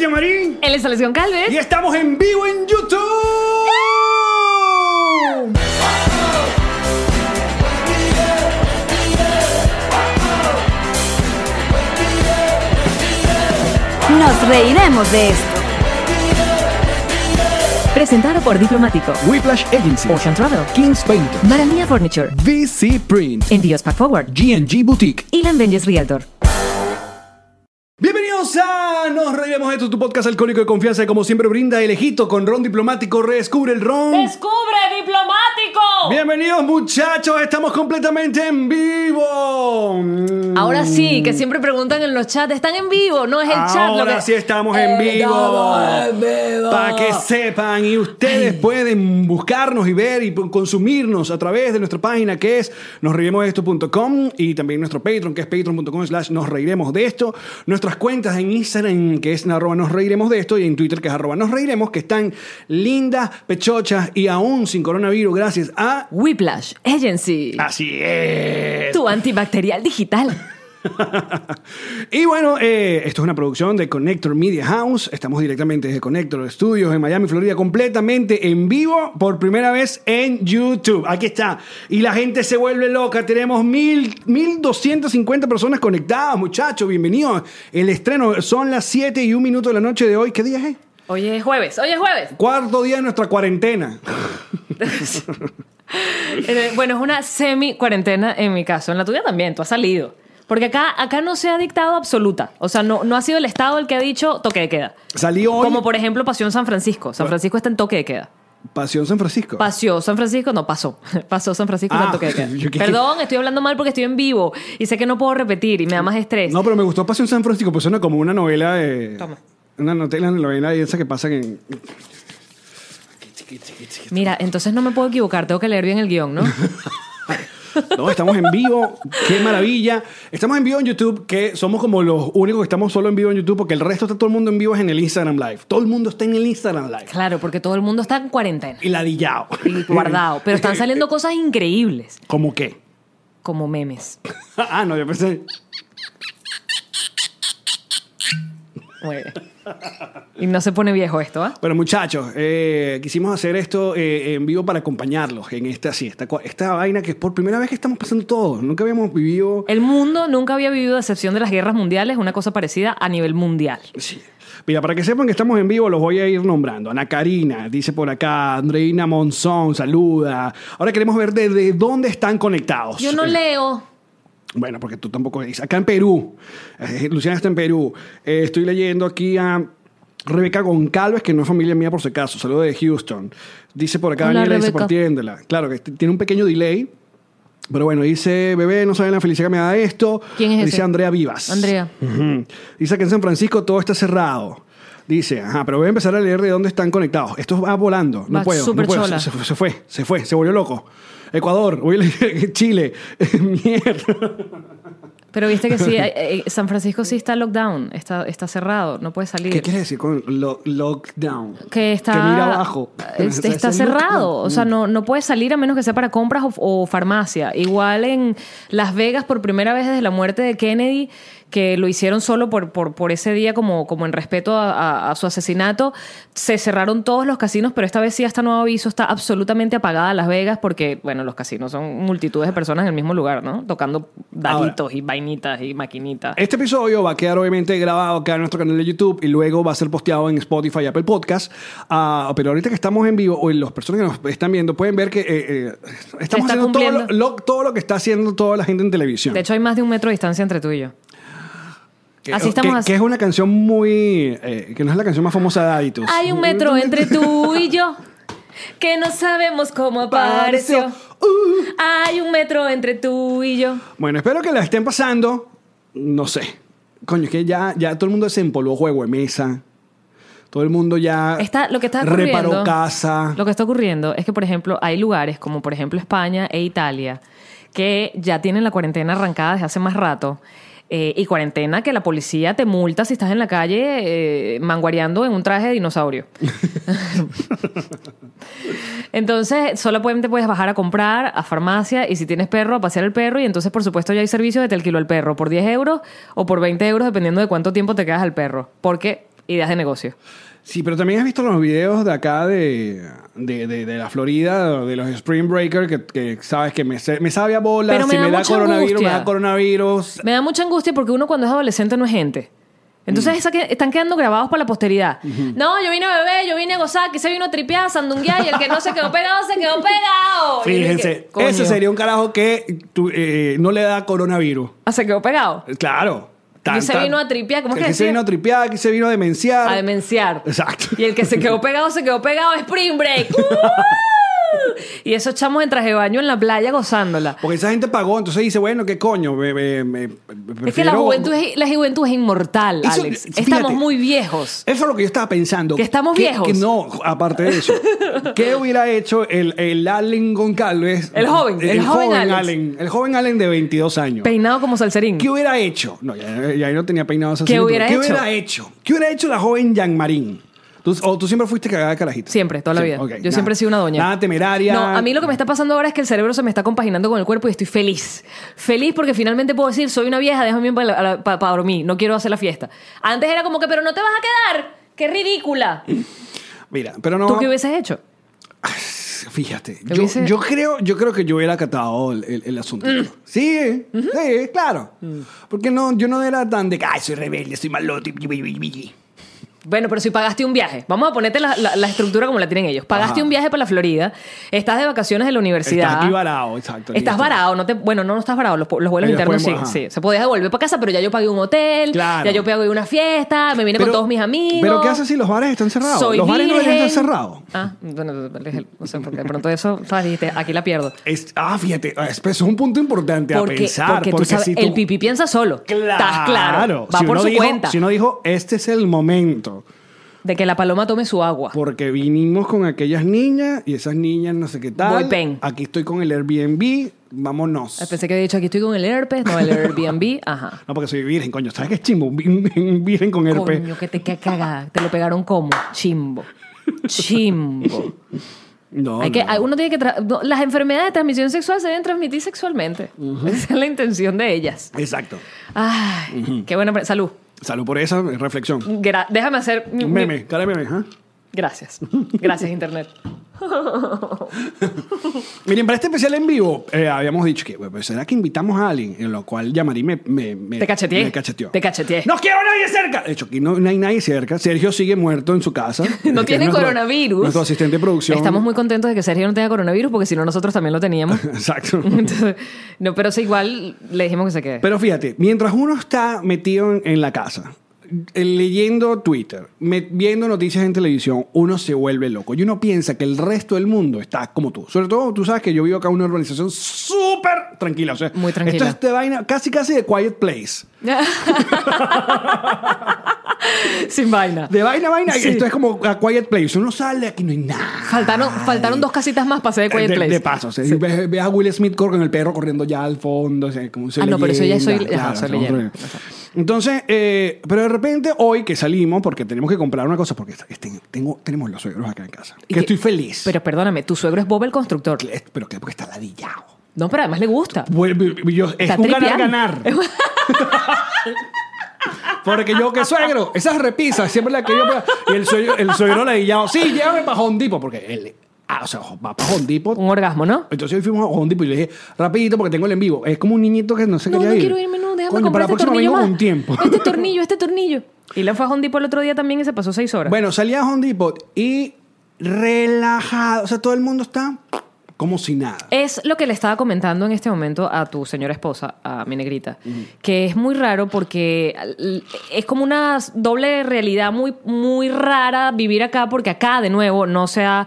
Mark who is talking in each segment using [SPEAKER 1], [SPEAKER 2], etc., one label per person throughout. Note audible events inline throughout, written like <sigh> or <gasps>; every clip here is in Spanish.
[SPEAKER 1] Yamarín.
[SPEAKER 2] En la instalación Calves.
[SPEAKER 1] Y estamos en vivo en YouTube.
[SPEAKER 3] Nos reiremos de esto.
[SPEAKER 2] Presentado por Diplomático,
[SPEAKER 4] Whiplash Agency,
[SPEAKER 2] Ocean Travel,
[SPEAKER 4] Kings Painter,
[SPEAKER 2] Maranía Furniture,
[SPEAKER 4] VC Print,
[SPEAKER 2] Envíos Pack Forward,
[SPEAKER 4] GNG Boutique.
[SPEAKER 2] y Benjes Realtor.
[SPEAKER 1] Bienvenidos a Nos Reiremos de Esto, tu podcast alcohólico de confianza. que Como siempre, brinda el ejito con ron diplomático. Redescubre el ron.
[SPEAKER 2] ¡Descubre Diplomático!
[SPEAKER 1] Bienvenidos, muchachos. Estamos completamente en vivo. Mm.
[SPEAKER 2] Ahora sí, que siempre preguntan en los chats, ¿están en vivo? No es el chat. lo
[SPEAKER 1] Ahora
[SPEAKER 2] que-
[SPEAKER 1] sí estamos en
[SPEAKER 2] Eh,
[SPEAKER 1] vivo.
[SPEAKER 2] estamos en vivo.
[SPEAKER 1] Para que sepan y ustedes pueden buscarnos y ver y consumirnos a través de nuestra página que es nosreiremosesto.com y también nuestro Patreon que es patreon.com slash nos reiremos de esto. Nuestras cuentas en Instagram que es arroba nos reiremos de esto y en Twitter que es arroba nos reiremos que están lindas, pechochas y aún sin coronavirus gracias a...
[SPEAKER 2] Whiplash Agency,
[SPEAKER 1] Así es.
[SPEAKER 2] tu antibacterial digital.
[SPEAKER 1] <laughs> y bueno, eh, esto es una producción de Connector Media House. Estamos directamente desde Connector Studios en Miami, Florida, completamente en vivo por primera vez en YouTube. Aquí está. Y la gente se vuelve loca. Tenemos mil, 1250 personas conectadas, muchachos. Bienvenidos. El estreno son las 7 y un minuto de la noche de hoy. ¿Qué día es? eh?
[SPEAKER 2] Hoy es jueves, hoy es jueves.
[SPEAKER 1] Cuarto día de nuestra cuarentena.
[SPEAKER 2] Eh, Bueno, es una semi-cuarentena en mi caso. En la tuya también, tú has salido. Porque acá, acá no se ha dictado absoluta. O sea, no, no ha sido el Estado el que ha dicho toque de queda.
[SPEAKER 1] Salió hoy
[SPEAKER 2] Como por ejemplo pasó en San Francisco. San Francisco está en toque de queda.
[SPEAKER 1] Pasión San Francisco.
[SPEAKER 2] Pasó San Francisco, no pasó. <laughs> Pasó San Francisco está en
[SPEAKER 1] Ah,
[SPEAKER 2] toque de queda.
[SPEAKER 1] <laughs> yo qué-
[SPEAKER 2] Perdón, estoy hablando mal porque estoy en vivo y sé que no puedo repetir y me da más estrés.
[SPEAKER 1] No, pero me gustó Pasión San Francisco, pues suena como una novela de.
[SPEAKER 2] Toma.
[SPEAKER 1] Una novela, novela esa que pasa en.
[SPEAKER 2] Mira, entonces no me puedo equivocar, tengo que leer bien el
[SPEAKER 1] <laughs>
[SPEAKER 2] guión, ¿no?
[SPEAKER 1] No, estamos en vivo, qué maravilla. Estamos en vivo en YouTube, que somos como los únicos que estamos solo en vivo en YouTube, porque el resto está todo el mundo en vivo es en el Instagram Live. Todo el mundo está en el Instagram Live.
[SPEAKER 2] claro, porque todo el mundo está en cuarentena
[SPEAKER 1] Y ladillado.
[SPEAKER 2] y guardado. Pero están saliendo cosas increíbles,
[SPEAKER 1] <laughs> ¿Cómo qué? <laughs>
[SPEAKER 2] como memes.
[SPEAKER 1] ah, no, yo pensé.
[SPEAKER 2] Muy bien. Y no se pone viejo esto, ¿ah?
[SPEAKER 1] Bueno, muchachos, eh, quisimos hacer esto eh, en vivo para acompañarlos en esta, sí, esta, cua- esta vaina que es por primera vez que estamos pasando todos. Nunca habíamos vivido.
[SPEAKER 2] El mundo nunca había vivido, a excepción de las guerras mundiales, una cosa parecida a nivel mundial.
[SPEAKER 1] Sí. Mira, para que sepan que estamos en vivo, los voy a ir nombrando. Ana Karina, dice por acá, Andreina Monzón, saluda. Ahora queremos ver desde dónde están conectados.
[SPEAKER 2] Yo no
[SPEAKER 1] Eh,
[SPEAKER 2] leo.
[SPEAKER 1] Bueno, porque tú tampoco lees. Acá en Perú, eh, Luciana está en Perú. Eh, estoy leyendo aquí a Rebeca Goncalves, que no es familia mía por si acaso, saludo de Houston. Dice por acá
[SPEAKER 2] Hola,
[SPEAKER 1] Daniela, dice
[SPEAKER 2] Rebeca.
[SPEAKER 1] por tiéndela. Claro, que t- tiene un pequeño delay. Pero bueno, dice, bebé, no saben la felicidad que me da esto.
[SPEAKER 2] ¿Quién es
[SPEAKER 1] Dice
[SPEAKER 2] ese?
[SPEAKER 1] Andrea Vivas.
[SPEAKER 2] Andrea.
[SPEAKER 1] Ujú. Dice que en San Francisco todo está cerrado. Dice, ajá, pero voy a empezar a leer de dónde están conectados. Esto va volando. No
[SPEAKER 2] Va
[SPEAKER 1] puedo. no
[SPEAKER 2] súper
[SPEAKER 1] puedo.
[SPEAKER 2] chola.
[SPEAKER 1] Se, se- se fue, se fue, se volvió loco. Ecuador, voy a leer <laughs> Chile. Mierda.
[SPEAKER 2] Pero viste que sí, eh, eh, San Francisco sí está lockdown, está, está cerrado, no puede salir.
[SPEAKER 1] ¿Qué quiere decir con lo- lockdown?
[SPEAKER 2] Que está,
[SPEAKER 1] mira
[SPEAKER 2] <laughs>
[SPEAKER 1] abajo. <laughs>
[SPEAKER 2] Eh,
[SPEAKER 1] O sea,
[SPEAKER 2] está
[SPEAKER 1] es mm.
[SPEAKER 2] cerrado,
[SPEAKER 1] lockdown.
[SPEAKER 2] o sea, no, no puede salir a menos que sea para compras o, o farmacia. Igual en Las Vegas, por primera vez desde la muerte de Kennedy, que lo hicieron solo por, por, por ese día como, como en respeto a, a- a su asesinato, se cerraron todos los casinos, pero esta vez sí, hasta nuevo aviso, está absolutamente apagada Las Vegas porque, bueno, los casinos son multitudes de personas en el mismo lugar, ¿no? Tocando daditos y vainitas y maquinitas.
[SPEAKER 1] Este episodio va a quedar obviamente grabado acá en nuestro canal de YouTube y luego va a ser posteado en Spotify y Apple Podcast. Ah, pero ahorita que estamos en vivo, o en las personas que nos están viendo pueden ver que eh, eh, estamos
[SPEAKER 2] Está
[SPEAKER 1] haciendo todo lo,
[SPEAKER 2] cumpliendo.
[SPEAKER 1] lo- todo lo que está haciendo toda la gente en televisión.
[SPEAKER 2] De hecho, hay más de un metro de distancia entre tú y yo.
[SPEAKER 1] que,
[SPEAKER 2] así estamos
[SPEAKER 1] que-
[SPEAKER 2] así.
[SPEAKER 1] que es una canción muy... eh, que no es la canción más famosa de Aditus.
[SPEAKER 2] Hay un metro entre tú y yo que no sabemos cómo apareció.
[SPEAKER 1] Uh.
[SPEAKER 2] Hay un metro entre tú y yo.
[SPEAKER 1] Bueno, espero que la estén pasando. No sé. Coño, es que ya, ya todo el mundo desempolvó juego de mesa. Todo el mundo ya
[SPEAKER 2] Está, lo que está ocurriendo,
[SPEAKER 1] reparó casa.
[SPEAKER 2] Lo que está ocurriendo es que, por ejemplo, hay lugares como, por ejemplo, España e Italia que ya tienen la cuarentena arrancada desde hace más rato. eh, y cuarentena que la policía te multa si estás en la calle eh, manguareando en un traje de dinosaurio. <laughs> Entonces, solamente puedes bajar a comprar, a farmacia, y si tienes perro, a pasear el perro. Y entonces, por supuesto, ya hay servicios de te alquilo al perro por 10 euros o por 20 euros, dependiendo de cuánto tiempo te quedas al perro. Porque Ideas de negocio.
[SPEAKER 1] Sí, pero también has visto los videos de acá de, de, de- de la Florida, de los Spring Breaker, que, que sabes que me, se- me sabe a bola,
[SPEAKER 2] Pero me
[SPEAKER 1] si
[SPEAKER 2] da
[SPEAKER 1] me da
[SPEAKER 2] mucha
[SPEAKER 1] coronavirus, me da
[SPEAKER 2] angustia.
[SPEAKER 1] coronavirus.
[SPEAKER 2] Me da mucha angustia porque uno cuando es adolescente no es gente.
[SPEAKER 1] Mm.
[SPEAKER 2] Entonces esa que- están quedando grabados para la posteridad. No, yo vine a beber, yo vine a gozar, que se vino a tripear, a sandunguear y el que no se quedó pegado, se quedó pegado. Y yo dije,
[SPEAKER 1] Fíjense,
[SPEAKER 2] "Coño".
[SPEAKER 1] ese sería un carajo que tu- eh, no le da coronavirus.
[SPEAKER 2] Ah, se quedó pegado.
[SPEAKER 1] Claro.
[SPEAKER 2] Y se vino a tripear, ¿cómo es que
[SPEAKER 1] Aquí se
[SPEAKER 2] decía?
[SPEAKER 1] vino a tripear, aquí se vino a demenciar.
[SPEAKER 2] A demenciar.
[SPEAKER 1] Exacto.
[SPEAKER 2] Y el que se quedó pegado, se quedó pegado. Spring
[SPEAKER 1] <laughs>
[SPEAKER 2] Break. ¡Uh! Y esos chamos en traje de baño en la playa gozándola.
[SPEAKER 1] Porque esa gente pagó, entonces dice, bueno, ¿qué coño? Me- me- me-
[SPEAKER 2] Es que la
[SPEAKER 1] prefiero-
[SPEAKER 2] juventud es, la juventud es inmortal,
[SPEAKER 1] Eso-
[SPEAKER 2] Alex.
[SPEAKER 1] fíjate.
[SPEAKER 2] Estamos muy viejos.
[SPEAKER 1] Eso es lo que yo estaba pensando.
[SPEAKER 2] Que estamos
[SPEAKER 1] ¿Qué-
[SPEAKER 2] viejos.
[SPEAKER 1] que no, aparte de
[SPEAKER 2] <laughs>
[SPEAKER 1] eso. ¿Qué hubiera hecho el, el Allen Goncalves?
[SPEAKER 2] El joven, el joven Alex.
[SPEAKER 1] Allen. El joven Allen de 22 años.
[SPEAKER 2] Peinado como salserín.
[SPEAKER 1] ¿Qué hubiera hecho? No, ya, ya no tenía peinado esa
[SPEAKER 2] ¿Qué
[SPEAKER 1] señora,
[SPEAKER 2] hubiera
[SPEAKER 1] pero
[SPEAKER 2] hecho?
[SPEAKER 1] ¿Qué hubiera hecho? ¿Qué hubiera hecho la joven Jean Marín? ¿Tú, ¿O tú siempre fuiste cagada de carajita?
[SPEAKER 2] Siempre, toda la
[SPEAKER 1] Sí,
[SPEAKER 2] vida.
[SPEAKER 1] ok,
[SPEAKER 2] Yo
[SPEAKER 1] nada.
[SPEAKER 2] siempre he sido una doña.
[SPEAKER 1] Nada temeraria.
[SPEAKER 2] No, a mí lo que me está pasando ahora es que el cerebro se me está compaginando con el cuerpo y estoy feliz. Feliz porque finalmente puedo decir, soy una vieja, déjame para dormir, no quiero hacer la fiesta. Antes era como que, pero no te vas a quedar. ¡Qué ridícula!
[SPEAKER 1] Mira, pero no...
[SPEAKER 2] ¿Tú qué hubieses hecho?
[SPEAKER 1] Fíjate,
[SPEAKER 2] Te
[SPEAKER 1] yo,
[SPEAKER 2] hubiese- Mm.
[SPEAKER 1] yo creo, yo creo que yo hubiera acatado el, el, el asunto. Sí, sí, claro. Porque no, yo no era tan de, ay, soy rebelde, soy malote. y- y- y- y".
[SPEAKER 2] Bueno, pero si pagaste un viaje, vamos a ponerte la, la- la estructura como la tienen ellos. Pagaste
[SPEAKER 1] Ajá.
[SPEAKER 2] un viaje para la Florida, estás de vacaciones de la universidad.
[SPEAKER 1] Estás aquí varado, exacto. aquí
[SPEAKER 2] Estás
[SPEAKER 1] estoy.
[SPEAKER 2] varado, no te, bueno, no, no estás varado, los, los vuelos
[SPEAKER 1] Ellos
[SPEAKER 2] internos sí,
[SPEAKER 1] pueden- ajá.
[SPEAKER 2] sí. Se podías devolver para casa, pero ya yo pagué un hotel,
[SPEAKER 1] Claro.
[SPEAKER 2] ya yo pagué una fiesta, me vine
[SPEAKER 1] Pero-
[SPEAKER 2] con todos mis amigos.
[SPEAKER 1] Pero ¿qué haces si los bares están cerrados?
[SPEAKER 2] Soy
[SPEAKER 1] los bares no
[SPEAKER 2] virgen.
[SPEAKER 1] deberían estar cerrados.
[SPEAKER 2] Ah, bueno, no sé, porque de pronto eso, ¿sabes? Dijiste, aquí la pierdo.
[SPEAKER 1] Es- ah, fíjate, es, pero eso es un punto importante a
[SPEAKER 2] Porque,
[SPEAKER 1] pensar.
[SPEAKER 2] porque, tú sabes,
[SPEAKER 1] si
[SPEAKER 2] el pipí piensa solo. Estás claro. Va
[SPEAKER 1] Si
[SPEAKER 2] por
[SPEAKER 1] uno
[SPEAKER 2] su
[SPEAKER 1] dijo-
[SPEAKER 2] cuenta.
[SPEAKER 1] Si uno dijo, este es el momento.
[SPEAKER 2] De que la paloma tome su agua.
[SPEAKER 1] Porque vinimos con aquellas niñas y esas niñas no sé qué tal.
[SPEAKER 2] Voy pen.
[SPEAKER 1] Aquí estoy con el Airbnb, vámonos.
[SPEAKER 2] Ah, Pensé que había dicho, aquí estoy con el herpes, no el Airbnb, ajá.
[SPEAKER 1] No, porque soy virgen, coño. ¿Sabes qué es chimbo? Un vi- <laughs> un virgen con herpes.
[SPEAKER 2] Coño, que te queda cagada. Te lo pegaron como chimbo. Chimbo.
[SPEAKER 1] No,
[SPEAKER 2] Hay
[SPEAKER 1] no,
[SPEAKER 2] que,
[SPEAKER 1] no.
[SPEAKER 2] hay- uno tiene que tra- no, las enfermedades de transmisión sexual se deben transmitir sexualmente. Esa es la intención de ellas.
[SPEAKER 1] Exacto.
[SPEAKER 2] Ay, qué buena pre- salud.
[SPEAKER 1] Salud por esa reflexión.
[SPEAKER 2] Gra- déjame hacer mi-
[SPEAKER 1] Un
[SPEAKER 2] Mm, mi-
[SPEAKER 1] meme, cara de meme. ¿ah?
[SPEAKER 2] Gracias. Gracias, internet.
[SPEAKER 1] Miren, para este especial en vivo, eh, habíamos dicho que, bueno, ¿será que invitamos a alguien? En lo cual Yamari me, me, <laughs> me-
[SPEAKER 2] Te cacheteé.
[SPEAKER 1] me cacheteó.
[SPEAKER 2] Te cacheteé.
[SPEAKER 1] ¡No quiero a nadie cerca! De hecho, aquí no, no hay nadie cerca. Sergio sigue muerto en su casa. Este
[SPEAKER 2] <laughs> No
[SPEAKER 1] es
[SPEAKER 2] tiene
[SPEAKER 1] nuestro-
[SPEAKER 2] coronavirus.
[SPEAKER 1] Nuestro asistente de producción.
[SPEAKER 2] Estamos muy contentos de que Sergio no tenga coronavirus porque si no nosotros también lo teníamos.
[SPEAKER 1] <laughs> Exacto.
[SPEAKER 2] Entonces, no, pero sí, igual le dijimos que se quede.
[SPEAKER 1] Pero fíjate, mientras uno está metido en, en la casa, eh, leyendo Twitter, me- viendo noticias en televisión, uno se vuelve loco. Y uno piensa que el resto del mundo está como tú. Sobre todo, tú sabes que yo vivo acá en una urbanización súper tranquila. O sea,
[SPEAKER 2] Muy
[SPEAKER 1] Esto
[SPEAKER 2] tranquila.
[SPEAKER 1] es de vaina, casi casi de quiet place.
[SPEAKER 2] <laughs> Sin vaina.
[SPEAKER 1] De vaina a vaina,
[SPEAKER 2] Sí.
[SPEAKER 1] esto es como a quiet place. Uno sale, aquí no hay nada.
[SPEAKER 2] Faltaron, faltaron dos casitas más para ser de Quiet
[SPEAKER 1] Eh, de,
[SPEAKER 2] Place.
[SPEAKER 1] de paso, o sea, ves, ves a Will Smith cor- con el perro corriendo ya al fondo, o sea, como se
[SPEAKER 2] Ah, no, pero eso ya soy- ajá, soy
[SPEAKER 1] o sea,
[SPEAKER 2] leyenda.
[SPEAKER 1] otro- Entonces, eh, pero de repente hoy que salimos, porque tenemos que comprar una cosa, porque este- tengo, tenemos los suegros acá en casa,
[SPEAKER 2] Y
[SPEAKER 1] que, estoy feliz.
[SPEAKER 2] Pero perdóname, tu suegro es Bob el constructor.
[SPEAKER 1] Es- pero que porque está ladillado.
[SPEAKER 2] No, pero además le gusta.
[SPEAKER 1] Vuelve- yo- es
[SPEAKER 2] Está
[SPEAKER 1] un
[SPEAKER 2] tripeando.
[SPEAKER 1] ganar-ganar.
[SPEAKER 2] <laughs>
[SPEAKER 1] Porque yo, que suegro, esas repisas, siempre la que yo. Y el suegro, el suegro ladillado, sí, llévame para Hondipo, porque él. Ah, o sea, va para Hondipo
[SPEAKER 2] Un orgasmo, ¿no?
[SPEAKER 1] Entonces hoy fuimos a Home Depot y pues le dije, rapidito porque tengo el en vivo. Es como un niñito que no se
[SPEAKER 2] No,
[SPEAKER 1] quería
[SPEAKER 2] no
[SPEAKER 1] ir.
[SPEAKER 2] quiero irme, no, déjame
[SPEAKER 1] Coño,
[SPEAKER 2] comprar
[SPEAKER 1] para
[SPEAKER 2] este
[SPEAKER 1] la próxima
[SPEAKER 2] tornillo
[SPEAKER 1] vengo
[SPEAKER 2] más.
[SPEAKER 1] con tiempo.
[SPEAKER 2] Este tornillo, este tornillo. Y la fue a Home Depot el otro día también y se pasó seis horas.
[SPEAKER 1] <laughs> bueno, salí a Home Depot y relajado. O sea, todo el mundo está como si nada.
[SPEAKER 2] Es lo que le estaba comentando en este momento a tu señora esposa, a mi negrita, que es muy raro porque al- es como una doble realidad muy, muy rara vivir acá porque acá de nuevo no se ha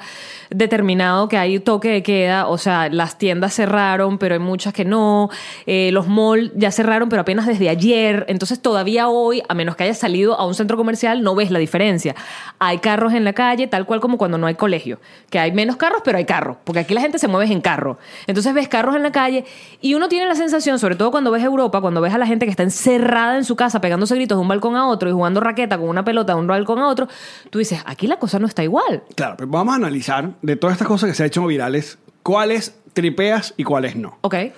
[SPEAKER 2] determinado que hay toque de queda, o sea, las tiendas cerraron, pero hay muchas que no, eh, los malls ya cerraron, pero apenas desde ayer, entonces todavía hoy, a menos que hayas salido a un centro comercial, no ves la diferencia. Hay carros en la calle, tal cual como cuando no hay colegio, que hay menos carros, pero hay carros, porque aquí la gente se mueve en carro. Entonces ves carros en la calle y uno tiene la sensación, sobre todo cuando ves Europa, cuando ves a la gente que está encerrada en su casa pegándose gritos de un balcón a otro y jugando raqueta con una pelota de un balcón a otro, tú dices, aquí la cosa no está igual.
[SPEAKER 1] Claro, pero vamos a analizar de todas estas cosas que se han hecho virales, cuáles tripeas y cuáles no.
[SPEAKER 2] ¿Ok?
[SPEAKER 1] ¿Ok?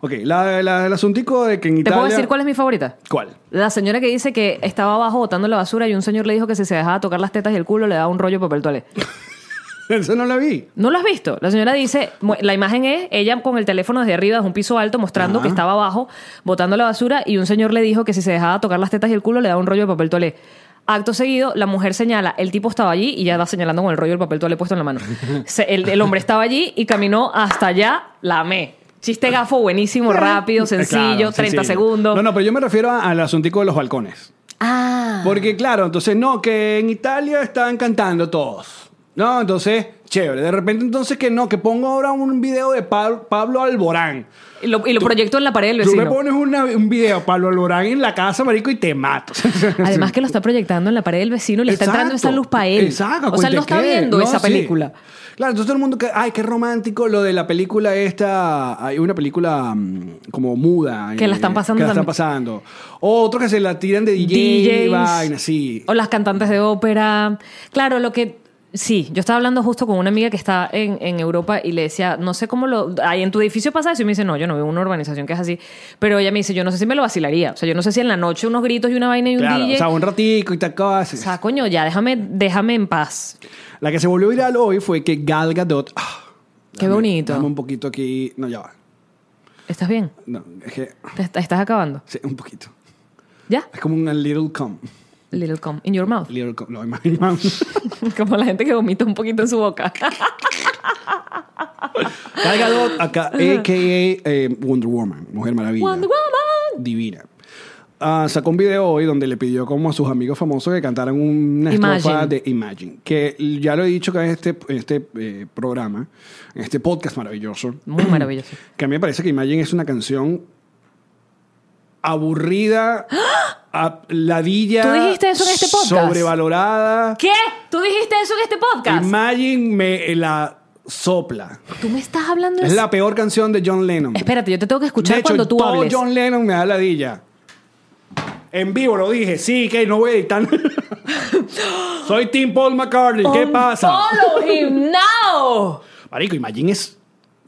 [SPEAKER 1] Ok, la, la- el asuntico de que en
[SPEAKER 2] ¿Te
[SPEAKER 1] Italia...
[SPEAKER 2] puedo decir cuál es mi favorita?
[SPEAKER 1] ¿Cuál? <laughs>
[SPEAKER 2] La señora que dice que estaba abajo botando la basura y un señor le dijo que si se dejaba tocar las tetas y el culo le daba un rollo de papel toalé.
[SPEAKER 1] Eso no la vi.
[SPEAKER 2] ¿No lo has visto? La señora dice, mu- la imagen es ella con el teléfono desde arriba, desde un piso alto, mostrando que estaba abajo, botando la basura, y un señor le dijo que si se dejaba tocar las tetas y el culo le daba un rollo de papel toalé. Acto seguido, la mujer señala, el tipo estaba allí y ya va señalando con el rollo del papel toalé puesto
[SPEAKER 1] <laughs>
[SPEAKER 2] en la mano. Se- el, el hombre estaba allí y caminó hasta allá, la amé. Chiste gafo buenísimo, rápido,
[SPEAKER 1] Eh, claro,
[SPEAKER 2] sencillo, 30
[SPEAKER 1] sencillo.
[SPEAKER 2] segundos.
[SPEAKER 1] No, no, pero yo me refiero a- al asuntico de los balcones.
[SPEAKER 2] Ah.
[SPEAKER 1] Porque claro, entonces no, que en Italia están cantando todos. No, entonces, chévere. De repente entonces que no, que pongo ahora un video de Pa- Pablo Alborán.
[SPEAKER 2] Y lo, y lo proyectó en la pared del
[SPEAKER 1] Tú me
[SPEAKER 2] vecino.
[SPEAKER 1] pones una- un video de Pablo Alborán en la casa, marico, y te mato.
[SPEAKER 2] Además que lo está proyectando en la pared del vecino y le está entrando esa
[SPEAKER 1] Exacto.
[SPEAKER 2] luz para él.
[SPEAKER 1] Exacto,
[SPEAKER 2] o sea, él no está
[SPEAKER 1] ¿cuente qué?
[SPEAKER 2] viendo
[SPEAKER 1] No,
[SPEAKER 2] esa
[SPEAKER 1] sí.
[SPEAKER 2] película.
[SPEAKER 1] Claro, entonces todo el mundo que, ay, qué romántico lo de la película esta, hay una película mm, como muda. eh,
[SPEAKER 2] Que la están pasando
[SPEAKER 1] Que la están
[SPEAKER 2] también.
[SPEAKER 1] pasando. Otros que se la tiran de DJ,
[SPEAKER 2] DJs,
[SPEAKER 1] vaina, sí.
[SPEAKER 2] O las cantantes de ópera. Claro, lo que. Sí, yo estaba hablando justo con una amiga que está en, en Europa y le decía, no sé cómo lo. Ahí en tu edificio pasa eso. Y me dice, no, yo no veo una urbanización que es así. Pero ella me dice, yo no sé si me lo vacilaría. O sea, yo no sé si en la noche unos gritos y una vaina y un
[SPEAKER 1] Claro,
[SPEAKER 2] DJ.
[SPEAKER 1] o sea, un ratico y tal cosa.
[SPEAKER 2] O sea, coño, ya déjame, déjame en paz.
[SPEAKER 1] La que se volvió viral hoy fue que Gal Gadot. ah,
[SPEAKER 2] Qué
[SPEAKER 1] dame-
[SPEAKER 2] bonito.
[SPEAKER 1] Dame un poquito aquí. No, ya va.
[SPEAKER 2] ¿Estás bien?
[SPEAKER 1] No, es que.
[SPEAKER 2] ¿Te, te estás acabando?
[SPEAKER 1] Sí, un poquito.
[SPEAKER 2] ¿Ya?
[SPEAKER 1] Es como una little cum.
[SPEAKER 2] Little cum in your mouth.
[SPEAKER 1] Little cum. No, my
[SPEAKER 2] <laughs>
[SPEAKER 1] mom.
[SPEAKER 2] Como la gente que vomita un poquito en su boca.
[SPEAKER 1] Gal Gadot, acá, a.k.a. eh, Wonder Woman. Mujer maravilla.
[SPEAKER 2] Wonder Woman.
[SPEAKER 1] Divina. Ah, sacó un video hoy donde le pidió como a sus amigos famosos que cantaran una estrofa
[SPEAKER 2] Imagine.
[SPEAKER 1] de Imagine. Que ya lo he dicho que en este, en este eh, programa, en este podcast maravilloso,
[SPEAKER 2] Muy maravilloso.
[SPEAKER 1] Que a mí me parece que Imagine es una canción
[SPEAKER 2] <gasps>
[SPEAKER 1] aburrida, a- ladilla.
[SPEAKER 2] ¿Tú dijiste eso en este podcast?
[SPEAKER 1] Sobrevalorada.
[SPEAKER 2] ¿Qué? ¿Tú dijiste eso en este podcast?
[SPEAKER 1] Imagine me la sopla.
[SPEAKER 2] Tú me estás hablando en
[SPEAKER 1] Es la peor canción de John Lennon.
[SPEAKER 2] Espérate, yo te tengo que escuchar
[SPEAKER 1] de hecho,
[SPEAKER 2] cuando tú
[SPEAKER 1] todo
[SPEAKER 2] hables.
[SPEAKER 1] John Lennon me da ladilla. En vivo lo dije, sí, que no voy a editar. <laughs> Soy Tim Paul McCartney, ¿qué pasa?
[SPEAKER 2] Follow him now.
[SPEAKER 1] Marico, Imagine es,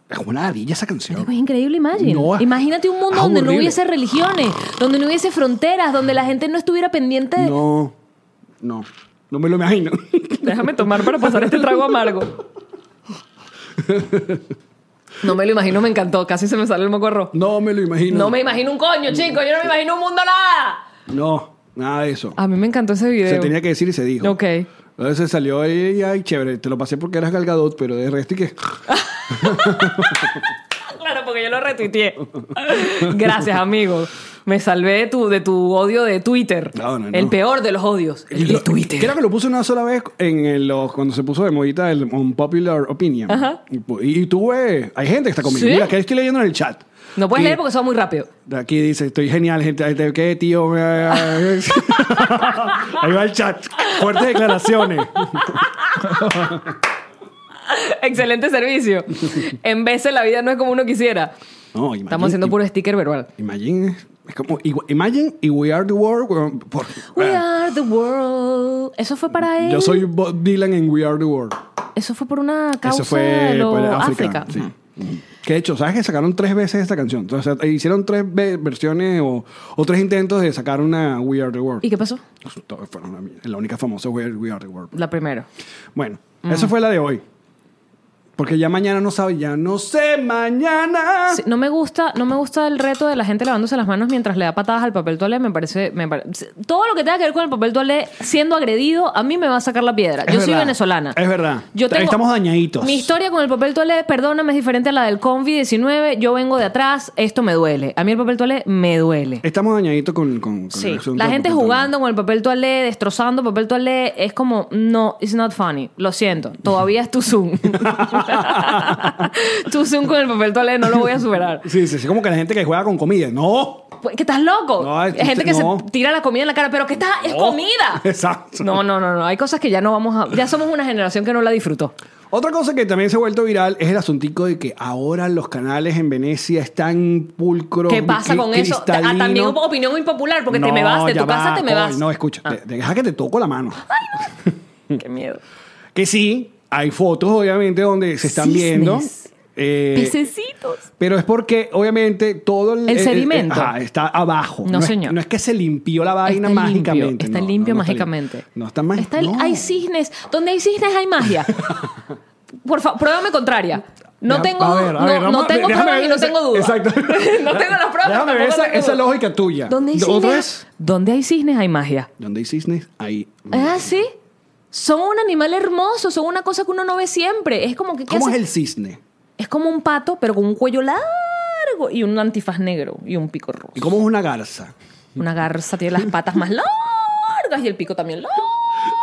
[SPEAKER 1] es una ladilla esa canción.
[SPEAKER 2] Marico, es increíble, Imagine.
[SPEAKER 1] No, es-
[SPEAKER 2] Imagínate un mundo
[SPEAKER 1] es
[SPEAKER 2] donde no
[SPEAKER 1] horrible.
[SPEAKER 2] hubiese religiones, donde no hubiese fronteras, donde la gente no estuviera pendiente de.
[SPEAKER 1] No, no, no me lo imagino. <laughs>
[SPEAKER 2] Déjame tomar para pasar este trago amargo. No me lo imagino, me encantó. Casi se me sale el mocorro.
[SPEAKER 1] No me lo imagino.
[SPEAKER 2] No me imagino un coño, chico. Yo no me imagino un mundo nada.
[SPEAKER 1] No, nada de eso.
[SPEAKER 2] A mí me encantó ese video.
[SPEAKER 1] Se tenía que decir y se dijo.
[SPEAKER 2] Ah, Ok.
[SPEAKER 1] Entonces salió ahí, ay, chévere, te lo pasé porque eras galgadot, pero de resto y que.
[SPEAKER 2] <laughs> Claro, porque yo lo retuiteé. Gracias, amigo. Me salvé de tu, de tu odio de Twitter.
[SPEAKER 1] No, no, no.
[SPEAKER 2] El peor de los odios. El de Twitter.
[SPEAKER 1] Creo que lo puso una sola vez en el- los, cuando se puso de modita el Unpopular Opinion.
[SPEAKER 2] Ajá.
[SPEAKER 1] Y, pu- y tuve. Hay gente que está conmigo.
[SPEAKER 2] ¿Sí?
[SPEAKER 1] Mira, que estoy leyendo en el chat.
[SPEAKER 2] No puedes
[SPEAKER 1] Y-
[SPEAKER 2] leer porque son muy rápido. <laughs>
[SPEAKER 1] Aquí dice, estoy genial, gente. Ay, te- ¿Qué, tío?
[SPEAKER 2] <laughs>
[SPEAKER 1] Ahí va el chat. Fuertes declaraciones.
[SPEAKER 2] Excelente
[SPEAKER 1] <laughs>
[SPEAKER 2] servicio. En veces la vida no es como uno quisiera.
[SPEAKER 1] No, imagín-
[SPEAKER 2] Estamos haciendo puro sticker verbal.
[SPEAKER 1] Imagine, es como, igu- imagine y We Are the World. weón, por-
[SPEAKER 2] We
[SPEAKER 1] ah,
[SPEAKER 2] are the world. Eso fue para él.
[SPEAKER 1] Yo soy Bob Dylan en We Are the World.
[SPEAKER 2] Eso fue por una causa
[SPEAKER 1] Eso fue
[SPEAKER 2] de lo-
[SPEAKER 1] por
[SPEAKER 2] África.
[SPEAKER 1] África. sí. Ujú. Que de hecho, ¿sabes que sacaron tres veces esta canción? Entonces, o sea, hicieron tres ve- versiones o, o tres intentos de sacar una We Are the World.
[SPEAKER 2] ¿Y qué pasó?
[SPEAKER 1] Todas fueron la, mierda. la única famosa We Are, We Are the World.
[SPEAKER 2] La primera.
[SPEAKER 1] Bueno,
[SPEAKER 2] Mm.
[SPEAKER 1] esa fue la de hoy. Porque ya mañana no sabe, ya no sé mañana.
[SPEAKER 2] Sí, no me gusta, no me gusta el reto de la gente lavándose las manos mientras le da patadas al papel toalé, me parece, me pare- todo lo que tenga que ver con el papel toalé siendo agredido, a mí me va a sacar la piedra.
[SPEAKER 1] Es
[SPEAKER 2] Yo soy
[SPEAKER 1] verdad,
[SPEAKER 2] venezolana.
[SPEAKER 1] es verdad.
[SPEAKER 2] Yo tengo-
[SPEAKER 1] Estamos dañaditos.
[SPEAKER 2] Mi historia con el papel toalé, perdóname, es diferente a la del Convi 19, yo vengo de atrás, esto me duele. A mí el papel toalé me duele.
[SPEAKER 1] Estamos dañaditos con, con, con el
[SPEAKER 2] Sí,
[SPEAKER 1] asunto
[SPEAKER 2] la
[SPEAKER 1] del
[SPEAKER 2] gente
[SPEAKER 1] papel toalé.
[SPEAKER 2] jugando con el papel toalé, destrozando papel toalé, es como, no, it's not funny, lo siento, todavía es
[SPEAKER 1] <laughs>
[SPEAKER 2] tu Zoom. <laughs> tu Zoom con el papel toalé no lo voy a superar.
[SPEAKER 1] Sí, sí, sí, como que la gente que juega con comida. ¡No!
[SPEAKER 2] Pues, que estás loco.
[SPEAKER 1] No,
[SPEAKER 2] hay
[SPEAKER 1] es-
[SPEAKER 2] gente que
[SPEAKER 1] no.
[SPEAKER 2] se tira la comida en la cara, pero que está, es
[SPEAKER 1] No.
[SPEAKER 2] comida.
[SPEAKER 1] <laughs> Exacto.
[SPEAKER 2] No, no, no, no. Hay cosas que ya no vamos a. Ya somos una generación que no la disfrutó.
[SPEAKER 1] Otra cosa que también se ha vuelto viral es el asuntico de que ahora los canales en Venecia están pulcros.
[SPEAKER 2] ¿Qué pasa
[SPEAKER 1] cri-
[SPEAKER 2] con eso? Ah, también
[SPEAKER 1] cristalinos.
[SPEAKER 2] hubo opinión impopular, porque te me
[SPEAKER 1] No,
[SPEAKER 2] vas, de
[SPEAKER 1] ya
[SPEAKER 2] tu casa
[SPEAKER 1] va,
[SPEAKER 2] te me
[SPEAKER 1] coño,
[SPEAKER 2] vas.
[SPEAKER 1] No, escucha,
[SPEAKER 2] Ah,
[SPEAKER 1] te- deja que te toco la mano.
[SPEAKER 2] qué miedo.
[SPEAKER 1] Que sí, hay fotos obviamente donde se están
[SPEAKER 2] Cisnes.
[SPEAKER 1] viendo Eh,
[SPEAKER 2] Pececitos.
[SPEAKER 1] Pero es porque, obviamente, todo el,
[SPEAKER 2] El sedimento.
[SPEAKER 1] ajá, está abajo.
[SPEAKER 2] No,
[SPEAKER 1] es-
[SPEAKER 2] señor.
[SPEAKER 1] no es que se limpió la vaina
[SPEAKER 2] Está limpio,
[SPEAKER 1] mágicamente.
[SPEAKER 2] está
[SPEAKER 1] no,
[SPEAKER 2] limpio
[SPEAKER 1] no, no está
[SPEAKER 2] mágicamente.
[SPEAKER 1] limpio. No está mágico.
[SPEAKER 2] Está el- Hay cisnes. Donde hay cisnes
[SPEAKER 1] <laughs>
[SPEAKER 2] hay magia. Por favor, pruébame contraria. No
[SPEAKER 1] Deja-
[SPEAKER 2] tengo,
[SPEAKER 1] a ver, a
[SPEAKER 2] no,
[SPEAKER 1] ver,
[SPEAKER 2] no
[SPEAKER 1] vamos-
[SPEAKER 2] tengo
[SPEAKER 1] déjame
[SPEAKER 2] pruebas y
[SPEAKER 1] ver
[SPEAKER 2] no
[SPEAKER 1] esa-
[SPEAKER 2] tengo dudas.
[SPEAKER 1] Exacto.
[SPEAKER 2] <laughs> no tengo las pruebas.
[SPEAKER 1] Déjame ver
[SPEAKER 2] tampoco
[SPEAKER 1] esa,
[SPEAKER 2] tengo
[SPEAKER 1] esa
[SPEAKER 2] dudas.
[SPEAKER 1] lógica tuya.
[SPEAKER 2] ¿Dónde hay
[SPEAKER 1] ¿Otra
[SPEAKER 2] cisnes?
[SPEAKER 1] vez?
[SPEAKER 2] ¿Dónde hay cisnes hay magia?
[SPEAKER 1] ¿Dónde hay cisnes? Ahí.
[SPEAKER 2] Ah, sí. Son un animal hermoso, son una cosa que uno no ve siempre. Es como que ¿qué
[SPEAKER 1] ¿Cómo es
[SPEAKER 2] hace?
[SPEAKER 1] el cisne?
[SPEAKER 2] Es como un pato, pero con un cuello largo y un antifaz negro y un pico rojo.
[SPEAKER 1] ¿Y cómo es una garza?
[SPEAKER 2] Una garza tiene las patas más largas y el pico también largo.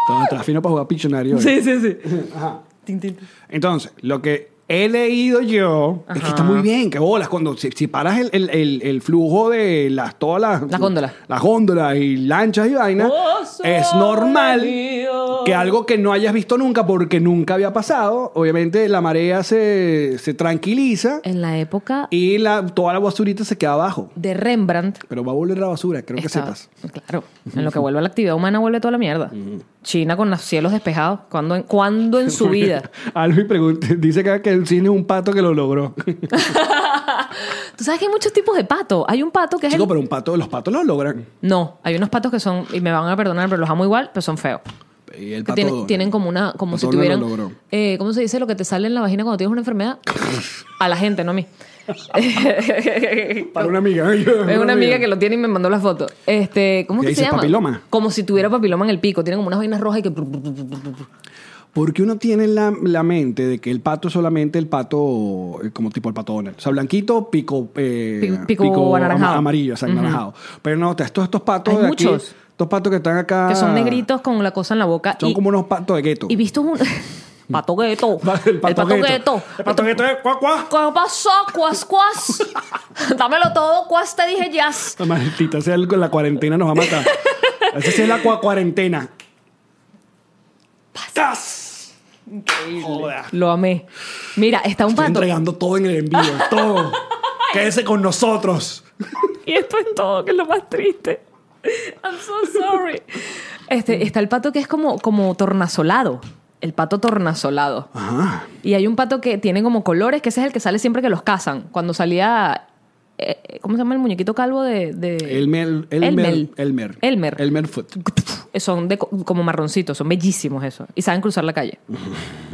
[SPEAKER 1] Estaba estaba fino para jugar pichonario. hoy.
[SPEAKER 2] Sí, sí, sí. Tin, tin, tin.
[SPEAKER 1] Entonces, lo que he leído yo es que
[SPEAKER 2] Ajá.
[SPEAKER 1] está muy bien, que bolas, cuando si, si paras el, el- el- el flujo de las todas las,
[SPEAKER 2] Las góndolas.
[SPEAKER 1] las góndolas y lanchas y vainas,
[SPEAKER 2] Oh, sol
[SPEAKER 1] es normal
[SPEAKER 2] mío.
[SPEAKER 1] que algo que no hayas visto nunca porque nunca había pasado, obviamente la marea se, se tranquiliza
[SPEAKER 2] En la época
[SPEAKER 1] y la, toda la basurita se queda abajo.
[SPEAKER 2] de Rembrandt.
[SPEAKER 1] Pero va a volver la basura, creo que
[SPEAKER 2] estaba-
[SPEAKER 1] sepas.
[SPEAKER 2] Claro. En lo que vuelve a la actividad humana, vuelve toda la mierda. China con los cielos despejados. ¿Cuándo en,
[SPEAKER 1] <laughs>
[SPEAKER 2] cuándo en su vida?
[SPEAKER 1] Alvin pregunta, <laughs> dice acá que el cine es un pato que lo logró.
[SPEAKER 2] Tú sabes que hay muchos tipos de pato. Hay un pato que es
[SPEAKER 1] Chico,
[SPEAKER 2] el-
[SPEAKER 1] pero un pato, los patos lo logran.
[SPEAKER 2] No, hay unos patos que son, y me van a perdonar, pero los amo igual, pero son feos.
[SPEAKER 1] Y el
[SPEAKER 2] Que
[SPEAKER 1] pato
[SPEAKER 2] tienen,
[SPEAKER 1] Donald.
[SPEAKER 2] tienen como una, como
[SPEAKER 1] El
[SPEAKER 2] si
[SPEAKER 1] pato Donald
[SPEAKER 2] tuvieran,
[SPEAKER 1] lo logró.
[SPEAKER 2] eh, ¿cómo se dice lo que te sale en la vagina cuando tienes
[SPEAKER 1] <laughs>
[SPEAKER 2] una enfermedad? a la gente, no a mí.
[SPEAKER 1] Para una amiga.
[SPEAKER 2] Es una amiga que lo tiene y me mandó la foto. Este, ¿cómo
[SPEAKER 1] ¿Qué
[SPEAKER 2] que se
[SPEAKER 1] dice?
[SPEAKER 2] llama?
[SPEAKER 1] ¿Papiloma?
[SPEAKER 2] Como si tuviera papiloma en el pico. Tienen como unas vainas rojas y que.
[SPEAKER 1] Porque uno tiene la, la mente de que el pato es solamente el pato, eh, como tipo el pato Donald. O sea, blanquito, pico, eh,
[SPEAKER 2] Pico- pico anaranjado.
[SPEAKER 1] ama- amarillo, o sea, anaranjado. Pero no, te- estos, estos patos
[SPEAKER 2] Hay
[SPEAKER 1] de
[SPEAKER 2] muchos.
[SPEAKER 1] aquí, estos patos que están acá.
[SPEAKER 2] Que son negritos con la cosa en la boca.
[SPEAKER 1] Ah. Son
[SPEAKER 2] y,
[SPEAKER 1] como unos patos de gueto.
[SPEAKER 2] y visto un. <laughs> pato gueto.
[SPEAKER 1] <laughs> El pato gueto.
[SPEAKER 2] gueto.
[SPEAKER 1] El pato gueto es cuac,
[SPEAKER 2] <laughs>
[SPEAKER 1] cuac.
[SPEAKER 2] ¿Qué pasó? Cuas, cuas. <laughs> Dámelo todo, cuas, te dije jazz.
[SPEAKER 1] La maldita sea, el- la cuarentena nos va a
[SPEAKER 2] <laughs>
[SPEAKER 1] matar. Esa sí es la cua- cuarentena. ¡Tas! Joda.
[SPEAKER 2] Lo amé. Mira, está un
[SPEAKER 1] Estoy
[SPEAKER 2] pato.
[SPEAKER 1] entregando todo en el envío,
[SPEAKER 2] <laughs>
[SPEAKER 1] todo. Quédese con nosotros.
[SPEAKER 2] Y esto es todo, que es lo más triste. I'm so sorry. Este, está el pato que es como, como tornasolado. El pato tornasolado.
[SPEAKER 1] Ajá.
[SPEAKER 2] Y hay un pato que tiene como colores, que ese es el que sale siempre que los cazan. Cuando salía. eh, ¿Cómo se llama el muñequito calvo de.? de-
[SPEAKER 1] Elmer, Elmer,
[SPEAKER 2] Eh, Elmer.
[SPEAKER 1] Elmer.
[SPEAKER 2] Elmer.
[SPEAKER 1] Elmer Foot.
[SPEAKER 2] Son de co- como marroncitos, son bellísimos eso. Y saben cruzar la
[SPEAKER 1] <laughs>
[SPEAKER 2] calle.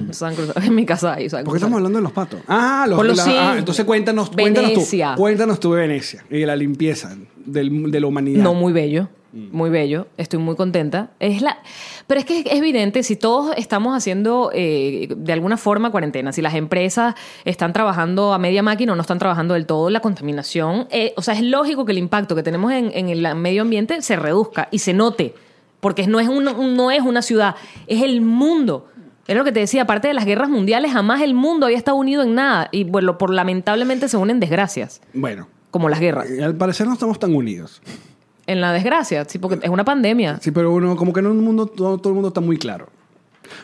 [SPEAKER 2] saben cruzar. <laughs> En mi casa hay. saben
[SPEAKER 1] ¿Por qué
[SPEAKER 2] cruzar.
[SPEAKER 1] estamos hablando de los patos? Ah, los,
[SPEAKER 2] Por los
[SPEAKER 1] la-
[SPEAKER 2] cisnes.
[SPEAKER 1] ah, entonces cuéntanos, cuéntanos tú.
[SPEAKER 2] Venecia.
[SPEAKER 1] Cuéntanos tú de Venecia y de la limpieza del- de la humanidad.
[SPEAKER 2] No, muy bello. Muy bello. Estoy muy contenta. Es la... Pero es que es evidente, si todos estamos haciendo eh, de alguna forma cuarentena, si las empresas están trabajando a media máquina o no están trabajando del todo, la contaminación, eh, o sea, es lógico que el impacto que tenemos en, en el medio ambiente se reduzca y se note, porque no es, un- un- no es una ciudad, es el mundo. Es lo que te decía, aparte de las guerras mundiales, jamás el mundo había estado unido en nada y bueno, por lamentablemente se unen desgracias,
[SPEAKER 1] Bueno,
[SPEAKER 2] como las guerras.
[SPEAKER 1] eh, al parecer no estamos tan unidos.
[SPEAKER 2] En la desgracia, sí, porque es una pandemia.
[SPEAKER 1] Sí, pero uno, como que en un mundo, todo, todo el mundo está muy claro.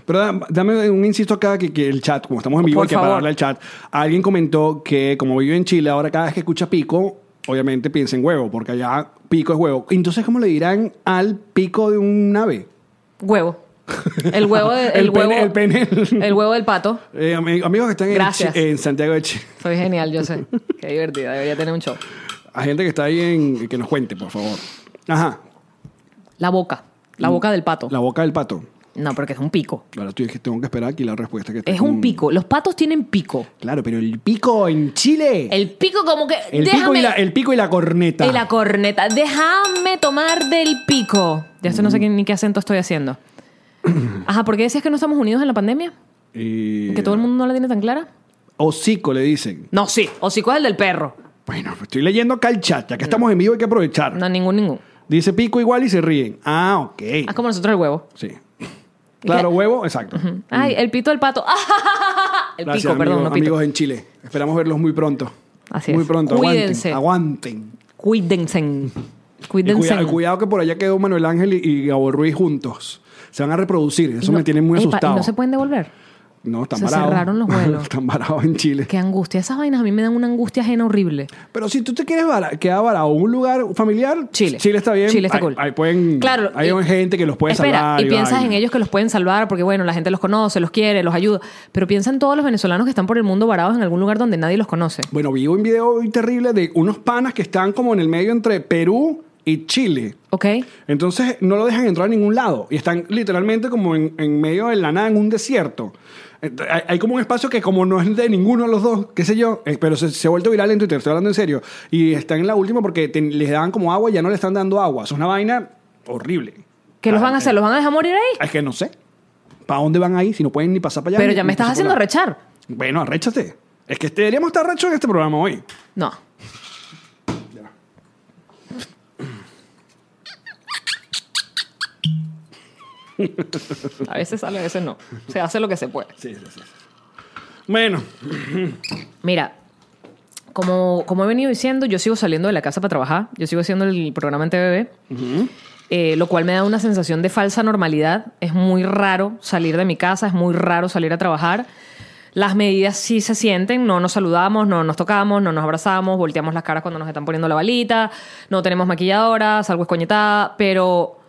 [SPEAKER 1] Pero da- dame un insisto acá que, que el chat, como estamos en vivo,
[SPEAKER 2] Por
[SPEAKER 1] hay que
[SPEAKER 2] favor.
[SPEAKER 1] pararle al chat. Alguien comentó que como vive en Chile, ahora cada vez que escucha pico, obviamente piensa en huevo, porque allá pico es huevo. Entonces, ¿cómo le dirán al pico de un ave?
[SPEAKER 2] Huevo. El huevo de-
[SPEAKER 1] <laughs>
[SPEAKER 2] el,
[SPEAKER 1] El pene-
[SPEAKER 2] huevo,
[SPEAKER 1] el pene.
[SPEAKER 2] el huevo del pato.
[SPEAKER 1] <laughs> Eh, ami- amigos que están en,
[SPEAKER 2] Gracias.
[SPEAKER 1] Chi- en Santiago de Chile,
[SPEAKER 2] Soy genial, yo sé. Qué divertida, debería tener un show.
[SPEAKER 1] a gente que está ahí en, que nos cuente, por favor. Ajá,
[SPEAKER 2] La boca. La boca del pato.
[SPEAKER 1] la boca del pato.
[SPEAKER 2] No, porque es un pico.
[SPEAKER 1] Ahora tú que tengo que esperar aquí la respuesta que está
[SPEAKER 2] Es un
[SPEAKER 1] con-
[SPEAKER 2] pico. Los patos tienen pico.
[SPEAKER 1] Claro, pero el pico en Chile.
[SPEAKER 2] El pico como que...
[SPEAKER 1] El
[SPEAKER 2] déjame,
[SPEAKER 1] pico, y la, el pico y la corneta.
[SPEAKER 2] y la corneta. Déjame tomar del pico. Ya esto no
[SPEAKER 1] Mm.
[SPEAKER 2] sé qué- ni qué acento
[SPEAKER 1] <clears throat>
[SPEAKER 2] estoy haciendo. Ajá, ¿por qué decías que no estamos unidos en la pandemia?
[SPEAKER 1] Eh,
[SPEAKER 2] ¿Que todo el mundo no la tiene tan clara?
[SPEAKER 1] Hocico, le dicen.
[SPEAKER 2] No, sí. Hocico es el del perro.
[SPEAKER 1] Bueno, pues estoy leyendo acá el chat, ya que estamos en vivo hay que aprovechar.
[SPEAKER 2] No, ningún, ningún.
[SPEAKER 1] Dice pico igual y se ríen. Ah, ok.
[SPEAKER 2] Es como nosotros el huevo.
[SPEAKER 1] Sí. Claro, huevo, exacto.
[SPEAKER 2] Ay, el pito del pato. <laughs> El
[SPEAKER 1] Gracias,
[SPEAKER 2] pico, perdón,
[SPEAKER 1] amigos,
[SPEAKER 2] no pito.
[SPEAKER 1] amigos en Chile. Esperamos verlos muy pronto.
[SPEAKER 2] Así
[SPEAKER 1] muy
[SPEAKER 2] es.
[SPEAKER 1] pronto.
[SPEAKER 2] Cuídense.
[SPEAKER 1] Aguanten.
[SPEAKER 2] Cuídense.
[SPEAKER 1] aguanten. Y
[SPEAKER 2] Cuídense.
[SPEAKER 1] cuida- cuidado que por allá quedó Manuel Ángel y, y Gabo Ruiz juntos. Se van a reproducir. Eso
[SPEAKER 2] Y no-
[SPEAKER 1] me tiene muy
[SPEAKER 2] Epa,
[SPEAKER 1] asustado.
[SPEAKER 2] ¿y no se pueden devolver.
[SPEAKER 1] <laughs> No, están
[SPEAKER 2] Se
[SPEAKER 1] varados.
[SPEAKER 2] cerraron los vuelos.
[SPEAKER 1] están varados en Chile.
[SPEAKER 2] Qué angustia. Esas vainas a mí me dan una angustia ajena horrible.
[SPEAKER 1] Pero si tú te quieres vara- quedar varado en un lugar familiar,
[SPEAKER 2] Chile.
[SPEAKER 1] Chile está bien.
[SPEAKER 2] Chile está
[SPEAKER 1] ahí,
[SPEAKER 2] cool.
[SPEAKER 1] Ahí pueden.
[SPEAKER 2] Claro.
[SPEAKER 1] Hay
[SPEAKER 2] y-
[SPEAKER 1] gente que los puede
[SPEAKER 2] espera,
[SPEAKER 1] salvar.
[SPEAKER 2] Y piensas
[SPEAKER 1] vaina.
[SPEAKER 2] en ellos que los pueden salvar porque, bueno, la gente los conoce, los quiere, los ayuda. Pero piensa en todos los venezolanos que están por el mundo varados en algún lugar donde nadie los conoce.
[SPEAKER 1] Bueno, vi un video hoy terrible de unos panas que están como en el medio entre Perú y Chile.
[SPEAKER 2] ¿Ok?
[SPEAKER 1] Entonces no lo dejan entrar a ningún lado y están literalmente como en, en medio de la nada, en un desierto. Ent- Hay, hay como un espacio que como no es de ninguno de los dos, qué sé yo, eh, pero se, se ha vuelto viral en Twitter, estoy hablando en serio. Y están en la última porque te- les daban como agua y ya no le están dando agua. Es una vaina horrible.
[SPEAKER 2] ¿Qué los
[SPEAKER 1] Ah,
[SPEAKER 2] van a hacer? ¿Los van a dejar morir ahí?
[SPEAKER 1] Es que no sé. ¿Para dónde van ahí? Si no pueden ni pasar para allá.
[SPEAKER 2] Pero
[SPEAKER 1] ni-
[SPEAKER 2] ya
[SPEAKER 1] ni
[SPEAKER 2] me estás
[SPEAKER 1] pasar
[SPEAKER 2] haciendo
[SPEAKER 1] por acá.
[SPEAKER 2] rechar.
[SPEAKER 1] Bueno, arréchate. Es que este- deberíamos estar rechos en este programa hoy.
[SPEAKER 2] No. A veces sale, a veces no. Se hace lo que se puede.
[SPEAKER 1] Sí, sí, sí. Bueno,
[SPEAKER 2] Mira, como, como he venido diciendo, yo sigo saliendo de la casa para trabajar. Yo sigo haciendo el programa en TVB. eh, lo cual me da una sensación de falsa normalidad. Es muy raro salir de mi casa, es muy raro salir a trabajar. Las medidas sí se sienten, no nos saludamos, no nos tocamos, no nos abrazamos, volteamos las caras cuando nos están poniendo la balita, no tenemos maquilladora, salgo escoñetada, pero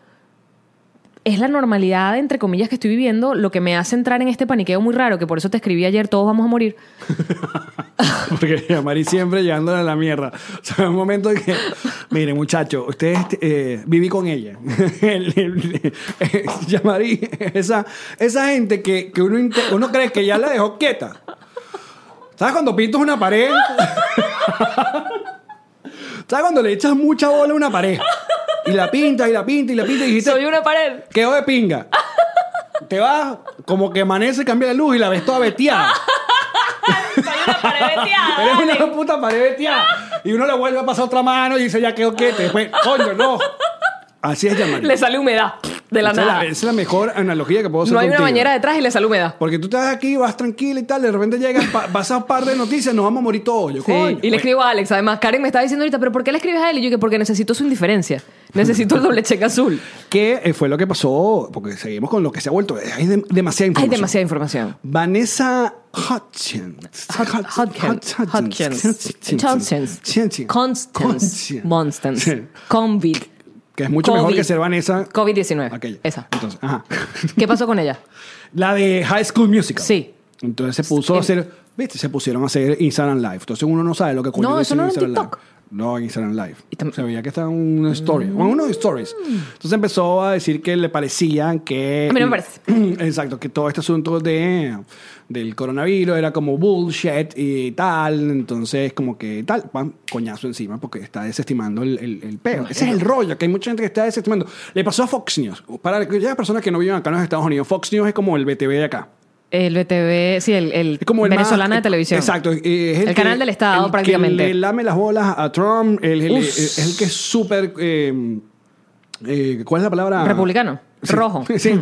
[SPEAKER 2] es la normalidad, entre comillas, que estoy viviendo lo que me hace entrar en este paniqueo muy raro, que por eso te escribí ayer, todos vamos a morir.
[SPEAKER 1] <laughs> Porque a Mari siempre llevándola a la mierda. O sea, un momento que, mire, muchacho, ustedes eh, viví con ella. <laughs> El- el- eh, ya Mari, esa, esa gente que, que uno, inte- uno cree que ya la dejó quieta. ¿Sabes cuando pintas una pared? <laughs> ¿Sabes cuando le echas mucha bola a una pared? Y la pintas, y la pintas, y la pintas, y dijiste,
[SPEAKER 2] Soy una pared.
[SPEAKER 1] quedó de pinga. Te vas, como que amanece, cambia la luz y la ves toda veteada.
[SPEAKER 2] <laughs> Soy una pared
[SPEAKER 1] <laughs> Eres una puta pared veteada. Y uno le vuelve a pasar otra mano y dice, ya quedó quete. Después, coño, no. Así es llamar.
[SPEAKER 2] Le sale humedad de la
[SPEAKER 1] esa es
[SPEAKER 2] nada.
[SPEAKER 1] la, esa es la mejor analogía que puedo hacer
[SPEAKER 2] No hay una
[SPEAKER 1] contigo.
[SPEAKER 2] bañera detrás y le sale humedad.
[SPEAKER 1] Porque tú estás aquí, vas tranquila y tal, de repente llegas, pa- pasas un par de noticias, nos vamos a morir todos. Yo,
[SPEAKER 2] Sí,
[SPEAKER 1] coño.
[SPEAKER 2] y le escribo a Alex. Además, Karen me estaba diciendo ahorita, ¿pero por qué le escribes a él? Y yo que porque necesito su indiferencia. Necesito el doble
[SPEAKER 1] <laughs>
[SPEAKER 2] cheque azul.
[SPEAKER 1] ¿Qué eh, fue lo que pasó? Porque seguimos con lo que se ha vuelto. Eh, Hay dem- demasiada
[SPEAKER 2] Hay
[SPEAKER 1] información.
[SPEAKER 2] demasiada información.
[SPEAKER 1] Vanessa Hutchins. Hutch-
[SPEAKER 2] Hodgkins. Hodgkins. Johnsons.
[SPEAKER 1] Hutchins.
[SPEAKER 2] Constance.
[SPEAKER 1] Constance.
[SPEAKER 2] Monstance.
[SPEAKER 1] Sí.
[SPEAKER 2] Convid.
[SPEAKER 1] Que es mucho mejor
[SPEAKER 2] COVID.
[SPEAKER 1] que ser Vanessa.
[SPEAKER 2] COVID-19.
[SPEAKER 1] Aquella.
[SPEAKER 2] Esa.
[SPEAKER 1] Entonces, ajá.
[SPEAKER 2] ¿Qué pasó con ella?
[SPEAKER 1] La de High School Musical.
[SPEAKER 2] Sí.
[SPEAKER 1] Entonces se puso a hacer, viste, se pusieron a hacer Instagram Live. Entonces uno no sabe lo que ocurrió.
[SPEAKER 2] No, eso no
[SPEAKER 1] en
[SPEAKER 2] era en
[SPEAKER 1] Instagram
[SPEAKER 2] TikTok.
[SPEAKER 1] Live. No, en Instagram Live.
[SPEAKER 2] Y tam- Mm.
[SPEAKER 1] Se veía que estaba en una story. Bueno, uno de stories. Entonces empezó a decir que le parecían que...
[SPEAKER 2] A mí no me parece.
[SPEAKER 1] <clears throat> Exacto, que todo este asunto de, del coronavirus era como bullshit y tal. Entonces, como que tal, pam, coñazo encima porque está desestimando el, el, el peo. Ese es el rollo, que hay mucha gente que está desestimando. Le pasó a Fox News. Para aquellas personas que no viven acá en los Estados Unidos, Fox News es como el BTV de acá.
[SPEAKER 2] El BTV, sí, el, el
[SPEAKER 1] Es como el
[SPEAKER 2] venezolana
[SPEAKER 1] más-
[SPEAKER 2] de televisión.
[SPEAKER 1] Exacto. eh, es
[SPEAKER 2] El
[SPEAKER 1] que-
[SPEAKER 2] canal del Estado,
[SPEAKER 1] el que
[SPEAKER 2] prácticamente.
[SPEAKER 1] le lame las bolas a Trump. el- el-
[SPEAKER 2] Uf.
[SPEAKER 1] es el que es súper. eh, eh, ¿Cuál es la palabra?
[SPEAKER 2] Republicano.
[SPEAKER 1] Sí.
[SPEAKER 2] Rojo.
[SPEAKER 1] <laughs> Sí.
[SPEAKER 2] <laughs>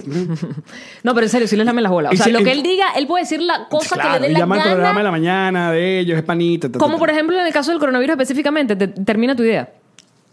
[SPEAKER 2] No, pero en serio, sí les lame las bolas. O
[SPEAKER 1] Y
[SPEAKER 2] sea,
[SPEAKER 1] si-
[SPEAKER 2] lo que
[SPEAKER 1] el-
[SPEAKER 2] él diga, él puede decir la cosa
[SPEAKER 1] Claro,
[SPEAKER 2] que le
[SPEAKER 1] y
[SPEAKER 2] dé la
[SPEAKER 1] llama al programa
[SPEAKER 2] gana.
[SPEAKER 1] de la mañana de ellos, es panita. ta, ta,
[SPEAKER 2] Como
[SPEAKER 1] ta.
[SPEAKER 2] por ejemplo en el caso del coronavirus específicamente, te- termina tu idea.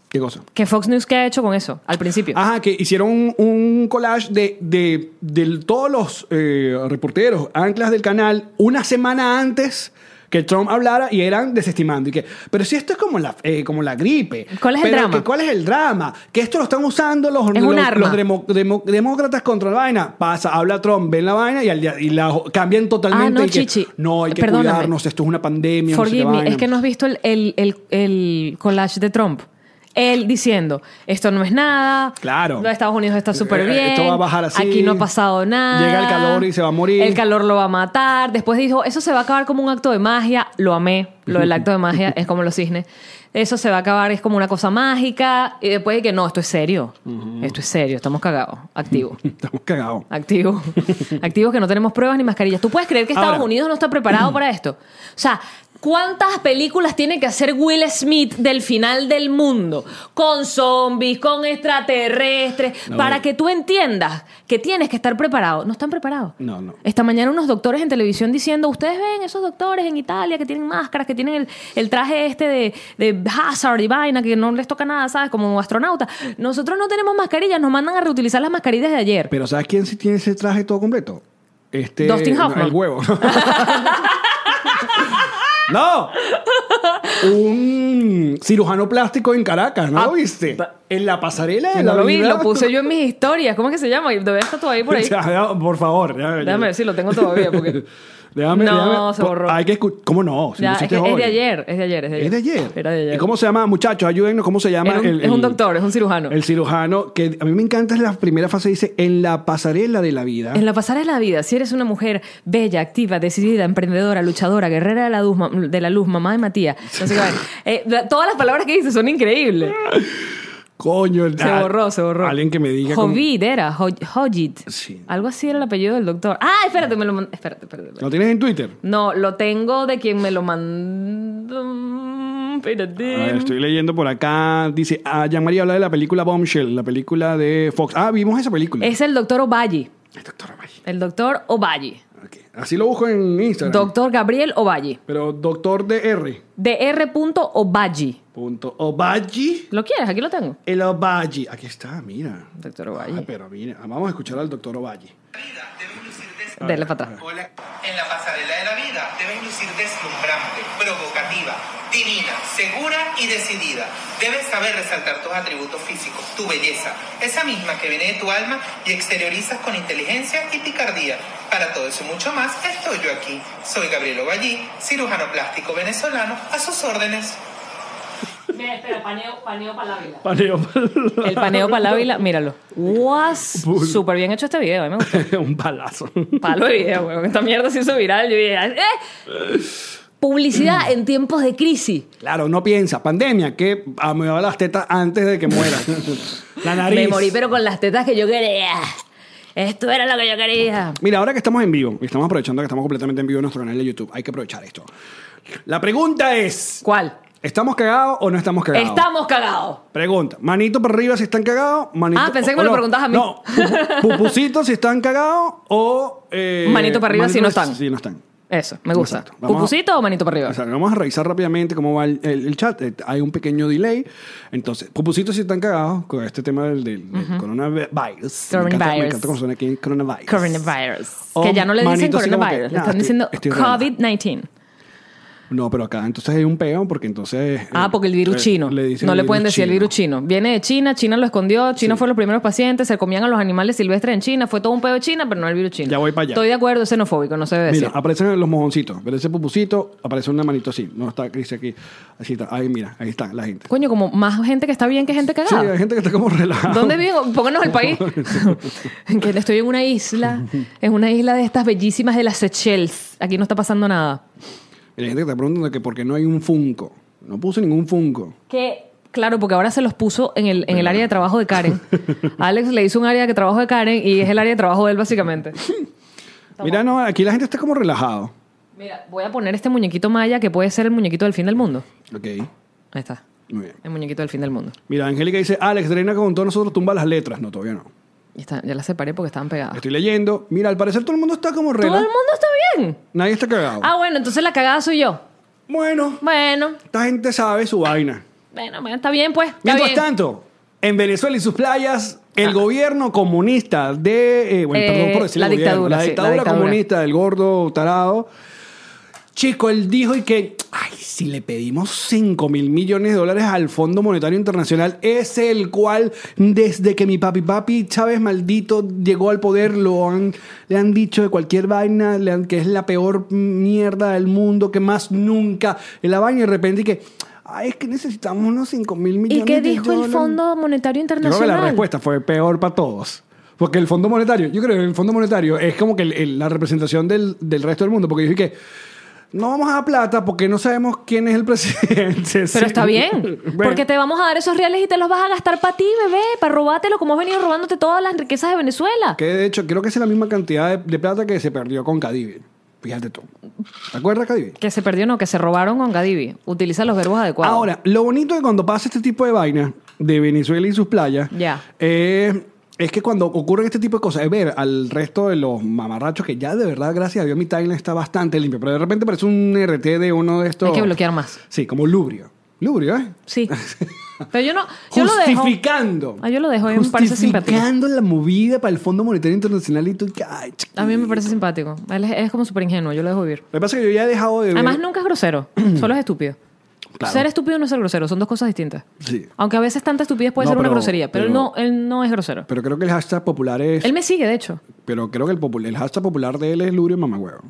[SPEAKER 1] ¿Qué cosa?
[SPEAKER 2] Que Fox News qué ha hecho con eso al principio.
[SPEAKER 1] Ajá, que hicieron un, un collage de, de, de todos los eh, reporteros, anclas del canal, una semana antes que Trump hablara y eran desestimando. Y que, pero si esto es como la, eh, como la gripe.
[SPEAKER 2] ¿Cuál es el
[SPEAKER 1] Pero
[SPEAKER 2] drama?
[SPEAKER 1] que ¿Cuál es el drama? Que esto lo están usando los,
[SPEAKER 2] Es un
[SPEAKER 1] los-
[SPEAKER 2] arma.
[SPEAKER 1] los demo- demo- demócratas contra la vaina. Pasa, habla Trump, ven la vaina y, al día- y la cambian totalmente.
[SPEAKER 2] Ah, no,
[SPEAKER 1] y que,
[SPEAKER 2] Chichi.
[SPEAKER 1] No, hay que
[SPEAKER 2] Perdóname.
[SPEAKER 1] cuidarnos, esto es una pandemia. no sé qué
[SPEAKER 2] Forgive me,
[SPEAKER 1] vaina.
[SPEAKER 2] es que no has visto el, el- el- el collage de Trump. Él diciendo, esto no es nada.
[SPEAKER 1] Claro.
[SPEAKER 2] Los Estados Unidos está súper
[SPEAKER 1] Eh,
[SPEAKER 2] bien.
[SPEAKER 1] esto va a bajar así.
[SPEAKER 2] Aquí no ha pasado nada.
[SPEAKER 1] Llega el calor y se va a morir.
[SPEAKER 2] El calor lo va a matar. Después dijo, eso se va a acabar como un acto de magia. Lo amé. Lo del acto de magia es como los cisnes. Eso se va a acabar, es como una cosa mágica. Y después de que no, esto es serio. Esto es serio, estamos cagados. Activo.
[SPEAKER 1] <laughs> Estamos cagados.
[SPEAKER 2] Activo.
[SPEAKER 1] <laughs>
[SPEAKER 2] Activos que no tenemos pruebas ni mascarillas. ¿Tú puedes creer que Estados
[SPEAKER 1] Ahora.
[SPEAKER 2] Unidos no está
[SPEAKER 1] <clears throat>
[SPEAKER 2] preparado para esto? O sea, ¿cuántas películas tiene que hacer Will Smith del final del mundo? Con zombies, con extraterrestres,
[SPEAKER 1] No. eh.
[SPEAKER 2] para que tú entiendas que tienes que estar preparado. No están preparados.
[SPEAKER 1] No, no.
[SPEAKER 2] Esta mañana unos doctores en televisión diciendo, ustedes ven esos doctores en Italia que tienen máscaras, que tienen el, el traje este de, de hazard y vaina, que no les toca nada, ¿sabes? Como astronautas. Nosotros no tenemos mascarillas, nos mandan a reutilizar las mascarillas de ayer.
[SPEAKER 1] Pero ¿sabes quién sí tiene ese traje todo completo? Este,
[SPEAKER 2] Dustin
[SPEAKER 1] no,
[SPEAKER 2] Hoffman.
[SPEAKER 1] el
[SPEAKER 2] <laughs>
[SPEAKER 1] huevo. no. Un cirujano plástico en Caracas, ¿no
[SPEAKER 2] Ah,
[SPEAKER 1] lo viste?
[SPEAKER 2] pa-
[SPEAKER 1] En la pasarela de
[SPEAKER 2] No
[SPEAKER 1] la
[SPEAKER 2] lo vi,
[SPEAKER 1] vida.
[SPEAKER 2] lo puse yo en mis historias. ¿Cómo es que se llama? Debe estar todavía por ahí.
[SPEAKER 1] <laughs> Ya, ya, por favor. ya, ya.
[SPEAKER 2] Déjame ver si lo tengo todavía.
[SPEAKER 1] <laughs>
[SPEAKER 2] Porque...
[SPEAKER 1] Déjame,
[SPEAKER 2] No,
[SPEAKER 1] déjame.
[SPEAKER 2] se borró.
[SPEAKER 1] Hay que escu- ¿Cómo no? Si lo
[SPEAKER 2] Ya, es,
[SPEAKER 1] hiciste
[SPEAKER 2] que es
[SPEAKER 1] hoy.
[SPEAKER 2] de ayer, es de ayer, es de ayer.
[SPEAKER 1] Es de ayer.
[SPEAKER 2] Era de ayer.
[SPEAKER 1] ¿Y cómo se llama? Muchachos, ayúdennos. ¿Cómo se llama?
[SPEAKER 2] Era un-
[SPEAKER 1] el-
[SPEAKER 2] es un
[SPEAKER 1] el-
[SPEAKER 2] doctor, es un cirujano.
[SPEAKER 1] El cirujano, que a mí me encanta la primera fase, dice, en la pasarela de la vida.
[SPEAKER 2] En la pasarela de la vida, si eres una mujer bella, activa, decidida, emprendedora, luchadora, guerrera de la luz, ma- de la luz mamá de Matías, no sé qué vaina. Eh, la- todas las palabras que dice
[SPEAKER 1] <laughs>
[SPEAKER 2] son increíbles.
[SPEAKER 1] Coño. el-
[SPEAKER 2] Se borró, se borró.
[SPEAKER 1] Alguien que me diga... cómo-
[SPEAKER 2] Hovid era, Ho- Hojit.
[SPEAKER 1] Sí.
[SPEAKER 2] Algo así era el apellido del doctor. Ah, espérate, me lo mand- Espérate, espérate. espérate.
[SPEAKER 1] ¿Lo tienes en Twitter?
[SPEAKER 2] No, lo tengo de quien me lo mandó. Mm, Espérate.
[SPEAKER 1] A ver, Ah, estoy leyendo por acá. Dice, ah, Jean María habla de la película Bombshell, la película de Fox. Ah, vimos esa película.
[SPEAKER 2] Es el doctor Ovalle.
[SPEAKER 1] Ay, doctora Valle.
[SPEAKER 2] El doctor Ovalle.
[SPEAKER 1] Ok. Así lo busco en Instagram.
[SPEAKER 2] Doctor Gabriel Ovalle.
[SPEAKER 1] Pero doctor DR.
[SPEAKER 2] Dr. Ovalle.
[SPEAKER 1] Punto. Obagi.
[SPEAKER 2] ¿Lo quieres? Aquí lo tengo.
[SPEAKER 1] El Obagi. Aquí está, mira.
[SPEAKER 2] Doctor
[SPEAKER 1] Ah,
[SPEAKER 2] Ovalle.
[SPEAKER 1] pero mira, vamos a escuchar al doctor Obagi.
[SPEAKER 2] Dele para atrás.
[SPEAKER 5] Hola. En la pasarela de la vida debes lucir deslumbrante, provocativa, divina, segura y decidida. Debes saber resaltar tus atributos físicos, tu belleza, esa misma que viene de tu alma y exteriorizas con inteligencia y picardía. Para todo eso y mucho más, estoy yo aquí. Soy Gabriel Ovallí, cirujano plástico venezolano, a sus órdenes.
[SPEAKER 2] Espera, paneo, paneo para la vida.
[SPEAKER 1] Paneo.
[SPEAKER 2] El paneo para la vila, míralo. Was
[SPEAKER 1] Bull.
[SPEAKER 2] súper bien hecho este video, a mí me gustó.
[SPEAKER 1] Un palazo.
[SPEAKER 2] Palo de video, weón. Esta mierda se hizo viral. Yo dije, ¡eh! Publicidad en tiempos de crisis.
[SPEAKER 1] Claro, no piensa. Pandemia, que ah, me va las tetas antes de que
[SPEAKER 2] <laughs>
[SPEAKER 1] muera. la nariz.
[SPEAKER 2] Me morí, pero con las tetas que yo quería. Esto era lo que yo quería.
[SPEAKER 1] Mira, ahora que estamos en vivo, y estamos aprovechando que estamos completamente en vivo en nuestro canal de YouTube, hay que aprovechar esto. La pregunta es,
[SPEAKER 2] ¿Cuál?
[SPEAKER 1] ¿estamos cagados o no estamos cagados?
[SPEAKER 2] Estamos cagados.
[SPEAKER 1] Pregunta, manito para arriba si están cagados, manito...
[SPEAKER 2] Ah, pensé que
[SPEAKER 1] o
[SPEAKER 2] me lo
[SPEAKER 1] no.
[SPEAKER 2] preguntabas a mí.
[SPEAKER 1] No, pupu- pupusito si están cagados o... eh,
[SPEAKER 2] Manito para arriba si no están.
[SPEAKER 1] Si no están.
[SPEAKER 2] Eso, me gusta.
[SPEAKER 1] Exacto. Vamos a-
[SPEAKER 2] ¿Pupusito o manito para arriba?
[SPEAKER 1] O sea, vamos a revisar rápidamente cómo va el, el- el chat. Eh, Hay un pequeño delay. Entonces, pupusitos si están cagados con este tema del, del- del coronavirus. Me encanta, me
[SPEAKER 2] Coronavirus.
[SPEAKER 1] encanta cómo suena aquí coronavirus.
[SPEAKER 2] Coronavirus.
[SPEAKER 1] O
[SPEAKER 2] que ya no le dicen
[SPEAKER 1] manito así como que,
[SPEAKER 2] coronavirus, le
[SPEAKER 1] "Nah,
[SPEAKER 2] están
[SPEAKER 1] estoy-
[SPEAKER 2] diciendo
[SPEAKER 1] estoy Eh, relajado".
[SPEAKER 2] COVID-19.
[SPEAKER 1] No, pero acá entonces hay un peo porque entonces... eh,
[SPEAKER 2] Ah, porque el virus
[SPEAKER 1] eh,
[SPEAKER 2] chino.
[SPEAKER 1] dicen
[SPEAKER 2] no
[SPEAKER 1] el
[SPEAKER 2] le
[SPEAKER 1] virus
[SPEAKER 2] pueden decir el
[SPEAKER 1] chino.
[SPEAKER 2] virus chino. Viene de China, China lo escondió, China fueron los primeros pacientes, se comían a los animales silvestres en China, fue todo un pedo de China, pero no el virus chino.
[SPEAKER 1] Ya voy para allá.
[SPEAKER 2] Estoy de acuerdo, es xenofóbico, no se debe
[SPEAKER 1] Mira,
[SPEAKER 2] decir.
[SPEAKER 1] aparecen los mojoncitos. Aparece pupusito, aparece una manito así. No está Cris aquí. Así está. Ahí, mira, ahí está la gente.
[SPEAKER 2] Coño, como más gente que está bien que gente
[SPEAKER 1] Sí, hay
[SPEAKER 2] cagada.
[SPEAKER 1] gente que está como relajada.
[SPEAKER 2] ¿Dónde vivo? Pónganos el
[SPEAKER 1] <laughs>
[SPEAKER 2] país. que estoy en una isla, en una isla de estas bellísimas de las Seychelles. Aquí no está pasando nada.
[SPEAKER 1] Mira, hay gente que está preguntando que por qué no hay un Funko. No puse ningún Funko.
[SPEAKER 2] Que, claro, porque ahora se los puso en el, en el área de trabajo de Karen. Alex le hizo un área de trabajo de Karen y es el área de trabajo de él, básicamente.
[SPEAKER 1] Mira, no, aquí la gente está como relajado.
[SPEAKER 2] Mira, voy a poner este muñequito maya que puede ser el muñequito del fin del mundo.
[SPEAKER 1] Ok,
[SPEAKER 2] Ahí está.
[SPEAKER 1] muy bien.
[SPEAKER 2] El muñequito del fin del mundo.
[SPEAKER 1] Mira, Angélica dice, Alex, Drena con todos nosotros tumba las letras. No, todavía no.
[SPEAKER 2] Y está- ya las separé porque estaban pegadas.
[SPEAKER 1] Estoy leyendo. Mira, al parecer todo el mundo está como
[SPEAKER 2] Ah. Todo el
[SPEAKER 1] relajado.
[SPEAKER 2] mundo está bien.
[SPEAKER 1] Nadie está cagado.
[SPEAKER 2] Ah, bueno, entonces la cagada soy yo.
[SPEAKER 1] Bueno,
[SPEAKER 2] Bueno,
[SPEAKER 1] esta gente sabe su vaina.
[SPEAKER 2] bueno, bueno, está bien, pues. Está
[SPEAKER 1] Mientras
[SPEAKER 2] bien. Ah.
[SPEAKER 1] tanto, en Venezuela y sus playas, el gobierno comunista de. eh, bueno,
[SPEAKER 2] Eh,
[SPEAKER 1] perdón por decir
[SPEAKER 2] la
[SPEAKER 1] el gobierno,
[SPEAKER 2] dictadura,
[SPEAKER 1] la
[SPEAKER 2] sí, la
[SPEAKER 1] dictadura
[SPEAKER 2] dictadura.
[SPEAKER 1] comunista del gordo tarado. Chico, él dijo y que. Ay, si le pedimos 5 mil millones de dólares al Fondo Monetario Internacional, es el cual, desde que mi papi papi Chávez maldito llegó al poder, lo han, le han dicho de cualquier vaina, le han- que es la peor mierda del mundo, que más nunca. En la vaina y de repente y que. Ay, es que necesitamos unos 5 mil millones
[SPEAKER 2] ¿Y
[SPEAKER 1] de
[SPEAKER 2] qué dijo el
[SPEAKER 1] dólares.
[SPEAKER 2] Fondo Monetario
[SPEAKER 1] Yo creo que la
[SPEAKER 2] Internacional?
[SPEAKER 1] respuesta fue peor para todos. Porque el Fondo Monetario, yo creo que el Fondo Monetario es como que el- el- la representación del, del resto del mundo. Porque yo dije que no vamos a dar plata porque no sabemos quién es el <laughs> presidente.
[SPEAKER 2] Pero está
[SPEAKER 1] <laughs>
[SPEAKER 2] bien, porque te vamos a dar esos reales y te los vas a gastar para ti, bebé, para robártelo como has venido robándote todas las riquezas de Venezuela.
[SPEAKER 1] Que de hecho, creo que es la misma cantidad de, de plata que se perdió con Cadivi. Fíjate tú. ¿Te acuerdas, Cadivi?
[SPEAKER 2] Que se perdió, no, que se robaron con Gadivi. Utiliza los verbos adecuados.
[SPEAKER 1] Ahora, lo bonito de cuando pasa este tipo de vaina de Venezuela y sus playas
[SPEAKER 2] Ya.
[SPEAKER 1] eh, es que cuando ocurren este tipo de cosas, es ver al resto de los mamarrachos que ya de verdad, gracias a Dios, mi timeline está bastante limpio, pero de repente parece un RT de uno de estos.
[SPEAKER 2] Hay que bloquear más.
[SPEAKER 1] Sí, como lubrio. Lubrio, ¿eh? <laughs>
[SPEAKER 2] Sí. Pero yo no. Yo lo dejo.
[SPEAKER 1] Justificando.
[SPEAKER 2] Ah, yo lo dejo, a mí me parece simpático.
[SPEAKER 1] Justificando la movida para el Fondo Monetario Internacional y tú, ay, chiquito.
[SPEAKER 2] A mí me parece simpático. Él es, es como súper ingenuo, yo lo dejo vivir.
[SPEAKER 1] Lo que pasa es que yo ya he dejado de ver...
[SPEAKER 2] Además, nunca es grosero, solo es estúpido.
[SPEAKER 1] <clears throat> Claro.
[SPEAKER 2] Ser estúpido no es ser grosero, son dos cosas distintas.
[SPEAKER 1] Sí.
[SPEAKER 2] Aunque a veces tanta estupidez puede
[SPEAKER 1] No,
[SPEAKER 2] ser una
[SPEAKER 1] pero-
[SPEAKER 2] grosería, pero, él,
[SPEAKER 1] pero-
[SPEAKER 2] no, él no es grosero.
[SPEAKER 1] Pero creo que el hashtag popular es...
[SPEAKER 2] él me sigue, de hecho,
[SPEAKER 1] Pero creo que el, popul- el hashtag popular de él es Lubrio Mamagüevo.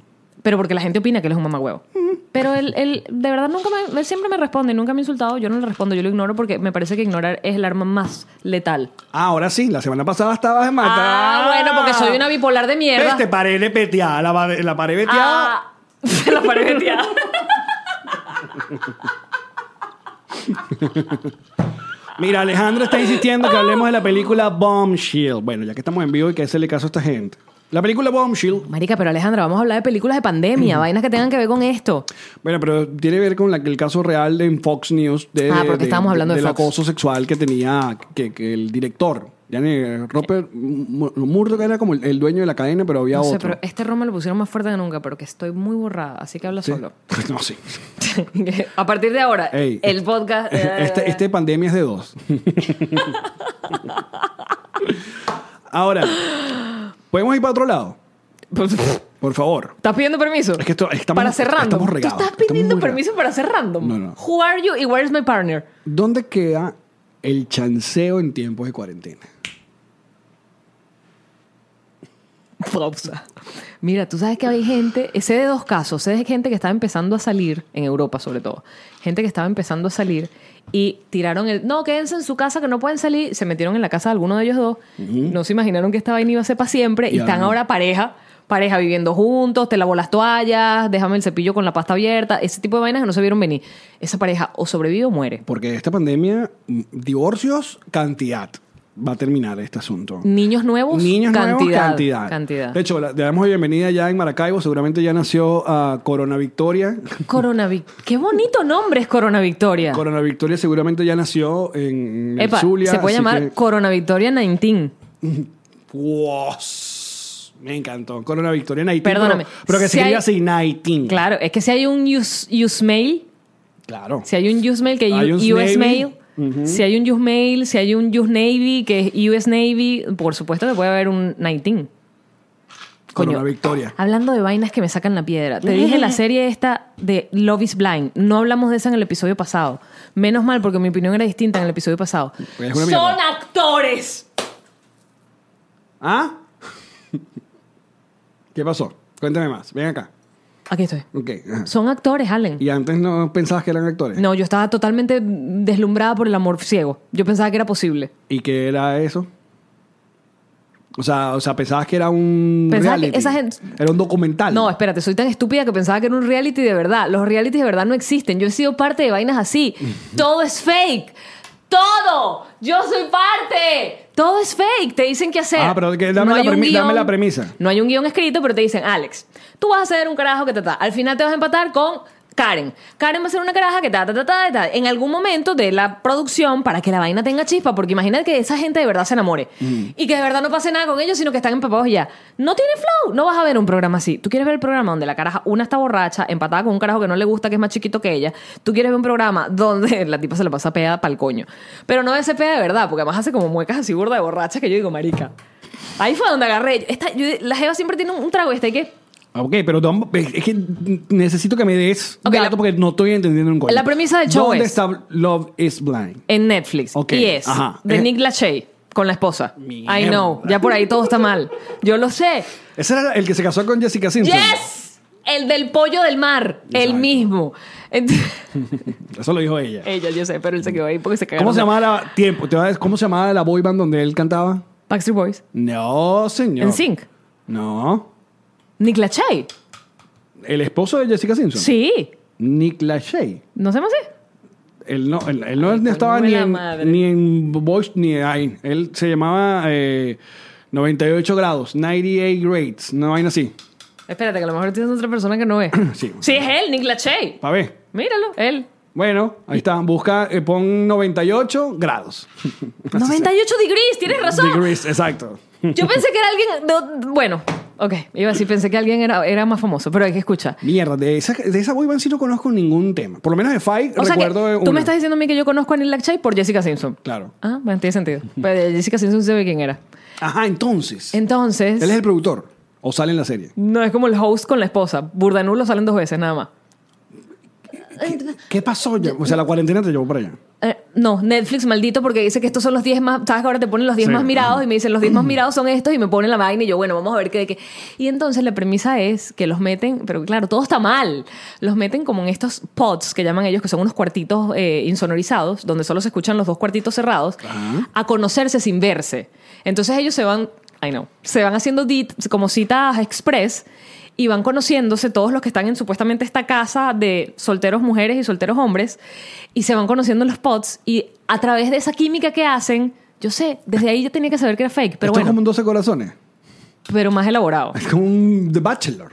[SPEAKER 2] pero porque la gente opina que él es un mamagüevo. Pero él, él, de verdad, nunca me, él siempre me responde, nunca me ha insultado, yo no le respondo, yo lo ignoro porque me parece que ignorar es el arma más letal.
[SPEAKER 1] Ah, ahora sí, la semana pasada estabas en matar.
[SPEAKER 2] Ah, bueno, porque soy una bipolar de mierda.
[SPEAKER 1] Este pared de peteada, la, va- la pared peteada.
[SPEAKER 2] <laughs> Ah, la pared veteada.
[SPEAKER 1] Mira, Alejandra está insistiendo que hablemos de la
[SPEAKER 2] Ah.
[SPEAKER 1] película Bombshell. Bueno, ya que estamos en vivo y que hacerle caso a esta gente. La película Bombshell,
[SPEAKER 2] Marica, pero Alejandra, vamos a hablar de películas de pandemia, vainas que tengan que ver con esto.
[SPEAKER 1] bueno, pero tiene que ver con la- el caso real de en Fox News de,
[SPEAKER 2] Ah, porque estábamos hablando de
[SPEAKER 1] del
[SPEAKER 2] Fox.
[SPEAKER 1] acoso sexual que tenía que, que el director, ya ni- Robert Mu- Murdoch era como el, el dueño de la cadena, pero había
[SPEAKER 2] No sé,
[SPEAKER 1] otro.
[SPEAKER 2] pero este ron me lo pusieron más fuerte que nunca, pero que estoy muy borrada, así que habla solo. <laughs>
[SPEAKER 1] <laughs> No, sí.
[SPEAKER 2] a partir de ahora,
[SPEAKER 1] Ey,
[SPEAKER 2] el <laughs>
[SPEAKER 1] <laughs>
[SPEAKER 2] podcast.
[SPEAKER 1] Este, este pandemia es de dos. <laughs> Ahora, ¿podemos ir para otro lado?
[SPEAKER 2] ¿Estás
[SPEAKER 1] Por favor.
[SPEAKER 2] pidiendo permiso?
[SPEAKER 1] Es que esto- estamos-
[SPEAKER 2] para ser random.
[SPEAKER 1] estamos
[SPEAKER 2] Tú
[SPEAKER 1] regados,
[SPEAKER 2] estás
[SPEAKER 1] estamos
[SPEAKER 2] pidiendo
[SPEAKER 1] muy
[SPEAKER 2] permiso para ser random.
[SPEAKER 1] No, no.
[SPEAKER 2] Who are you y where is my partner?
[SPEAKER 1] ¿Dónde queda el chanceo en tiempos de cuarentena?
[SPEAKER 2] Pausa. Mira, tú sabes que hay gente, eh, sé de dos casos, sé de gente que estaba empezando a salir, en Europa sobre todo, gente que estaba empezando a salir y tiraron el, no, quédense en su casa que no pueden salir, se metieron en la casa de alguno de ellos dos, no se imaginaron que esta vaina iba a ser para siempre y
[SPEAKER 1] Ya,
[SPEAKER 2] están
[SPEAKER 1] no.
[SPEAKER 2] ahora pareja, pareja viviendo juntos, te lavo las toallas, déjame el cepillo con la pasta abierta, ese tipo de vainas que no se vieron venir. Esa pareja o sobrevive o muere.
[SPEAKER 1] Porque esta pandemia, mm, divorcios, cantidad. Va a terminar este asunto.
[SPEAKER 2] Niños nuevos,
[SPEAKER 1] Niños
[SPEAKER 2] cantidad,
[SPEAKER 1] nuevos, cantidad.
[SPEAKER 2] cantidad.
[SPEAKER 1] De hecho, la- le damos bienvenida ya en Maracaibo. Seguramente ya nació a Corona Victoria.
[SPEAKER 2] Corona Vic- Qué bonito nombre es Corona Victoria.
[SPEAKER 1] Corona Victoria seguramente ya nació en el
[SPEAKER 2] Epa,
[SPEAKER 1] Zulia.
[SPEAKER 2] se puede
[SPEAKER 1] así
[SPEAKER 2] llamar
[SPEAKER 1] que-
[SPEAKER 2] Corona Victoria 19.
[SPEAKER 1] Guas. Me encantó. Corona Victoria 19.
[SPEAKER 2] Perdóname.
[SPEAKER 1] Pero, pero que
[SPEAKER 2] Si
[SPEAKER 1] se escribe
[SPEAKER 2] hay-
[SPEAKER 1] así, 19.
[SPEAKER 2] Claro, es que si hay un use, use mail,
[SPEAKER 1] Claro.
[SPEAKER 2] si hay un use mail que es
[SPEAKER 1] Hay un Navy.
[SPEAKER 2] US mail, si hay un use mail, si hay un use navy que es US Navy, por supuesto que puede haber un 19.
[SPEAKER 1] Corona Victoria.
[SPEAKER 2] Hablando de vainas que me sacan la piedra, te dije la serie esta de Love is Blind. No hablamos de esa en el episodio pasado. Menos mal, porque mi opinión era distinta en el episodio pasado.
[SPEAKER 1] Es una
[SPEAKER 2] Son
[SPEAKER 1] mierda.
[SPEAKER 2] actores.
[SPEAKER 1] ¿Ah? <laughs> ¿Qué pasó? Cuéntame más. Ven acá.
[SPEAKER 2] Aquí estoy.
[SPEAKER 1] Ok. ajá.
[SPEAKER 2] Son actores, Allen.
[SPEAKER 1] ¿Y antes no pensabas que eran actores?
[SPEAKER 2] No, yo estaba totalmente deslumbrada por el amor ciego. Yo pensaba que era posible.
[SPEAKER 1] ¿Y qué era eso? O sea, o sea pensabas que era un
[SPEAKER 2] Pensaba que
[SPEAKER 1] reality.
[SPEAKER 2] esa gente-
[SPEAKER 1] Era un documental.
[SPEAKER 2] No, espérate, soy tan estúpida que pensaba que era un reality de verdad. Los realities de verdad no existen. Yo he sido parte de vainas así. Todo es fake. Todo. Yo soy parte. Todo es fake. Te dicen qué hacer.
[SPEAKER 1] Ah, pero que dame la
[SPEAKER 2] hay un
[SPEAKER 1] premi- dame la premisa.
[SPEAKER 2] No hay un guión escrito, pero te dicen, Alex, tú vas a hacer un carajo que ta, ta. Al final te vas a empatar con Karen. Karen va a hacer una caraja que ta, ta, ta, ta, ta. En algún momento de la producción, para que la vaina tenga chispa, porque imagínate que esa gente de verdad se enamore y que de verdad no pase nada con ellos, sino que están empapados ya. No tiene flow. No vas a ver un programa así. Tú quieres ver el programa donde la caraja, una está borracha, empatada con un carajo que no le gusta, que es más chiquito que ella. Tú quieres ver un programa donde <laughs> la tipa se la pasa peda pa'l coño. Pero no ese peda de verdad, porque además hace como muecas así burda de borracha que yo digo, marica. Ahí fue donde agarré. Esta, yo- la Jeva siempre tiene un, un trago este que.
[SPEAKER 1] Ah, Ok, pero dam- es es que necesito que me des
[SPEAKER 2] Ok, la-
[SPEAKER 1] dato porque no estoy entendiendo un coño.
[SPEAKER 2] La premisa del show
[SPEAKER 1] ¿Dónde
[SPEAKER 2] es-
[SPEAKER 1] está Love is Blind?
[SPEAKER 2] En Netflix.
[SPEAKER 1] Ok,
[SPEAKER 2] Y es
[SPEAKER 1] ajá.
[SPEAKER 2] de
[SPEAKER 1] Eh.
[SPEAKER 2] Nick Lachey con la esposa.
[SPEAKER 1] Mierda.
[SPEAKER 2] I know. Ya por ahí todo está mal. Yo lo sé.
[SPEAKER 1] Ese era el que se casó con Jessica Simpson.
[SPEAKER 2] ¡Yes! El del pollo del mar. El
[SPEAKER 1] Exacto.
[SPEAKER 2] mismo. Ent-
[SPEAKER 1] Eso lo dijo ella.
[SPEAKER 2] <laughs> Ella, yo sé, pero él se quedó ahí porque se cagaron.
[SPEAKER 1] ¿Cómo se llamaba la tiempo? ¿Te vas- ¿Cómo se llamaba la boy band donde él cantaba?
[SPEAKER 2] Backstreet Boys.
[SPEAKER 1] No, señor.
[SPEAKER 2] En Sync.
[SPEAKER 1] No.
[SPEAKER 2] Nick Lachey.
[SPEAKER 1] El esposo de Jessica Simpson.
[SPEAKER 2] Sí.
[SPEAKER 1] Nick Lachey.
[SPEAKER 2] ¿No se llama así?
[SPEAKER 1] Él no, él, él no estaba
[SPEAKER 2] coño
[SPEAKER 1] ni
[SPEAKER 2] de la
[SPEAKER 1] en,
[SPEAKER 2] madre.
[SPEAKER 1] ni en Voice ni en Él se llamaba eh, 98 grados, 98 grades, una vaina así. <clears throat>
[SPEAKER 2] Espérate, que a lo mejor tienes otra persona que no ve.
[SPEAKER 1] Sí.
[SPEAKER 2] Sí, es él, Nick Lachey.
[SPEAKER 1] Pa' ver.
[SPEAKER 2] Míralo, él.
[SPEAKER 1] Bueno, ahí está. Busca, eh, pon 98 grados.
[SPEAKER 2] 98 degrees, tienes razón.
[SPEAKER 1] Degrees, exacto.
[SPEAKER 2] Yo pensé que era alguien. de ot- bueno, Ok, iba a decir, pensé que alguien era, era más famoso, pero hay que escuchar.
[SPEAKER 1] Mierda, de esa, de esa boy band sí no conozco ningún tema. Por lo menos de Fight
[SPEAKER 2] O sea que
[SPEAKER 1] recuerdo
[SPEAKER 2] tú
[SPEAKER 1] una.
[SPEAKER 2] me estás diciendo a mí que yo conozco a Neil Lachey por Jessica Simpson.
[SPEAKER 1] Claro.
[SPEAKER 2] Ah, bueno, tiene sentido. Pero Jessica Simpson se ve quién era.
[SPEAKER 1] Ajá, entonces.
[SPEAKER 2] Entonces,
[SPEAKER 1] Él es el productor. O sale en la serie.
[SPEAKER 2] no es como el host con la esposa. Burdanul lo salen dos veces nada más.
[SPEAKER 1] ¿Qué pasó? ya? O sea, la cuarentena te llevó para allá.
[SPEAKER 2] Eh, no, Netflix maldito porque dice que estos son los 10 más, sabes que ahora te ponen los 10
[SPEAKER 1] Sí.
[SPEAKER 2] más mirados y me dicen los 10 más mirados son estos y me ponen la vaina y yo, bueno, vamos a ver qué de qué. Y entonces la premisa es que los meten, pero claro, todo está mal. Los meten como en estos pods que llaman ellos, que son unos cuartitos eh, insonorizados, donde solo se escuchan los dos cuartitos cerrados, a conocerse sin verse. Entonces ellos se van, I know, se van haciendo dit- como citas express y van conociéndose todos los que están en supuestamente esta casa de solteros mujeres y solteros hombres y se van conociendo en los pods y a través de esa química que hacen, yo sé, desde ahí yo tenía que saber que era fake, pero
[SPEAKER 1] Esto es
[SPEAKER 2] bueno,
[SPEAKER 1] como un 12 corazones.
[SPEAKER 2] pero más elaborado.
[SPEAKER 1] Es como un The Bachelor.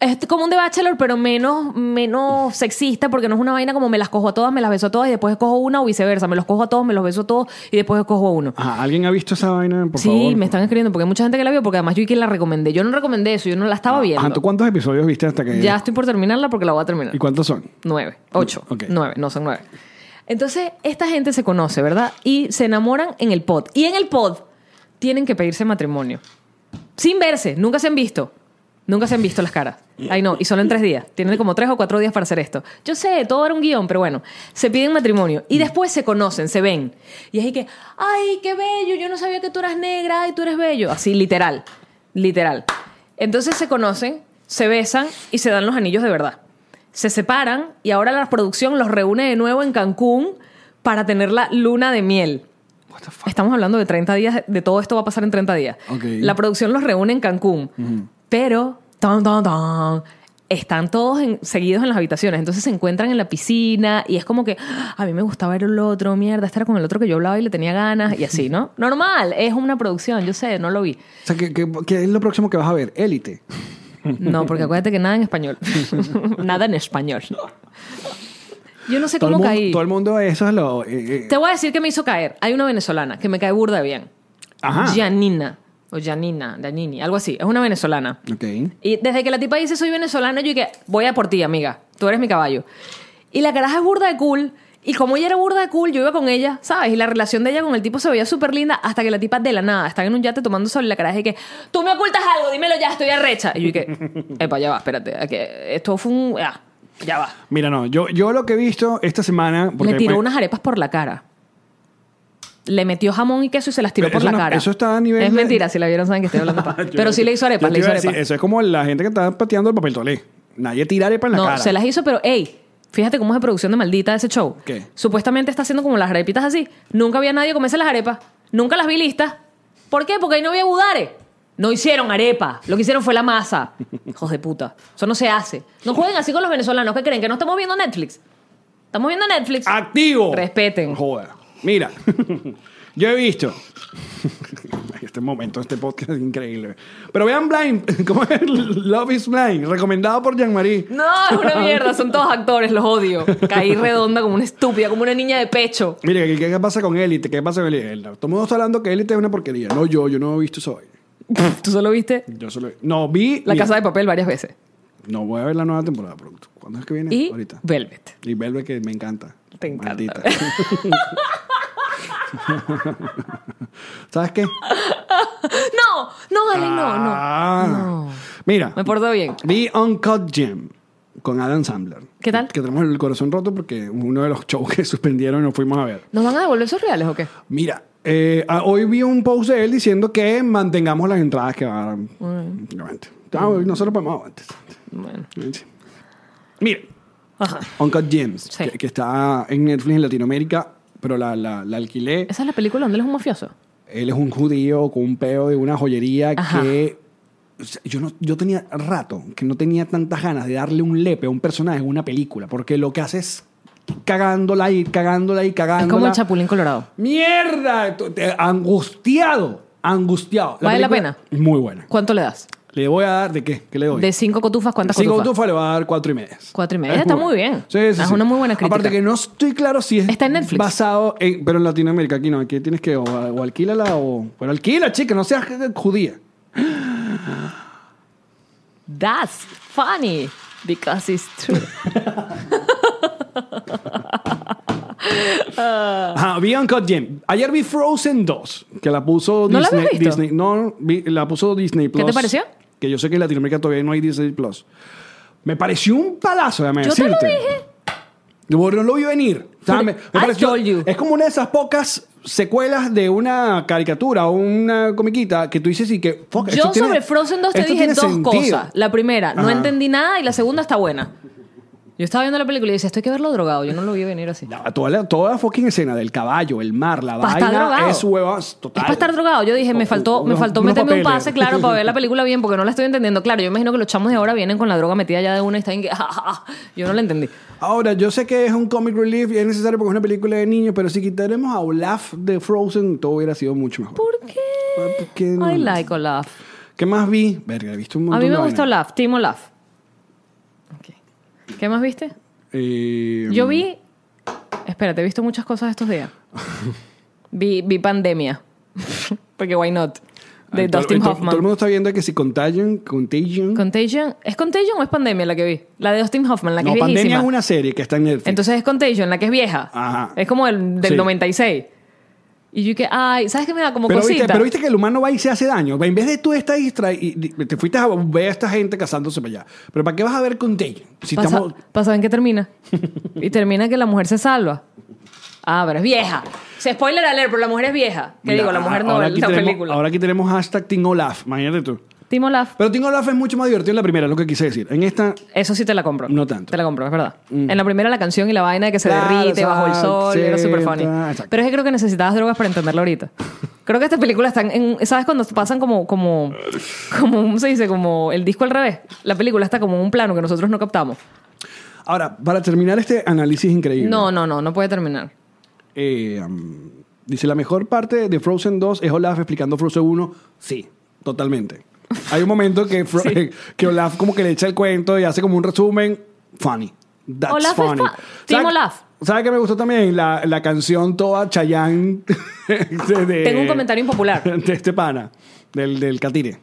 [SPEAKER 2] Es como un de Bachelor, pero menos, menos sexista, porque no es una vaina como me las cojo a todas, me las beso a todas y después cojo una o viceversa, me los cojo a todos, me los beso a todos y después cojo a uno.
[SPEAKER 1] Ajá, ¿alguien ha visto esa vaina? Ah, Por
[SPEAKER 2] sí,
[SPEAKER 1] favor.
[SPEAKER 2] me están escribiendo porque hay mucha gente que la vio, porque además yo y que la recomendé. Yo no recomendé eso, yo no la estaba viendo.
[SPEAKER 1] Ajá, Ah, ¿tú cuántos episodios viste hasta que.?
[SPEAKER 2] Ya estoy por terminarla porque la voy a terminar.
[SPEAKER 1] ¿Y cuántos son?
[SPEAKER 2] Nueve, ocho,
[SPEAKER 1] Ok.
[SPEAKER 2] nueve, no son nueve. Entonces, esta gente se conoce, ¿verdad? Y se enamoran en el pod. Y en el pod tienen que pedirse matrimonio. Sin verse, nunca se han visto. Nunca se han visto las caras. Ay, no, y solo en tres días. Tienen como tres o cuatro días para hacer esto. Yo sé, todo era un guión, pero bueno, se piden matrimonio y después se conocen, se ven. Y es ahí que, ay, qué bello, yo no sabía que tú eras negra, ay, tú eres bello. Así, literal, literal. Entonces se conocen, se besan y se dan los anillos de verdad. Se separan y ahora la producción los reúne de nuevo en Cancún para tener la luna de miel.
[SPEAKER 1] What the fuck?
[SPEAKER 2] Estamos hablando de 30 días, de todo esto va a pasar en 30 días.
[SPEAKER 1] Ok.
[SPEAKER 2] La producción los reúne en Cancún, pero tan, tan, tan, están todos en- seguidos en las habitaciones, entonces se encuentran en la piscina y es como que "Ah, a mí me gustaba ver el otro, mierda, este era con el otro que yo hablaba y le tenía ganas y
[SPEAKER 1] <laughs>
[SPEAKER 2] así, ¿no? Normal, es una producción, yo sé, no lo vi.
[SPEAKER 1] O sea, ¿qué, qué, qué es lo próximo que vas a ver?
[SPEAKER 2] <laughs>
[SPEAKER 1] Élite.
[SPEAKER 2] No, porque acuérdate que nada
[SPEAKER 1] <laughs>
[SPEAKER 2] en español, nada en español. Yo no sé
[SPEAKER 1] Todo el,
[SPEAKER 2] cómo
[SPEAKER 1] mundo,
[SPEAKER 2] caí.
[SPEAKER 1] todo el mundo, eso es lo. eh, eh,
[SPEAKER 2] Te voy a decir que me hizo caer. Hay una venezolana que me cae burda bien.
[SPEAKER 1] Ajá.
[SPEAKER 2] Janina. O Janina, Janini, algo así. Es una venezolana.
[SPEAKER 1] eh, Ok.
[SPEAKER 2] Y desde que la tipa dice soy venezolana, yo dije, voy a por ti, amiga. Tú eres mi caballo. Y la caraja es burda de cool. Y como ella era burda de cool, yo iba con ella, ¿sabes? Y la relación de ella con el tipo se veía súper linda hasta que la tipa de la nada estaba en un yate tomando sol y la caraja es que, tú me ocultas algo, dímelo ya, estoy arrecha. Y yo dije, epa, ya va, espérate. a que esto fue un... ah, ya va.
[SPEAKER 1] Mira, no, yo, yo lo que he visto esta semana. porque-
[SPEAKER 2] Le tiró
[SPEAKER 1] pues,
[SPEAKER 2] unas arepas por la cara. Le metió jamón y queso y se las tiró
[SPEAKER 1] Pero
[SPEAKER 2] por
[SPEAKER 1] eso
[SPEAKER 2] la
[SPEAKER 1] no-
[SPEAKER 2] cara.
[SPEAKER 1] eso está a nivel
[SPEAKER 2] Es
[SPEAKER 1] de-
[SPEAKER 2] mentira, si la vieron saben que estoy hablando paja.
[SPEAKER 1] <laughs> Yo
[SPEAKER 2] Pero
[SPEAKER 1] no
[SPEAKER 2] sí
[SPEAKER 1] sé.
[SPEAKER 2] le hizo
[SPEAKER 1] Yo
[SPEAKER 2] arepas, le
[SPEAKER 1] te
[SPEAKER 2] hizo
[SPEAKER 1] iba a decir,
[SPEAKER 2] arepas.
[SPEAKER 1] Eso es como la gente que está pateando el papel tolé. Nadie tira arepa en la
[SPEAKER 2] no,
[SPEAKER 1] cara.
[SPEAKER 2] se las hizo, pero ey, fíjate cómo es de producción de maldita ese show.
[SPEAKER 1] ¿Qué?
[SPEAKER 2] Supuestamente está haciendo como las arepitas así. Nunca había nadie comerse las arepas. Nunca las vi listas. ¿Por qué? Porque ahí no había budare. No hicieron arepa. Lo que hicieron fue
[SPEAKER 1] <laughs>
[SPEAKER 2] la masa. Hijos de puta. Eso no se hace. No jueguen así con los venezolanos. ¿Qué creen? Que no estamos viendo Netflix. Estamos viendo Netflix.
[SPEAKER 1] ¡Activo!
[SPEAKER 2] Respeten.
[SPEAKER 1] Joder. Mira, <laughs> yo he visto. <laughs> este momento, este podcast es increíble. Pero vean Blind, <laughs> ¿cómo es? Love is Blind, recomendado por Jean-Marie.
[SPEAKER 2] No, es
[SPEAKER 1] <laughs>
[SPEAKER 2] una mierda, son todos actores, los odio. Caí redonda como una estúpida, como una niña de pecho.
[SPEAKER 1] Mira, ¿qué, qué pasa con Élite? ¿Qué pasa con Élite? Todo el mundo está hablando que Élite es una porquería. No, yo, yo no he visto eso.
[SPEAKER 2] ¿Tú solo viste
[SPEAKER 1] Yo solo. No, vi.
[SPEAKER 2] La
[SPEAKER 1] mira,
[SPEAKER 2] Casa de Papel varias veces?
[SPEAKER 1] No voy a ver la nueva temporada pronto. ¿Cuándo es que viene?
[SPEAKER 2] Y
[SPEAKER 1] Ahorita.
[SPEAKER 2] Velvet.
[SPEAKER 1] Y Velvet que me encanta.
[SPEAKER 2] Te encanta.
[SPEAKER 1] Maldita. <laughs> ¿Sabes qué?
[SPEAKER 2] No, no, Alex, no,
[SPEAKER 1] Ah.
[SPEAKER 2] no. No.
[SPEAKER 1] Mira.
[SPEAKER 2] Me porto bien.
[SPEAKER 1] Vi Uncut Gem con Adam Sandler.
[SPEAKER 2] ¿Qué tal?
[SPEAKER 1] Que tenemos el corazón roto porque uno de los shows que <laughs> suspendieron y nos fuimos a ver.
[SPEAKER 2] ¿Nos van a devolver esos reales o qué?
[SPEAKER 1] Mira, eh, ah, hoy vi un post de él diciendo que mantengamos las entradas que van. Nosotros podemos antes.
[SPEAKER 2] Bueno.
[SPEAKER 1] Sí. Mira,
[SPEAKER 2] Ajá.
[SPEAKER 1] Uncut Gems,
[SPEAKER 2] Sí.
[SPEAKER 1] que, que está en Netflix en Latinoamérica, pero la, la, la alquilé.
[SPEAKER 2] Esa es la película donde él es un mafioso.
[SPEAKER 1] Él es un judío con un peo de una joyería
[SPEAKER 2] Ajá.
[SPEAKER 1] que... o sea, Yo, no, yo tenía rato que no tenía tantas ganas de darle un lepe a un personaje en una película, porque lo que hace es cagándola y cagándola y cagándola.
[SPEAKER 2] Es como el Chapulín Colorado.
[SPEAKER 1] ¡Mierda! Tú- te- Angustiado, angustiado.
[SPEAKER 2] ¿Vale la
[SPEAKER 1] película- Muy buena.
[SPEAKER 2] ¿Cuánto le das?
[SPEAKER 1] ¿Le voy a dar de qué? ¿Qué le doy?
[SPEAKER 2] De cinco cotufas, ¿cuántas
[SPEAKER 1] Cinco
[SPEAKER 2] cotufas?
[SPEAKER 1] tufas le va a dar cuatro y media.
[SPEAKER 2] Cuatro y media.
[SPEAKER 1] Es
[SPEAKER 2] Está muy bien.
[SPEAKER 1] Sí, sí,
[SPEAKER 2] Es
[SPEAKER 1] sí.
[SPEAKER 2] una muy buena crítica.
[SPEAKER 1] Aparte que no estoy claro si es
[SPEAKER 2] Está en Netflix.
[SPEAKER 1] basado en... Pero en Latinoamérica, aquí no. Aquí tienes que o, o alquílala o... Pero alquila, chica. No seas judía.
[SPEAKER 2] That's funny because it's
[SPEAKER 1] <laughs>
[SPEAKER 2] true. Ah.
[SPEAKER 1] Ajá, vi Uncut Gem. Ayer vi Frozen 2, que la puso
[SPEAKER 2] ¿No la
[SPEAKER 1] Disney.
[SPEAKER 2] habías visto?
[SPEAKER 1] Disney- no, vi- la puso Disney Plus.
[SPEAKER 2] te pareció?
[SPEAKER 1] Que yo sé que en Latinoamérica todavía no hay Disney Plus. Me pareció un palazo, déjame
[SPEAKER 2] Yo te lo
[SPEAKER 1] decirte.
[SPEAKER 2] dije.
[SPEAKER 1] Bueno, no lo vi venir. O sea, me- me
[SPEAKER 2] I
[SPEAKER 1] pareció-
[SPEAKER 2] told you.
[SPEAKER 1] Es como una de esas pocas secuelas de una caricatura o una comiquita que tú dices y que... fuck,
[SPEAKER 2] Yo
[SPEAKER 1] esto tiene-
[SPEAKER 2] sobre Frozen 2 te
[SPEAKER 1] esto
[SPEAKER 2] dije
[SPEAKER 1] tiene
[SPEAKER 2] dos
[SPEAKER 1] sentido.
[SPEAKER 2] cosas. La primera, no
[SPEAKER 1] Ajá.
[SPEAKER 2] entendí nada y la segunda está buena. Yo estaba viendo la película y decía, esto hay que verlo drogado. Yo no lo vi venir así.
[SPEAKER 1] No, toda, la, toda la fucking escena del caballo, el mar, la
[SPEAKER 2] Pa' estar
[SPEAKER 1] vaina
[SPEAKER 2] drogado.
[SPEAKER 1] es huevas total.
[SPEAKER 2] Es para estar drogado. Yo dije, me
[SPEAKER 1] O-
[SPEAKER 2] faltó, me
[SPEAKER 1] unos-
[SPEAKER 2] faltó
[SPEAKER 1] unos
[SPEAKER 2] meterme un
[SPEAKER 1] papeles.
[SPEAKER 2] pase, claro, para ver la película bien, porque no la estoy entendiendo. Claro, yo imagino que los chamos de ahora vienen con la droga metida ya de una y están en que. <laughs> "Ah, ah, ah". Yo no la entendí.
[SPEAKER 1] Ahora, yo sé que es un comic relief y es necesario porque es una película de niños, pero si quitáramos a Olaf de Frozen, todo hubiera sido mucho mejor.
[SPEAKER 2] ¿Por qué?
[SPEAKER 1] Ah, ¿por qué no?
[SPEAKER 2] I like Olaf.
[SPEAKER 1] ¿Qué más vi? Verga, he visto un
[SPEAKER 2] A
[SPEAKER 1] montón
[SPEAKER 2] mí me
[SPEAKER 1] de
[SPEAKER 2] gusta
[SPEAKER 1] vainas.
[SPEAKER 2] Olaf, Team Olaf. Ok. ¿Qué más viste?
[SPEAKER 1] Eh,
[SPEAKER 2] Yo vi. Espérate, he visto muchas cosas estos
[SPEAKER 1] <laughs>
[SPEAKER 2] días. vi, vi Pandemia. <laughs> Porque why not? De
[SPEAKER 1] ah, todo-
[SPEAKER 2] Dustin
[SPEAKER 1] todo-
[SPEAKER 2] Hoffman.
[SPEAKER 1] Todo el mundo está viendo que si Contagion, Contagion...
[SPEAKER 2] Contagion. ¿Es Contagion o es Pandemia la que vi? La de Dustin Hoffman, la que
[SPEAKER 1] no,
[SPEAKER 2] es
[SPEAKER 1] Pandemia
[SPEAKER 2] viejísima.
[SPEAKER 1] es una serie que está en Netflix.
[SPEAKER 2] Entonces es Contagion, la que es vieja.
[SPEAKER 1] Ajá.
[SPEAKER 2] Es como el, del
[SPEAKER 1] Sí.
[SPEAKER 2] 96. Y yo que, ay, ¿sabes qué me da como
[SPEAKER 1] pero
[SPEAKER 2] cosita?
[SPEAKER 1] viste, pero viste que el humano va y se hace daño. En vez de tú estar distraído, y- te fuiste a ver a esta gente casándose para allá. Pero ¿para qué vas a ver Contagion? Si
[SPEAKER 2] Pasa-
[SPEAKER 1] estamos...
[SPEAKER 2] pasa en qué termina. y termina que la mujer se salva. Ah, pero es vieja. Se spoiler alert, pero la mujer es vieja. Que
[SPEAKER 1] Mira, ah,
[SPEAKER 2] digo, la mujer no
[SPEAKER 1] ahora
[SPEAKER 2] es
[SPEAKER 1] aquí
[SPEAKER 2] la
[SPEAKER 1] tenemos-
[SPEAKER 2] película.
[SPEAKER 1] Ahora aquí tenemos hashtag Team Olaf, imagínate tú.
[SPEAKER 2] Timo Laff,
[SPEAKER 1] Pero Team Olaf es mucho más divertido en la primera, lo que quise decir. En esta...
[SPEAKER 2] eso sí te la compro.
[SPEAKER 1] No tanto. Mm.
[SPEAKER 2] Te la compro, es verdad. En la primera la canción y la vaina de que se
[SPEAKER 1] Claro,
[SPEAKER 2] derrite bajo el
[SPEAKER 1] exacto,
[SPEAKER 2] sol,
[SPEAKER 1] sí,
[SPEAKER 2] era súper funny.
[SPEAKER 1] está, exacto.
[SPEAKER 2] Pero es que creo que necesitabas drogas para entenderlo ahorita. Creo que estas películas están en, ¿sabes cuando pasan como, como, como, ¿cómo se dice? Como el disco al revés. La película está como en un plano que nosotros no captamos.
[SPEAKER 1] Ahora, para terminar este análisis increíble.
[SPEAKER 2] No, no, no, no puede terminar.
[SPEAKER 1] Eh, um, dice, la mejor parte de Frozen 2 es Olaf explicando Frozen 1. Sí, totalmente. Hay un momento que, Fro- <laughs> que Olaf como que le echa el cuento y hace como un resumen. Funny. That's
[SPEAKER 2] Olaf es
[SPEAKER 1] funny.
[SPEAKER 2] fu- Team
[SPEAKER 1] ¿Sabe-
[SPEAKER 2] Olaf.
[SPEAKER 1] ¿Sabe qué me gustó también? La, la canción toda Chayanne <laughs> de- de-
[SPEAKER 2] Tengo un comentario impopular.
[SPEAKER 1] <laughs> De este pana, del, del Catire,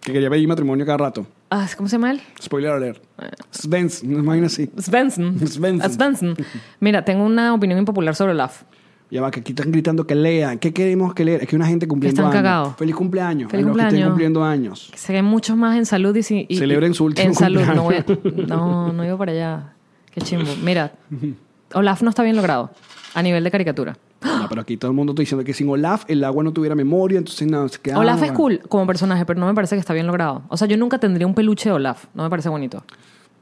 [SPEAKER 1] que quería pedir matrimonio cada rato.
[SPEAKER 2] Ah, ¿Cómo se llama él?
[SPEAKER 1] Spoiler alert.
[SPEAKER 2] Eh.
[SPEAKER 1] Svens, no imagino así.
[SPEAKER 2] Svensson. Ah,
[SPEAKER 1] Svensson.
[SPEAKER 2] Svensson. Mira, tengo una opinión impopular sobre Olaf.
[SPEAKER 1] Ya va, que aquí están gritando que lean. ¿Qué queremos que lean? Es que una gente cumpliendo
[SPEAKER 2] Están
[SPEAKER 1] años.
[SPEAKER 2] cagados.
[SPEAKER 1] Feliz cumpleaños.
[SPEAKER 2] Feliz
[SPEAKER 1] a los que
[SPEAKER 2] cumpleaños.
[SPEAKER 1] estén cumpliendo años.
[SPEAKER 2] <gasps> Que se queden muchos más en salud y sin. y-
[SPEAKER 1] Celebren su último
[SPEAKER 2] En salud, no, voy a-
[SPEAKER 1] cumpleaños.
[SPEAKER 2] no, no iba para allá. Qué chimbo. Mira, Olaf no está bien logrado a nivel de caricatura.
[SPEAKER 1] No, pero aquí todo el mundo está diciendo que sin Olaf el agua no tuviera memoria, entonces nada, se quedaba.
[SPEAKER 2] Olaf es cool como personaje, pero no me parece que está bien logrado. O sea, yo nunca tendría un peluche de Olaf. No me parece bonito.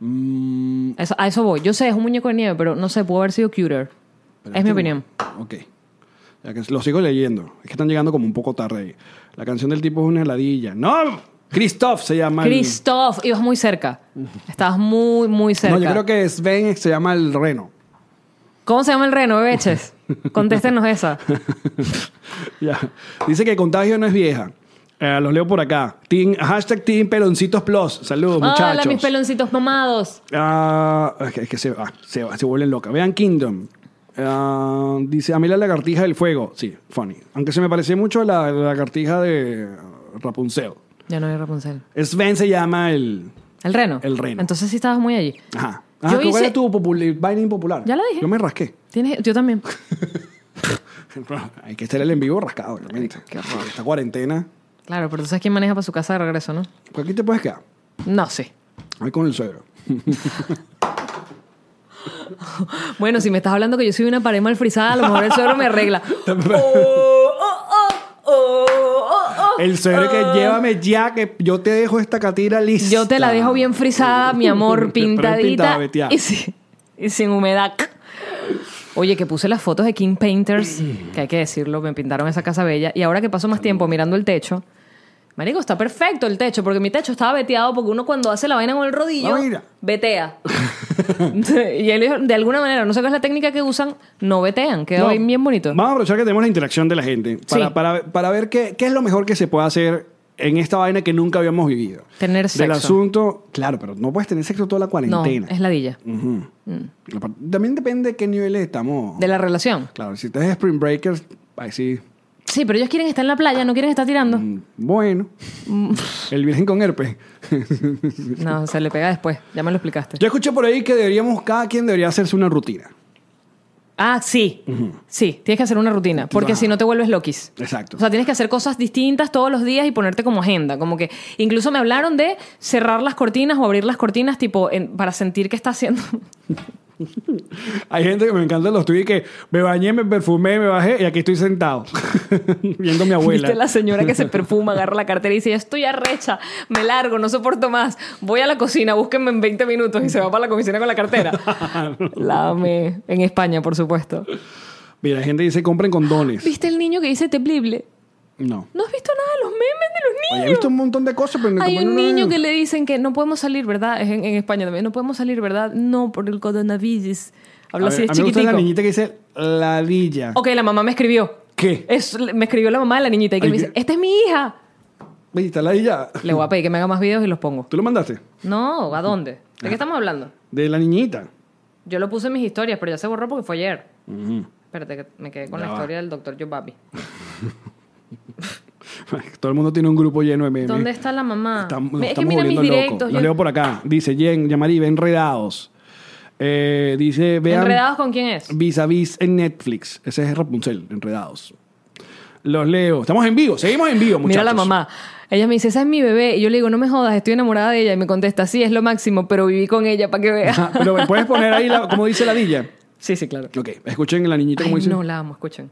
[SPEAKER 1] Mm,
[SPEAKER 2] Eso- a eso voy. Yo sé, es un muñeco de nieve, pero no sé, pudo haber sido
[SPEAKER 1] Pero
[SPEAKER 2] cuter. Es mi
[SPEAKER 1] este-
[SPEAKER 2] opinión.
[SPEAKER 1] Ok. Ya que lo sigo leyendo. Es que están llegando como un poco tarde ahí. La canción del tipo es una heladilla. ¡No! Christoph se llama. el-
[SPEAKER 2] Christoph, ibas muy cerca. Estabas muy, muy cerca.
[SPEAKER 1] No, yo creo que Sven se llama el reno.
[SPEAKER 2] ¿Cómo se llama el reno,
[SPEAKER 1] <laughs>
[SPEAKER 2] bebeches? Contéstenos esa.
[SPEAKER 1] Ya. Dice que contagio no es vieja. Eh, los leo por acá. Team- hashtag Team Peloncitos Plus. Saludos, muchachos.
[SPEAKER 2] Hola, mis peloncitos mamados.
[SPEAKER 1] Ah, es que, es que se, ah, se, se vuelven locas. Vean Kingdom. Ah, dice, a mí la lagartija del fuego. Sí, funny. Aunque se me parecía mucho a la, la lagartija de Rapunzel.
[SPEAKER 2] Ya no hay Rapunzel.
[SPEAKER 1] Sven se llama el...
[SPEAKER 2] El reno.
[SPEAKER 1] El reno.
[SPEAKER 2] Entonces sí estabas muy allí.
[SPEAKER 1] Ajá.
[SPEAKER 2] Yo
[SPEAKER 1] Ajá, ¿Cuál
[SPEAKER 2] hice-
[SPEAKER 1] era tu popul- vaina impopular?
[SPEAKER 2] Ya la dije.
[SPEAKER 1] Yo me rasqué. <laughs>
[SPEAKER 2] ¿Tienes? Yo también.
[SPEAKER 1] Hay que estar el en vivo rascado, realmente.
[SPEAKER 2] Qué horror.
[SPEAKER 1] Esta cuarentena.
[SPEAKER 2] Claro, pero tú sabes quién maneja para su casa de regreso, ¿no?
[SPEAKER 1] ¿Por aquí te puedes quedar?
[SPEAKER 2] No sé.
[SPEAKER 1] Ahí con el suegro.
[SPEAKER 2] Bueno, si me estás hablando que yo soy una pared mal frisada, a lo mejor el suegro me arregla. Oh, oh, oh, oh, oh,
[SPEAKER 1] <laughs>
[SPEAKER 2] oh,
[SPEAKER 1] El suegro que
[SPEAKER 2] oh.
[SPEAKER 1] llévame ya, que yo te dejo esta catira lista.
[SPEAKER 2] Yo te la dejo bien frisada, mi amor,
[SPEAKER 1] Pero pintada,
[SPEAKER 2] pintadita.
[SPEAKER 1] veteada.
[SPEAKER 2] y, sin, y sin humedad. Oye, que puse las fotos de King Painters, que hay que decirlo, me pintaron esa casa bella. Y ahora que paso más tiempo mirando el techo, Marico, está perfecto el techo, porque mi techo estaba veteado, porque uno cuando hace la vaina con el rodillo,
[SPEAKER 1] Ah, mira.
[SPEAKER 2] vetea. <laughs> y él, de alguna manera, no sé cuál es la técnica que usan, no vetean, queda
[SPEAKER 1] No,
[SPEAKER 2] bien, bien bonito.
[SPEAKER 1] Vamos a aprovechar que tenemos la interacción de la gente para,
[SPEAKER 2] Sí.
[SPEAKER 1] para, para ver qué, qué es lo mejor que se puede hacer en esta vaina que nunca habíamos vivido.
[SPEAKER 2] Tener
[SPEAKER 1] Del
[SPEAKER 2] sexo.
[SPEAKER 1] asunto, claro, pero no puedes tener sexo toda la
[SPEAKER 2] no,
[SPEAKER 1] cuarentena.
[SPEAKER 2] es Mm. ladilla.
[SPEAKER 1] Ujú. La par- También depende de qué niveles estamos.
[SPEAKER 2] De la relación.
[SPEAKER 1] Claro, si estás en Spring Breakers, ahí sí.
[SPEAKER 2] Sí, pero ellos quieren estar en la playa, no quieren estar tirando.
[SPEAKER 1] Mm. Bueno,
[SPEAKER 2] Mm.
[SPEAKER 1] el virgen con herpes.
[SPEAKER 2] No, se le pega después. Ya me lo explicaste.
[SPEAKER 1] Yo escuché por ahí que deberíamos, cada quien debería hacerse una rutina.
[SPEAKER 2] Ah, sí. Sí, tienes que hacer una rutina. Porque
[SPEAKER 1] Ajá.
[SPEAKER 2] si no te vuelves loquis.
[SPEAKER 1] Exacto.
[SPEAKER 2] O sea, tienes que hacer cosas distintas todos los días y ponerte como agenda. Como que incluso me hablaron de cerrar las cortinas o abrir las cortinas, tipo, en- para sentir que está haciendo. <laughs>
[SPEAKER 1] Hay gente que me encanta los tweets que me bañé, me perfumé, me bajé y aquí estoy sentado <laughs> viendo a mi abuela.
[SPEAKER 2] Viste la señora que se perfuma, agarra la cartera y dice: Ya estoy arrecha, me largo, no soporto más. Voy a la cocina, búsquenme en 20 minutos y se va para la cocina con
[SPEAKER 1] <laughs>
[SPEAKER 2] la cartera. la amé. En España, por supuesto.
[SPEAKER 1] Mira, hay gente que dice compren condones.
[SPEAKER 2] ¿Viste el niño que dice teplible?
[SPEAKER 1] No.
[SPEAKER 2] ¿No has visto nada de los memes de los
[SPEAKER 1] Oye,
[SPEAKER 2] niños?
[SPEAKER 1] he visto un montón de cosas, pero
[SPEAKER 2] Hay
[SPEAKER 1] como
[SPEAKER 2] un
[SPEAKER 1] no-
[SPEAKER 2] niño que le dicen que no podemos salir, ¿verdad? Es en, en España también. No podemos salir, ¿verdad? No, por el coronavirus.
[SPEAKER 1] A
[SPEAKER 2] Habla
[SPEAKER 1] ver,
[SPEAKER 2] así, es
[SPEAKER 1] a mí me gusta
[SPEAKER 2] chiquitico.
[SPEAKER 1] la niñita que dice ladilla.
[SPEAKER 2] Ok, la mamá me escribió.
[SPEAKER 1] ¿Qué?
[SPEAKER 2] Es- me escribió la mamá de la niñita y que
[SPEAKER 1] Ay,
[SPEAKER 2] me dice,
[SPEAKER 1] qué-
[SPEAKER 2] esta es mi hija.
[SPEAKER 1] Oye, está ladilla.
[SPEAKER 2] Le voy a pedir que me haga más videos y los pongo.
[SPEAKER 1] ¿Tú lo mandaste?
[SPEAKER 2] No, ¿a dónde? ¿De qué estamos hablando?
[SPEAKER 1] De la niñita.
[SPEAKER 2] Yo lo puse en mis historias, pero ya se borró porque fue ayer. Espérate, que me quedé con
[SPEAKER 1] Ya
[SPEAKER 2] la
[SPEAKER 1] va.
[SPEAKER 2] historia del doctor Yobabi.
[SPEAKER 1] Todo el mundo tiene un grupo lleno de memes.
[SPEAKER 2] ¿Dónde está la mamá?
[SPEAKER 1] Estamos,
[SPEAKER 2] Me-
[SPEAKER 1] nos
[SPEAKER 2] es que
[SPEAKER 1] estamos
[SPEAKER 2] mira mis
[SPEAKER 1] volviendo locos.
[SPEAKER 2] directos.
[SPEAKER 1] Lo
[SPEAKER 2] yo-
[SPEAKER 1] leo por acá. Dice Jen, Yamaribe, enredados. Eh, dice, vean.
[SPEAKER 2] ¿Enredados con quién es?
[SPEAKER 1] Vis a vis en Netflix. Ese es Rapunzel, enredados. Los leo. Estamos en vivo, seguimos en vivo, muchachos.
[SPEAKER 2] Mira la mamá. Ella me dice, esa es mi bebé. Y yo le digo, no me jodas, estoy enamorada de ella. Y me contesta, sí, es lo máximo, pero viví con ella para que
[SPEAKER 1] Ajá,
[SPEAKER 2] veas.
[SPEAKER 1] Pero me puedes poner ahí, la- como dice la Dilla.
[SPEAKER 2] <laughs> Sí, sí, claro.
[SPEAKER 1] Ok, escuchen la niñita como
[SPEAKER 2] Ay,
[SPEAKER 1] dice.
[SPEAKER 2] no, la amo, escuchen.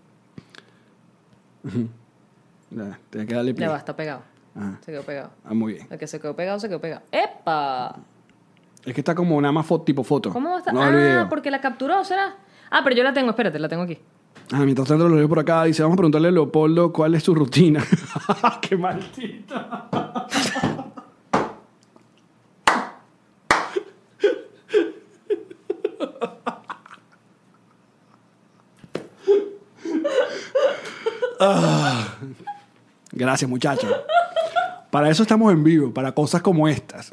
[SPEAKER 1] Nah, tenía que darle play.
[SPEAKER 2] Ya va, está pegado.
[SPEAKER 1] Ajá.
[SPEAKER 2] Se quedó pegado.
[SPEAKER 1] Ah, muy bien.
[SPEAKER 2] El que se quedó pegado, se quedó pegado. ¡Epa!
[SPEAKER 1] Es que está como nada más fo- tipo foto.
[SPEAKER 2] ¿Cómo va a estar?
[SPEAKER 1] No, el
[SPEAKER 2] ah,
[SPEAKER 1] video.
[SPEAKER 2] porque la capturó, ¿será? Ah, pero yo la tengo, espérate, la tengo aquí.
[SPEAKER 1] Ah, mientras tanto lo leo por acá. Dice, vamos a preguntarle a Leopoldo cuál es su rutina. <laughs> ¡Qué maldita! Ah. Gracias, muchachos. Para eso estamos en vivo, para cosas como estas.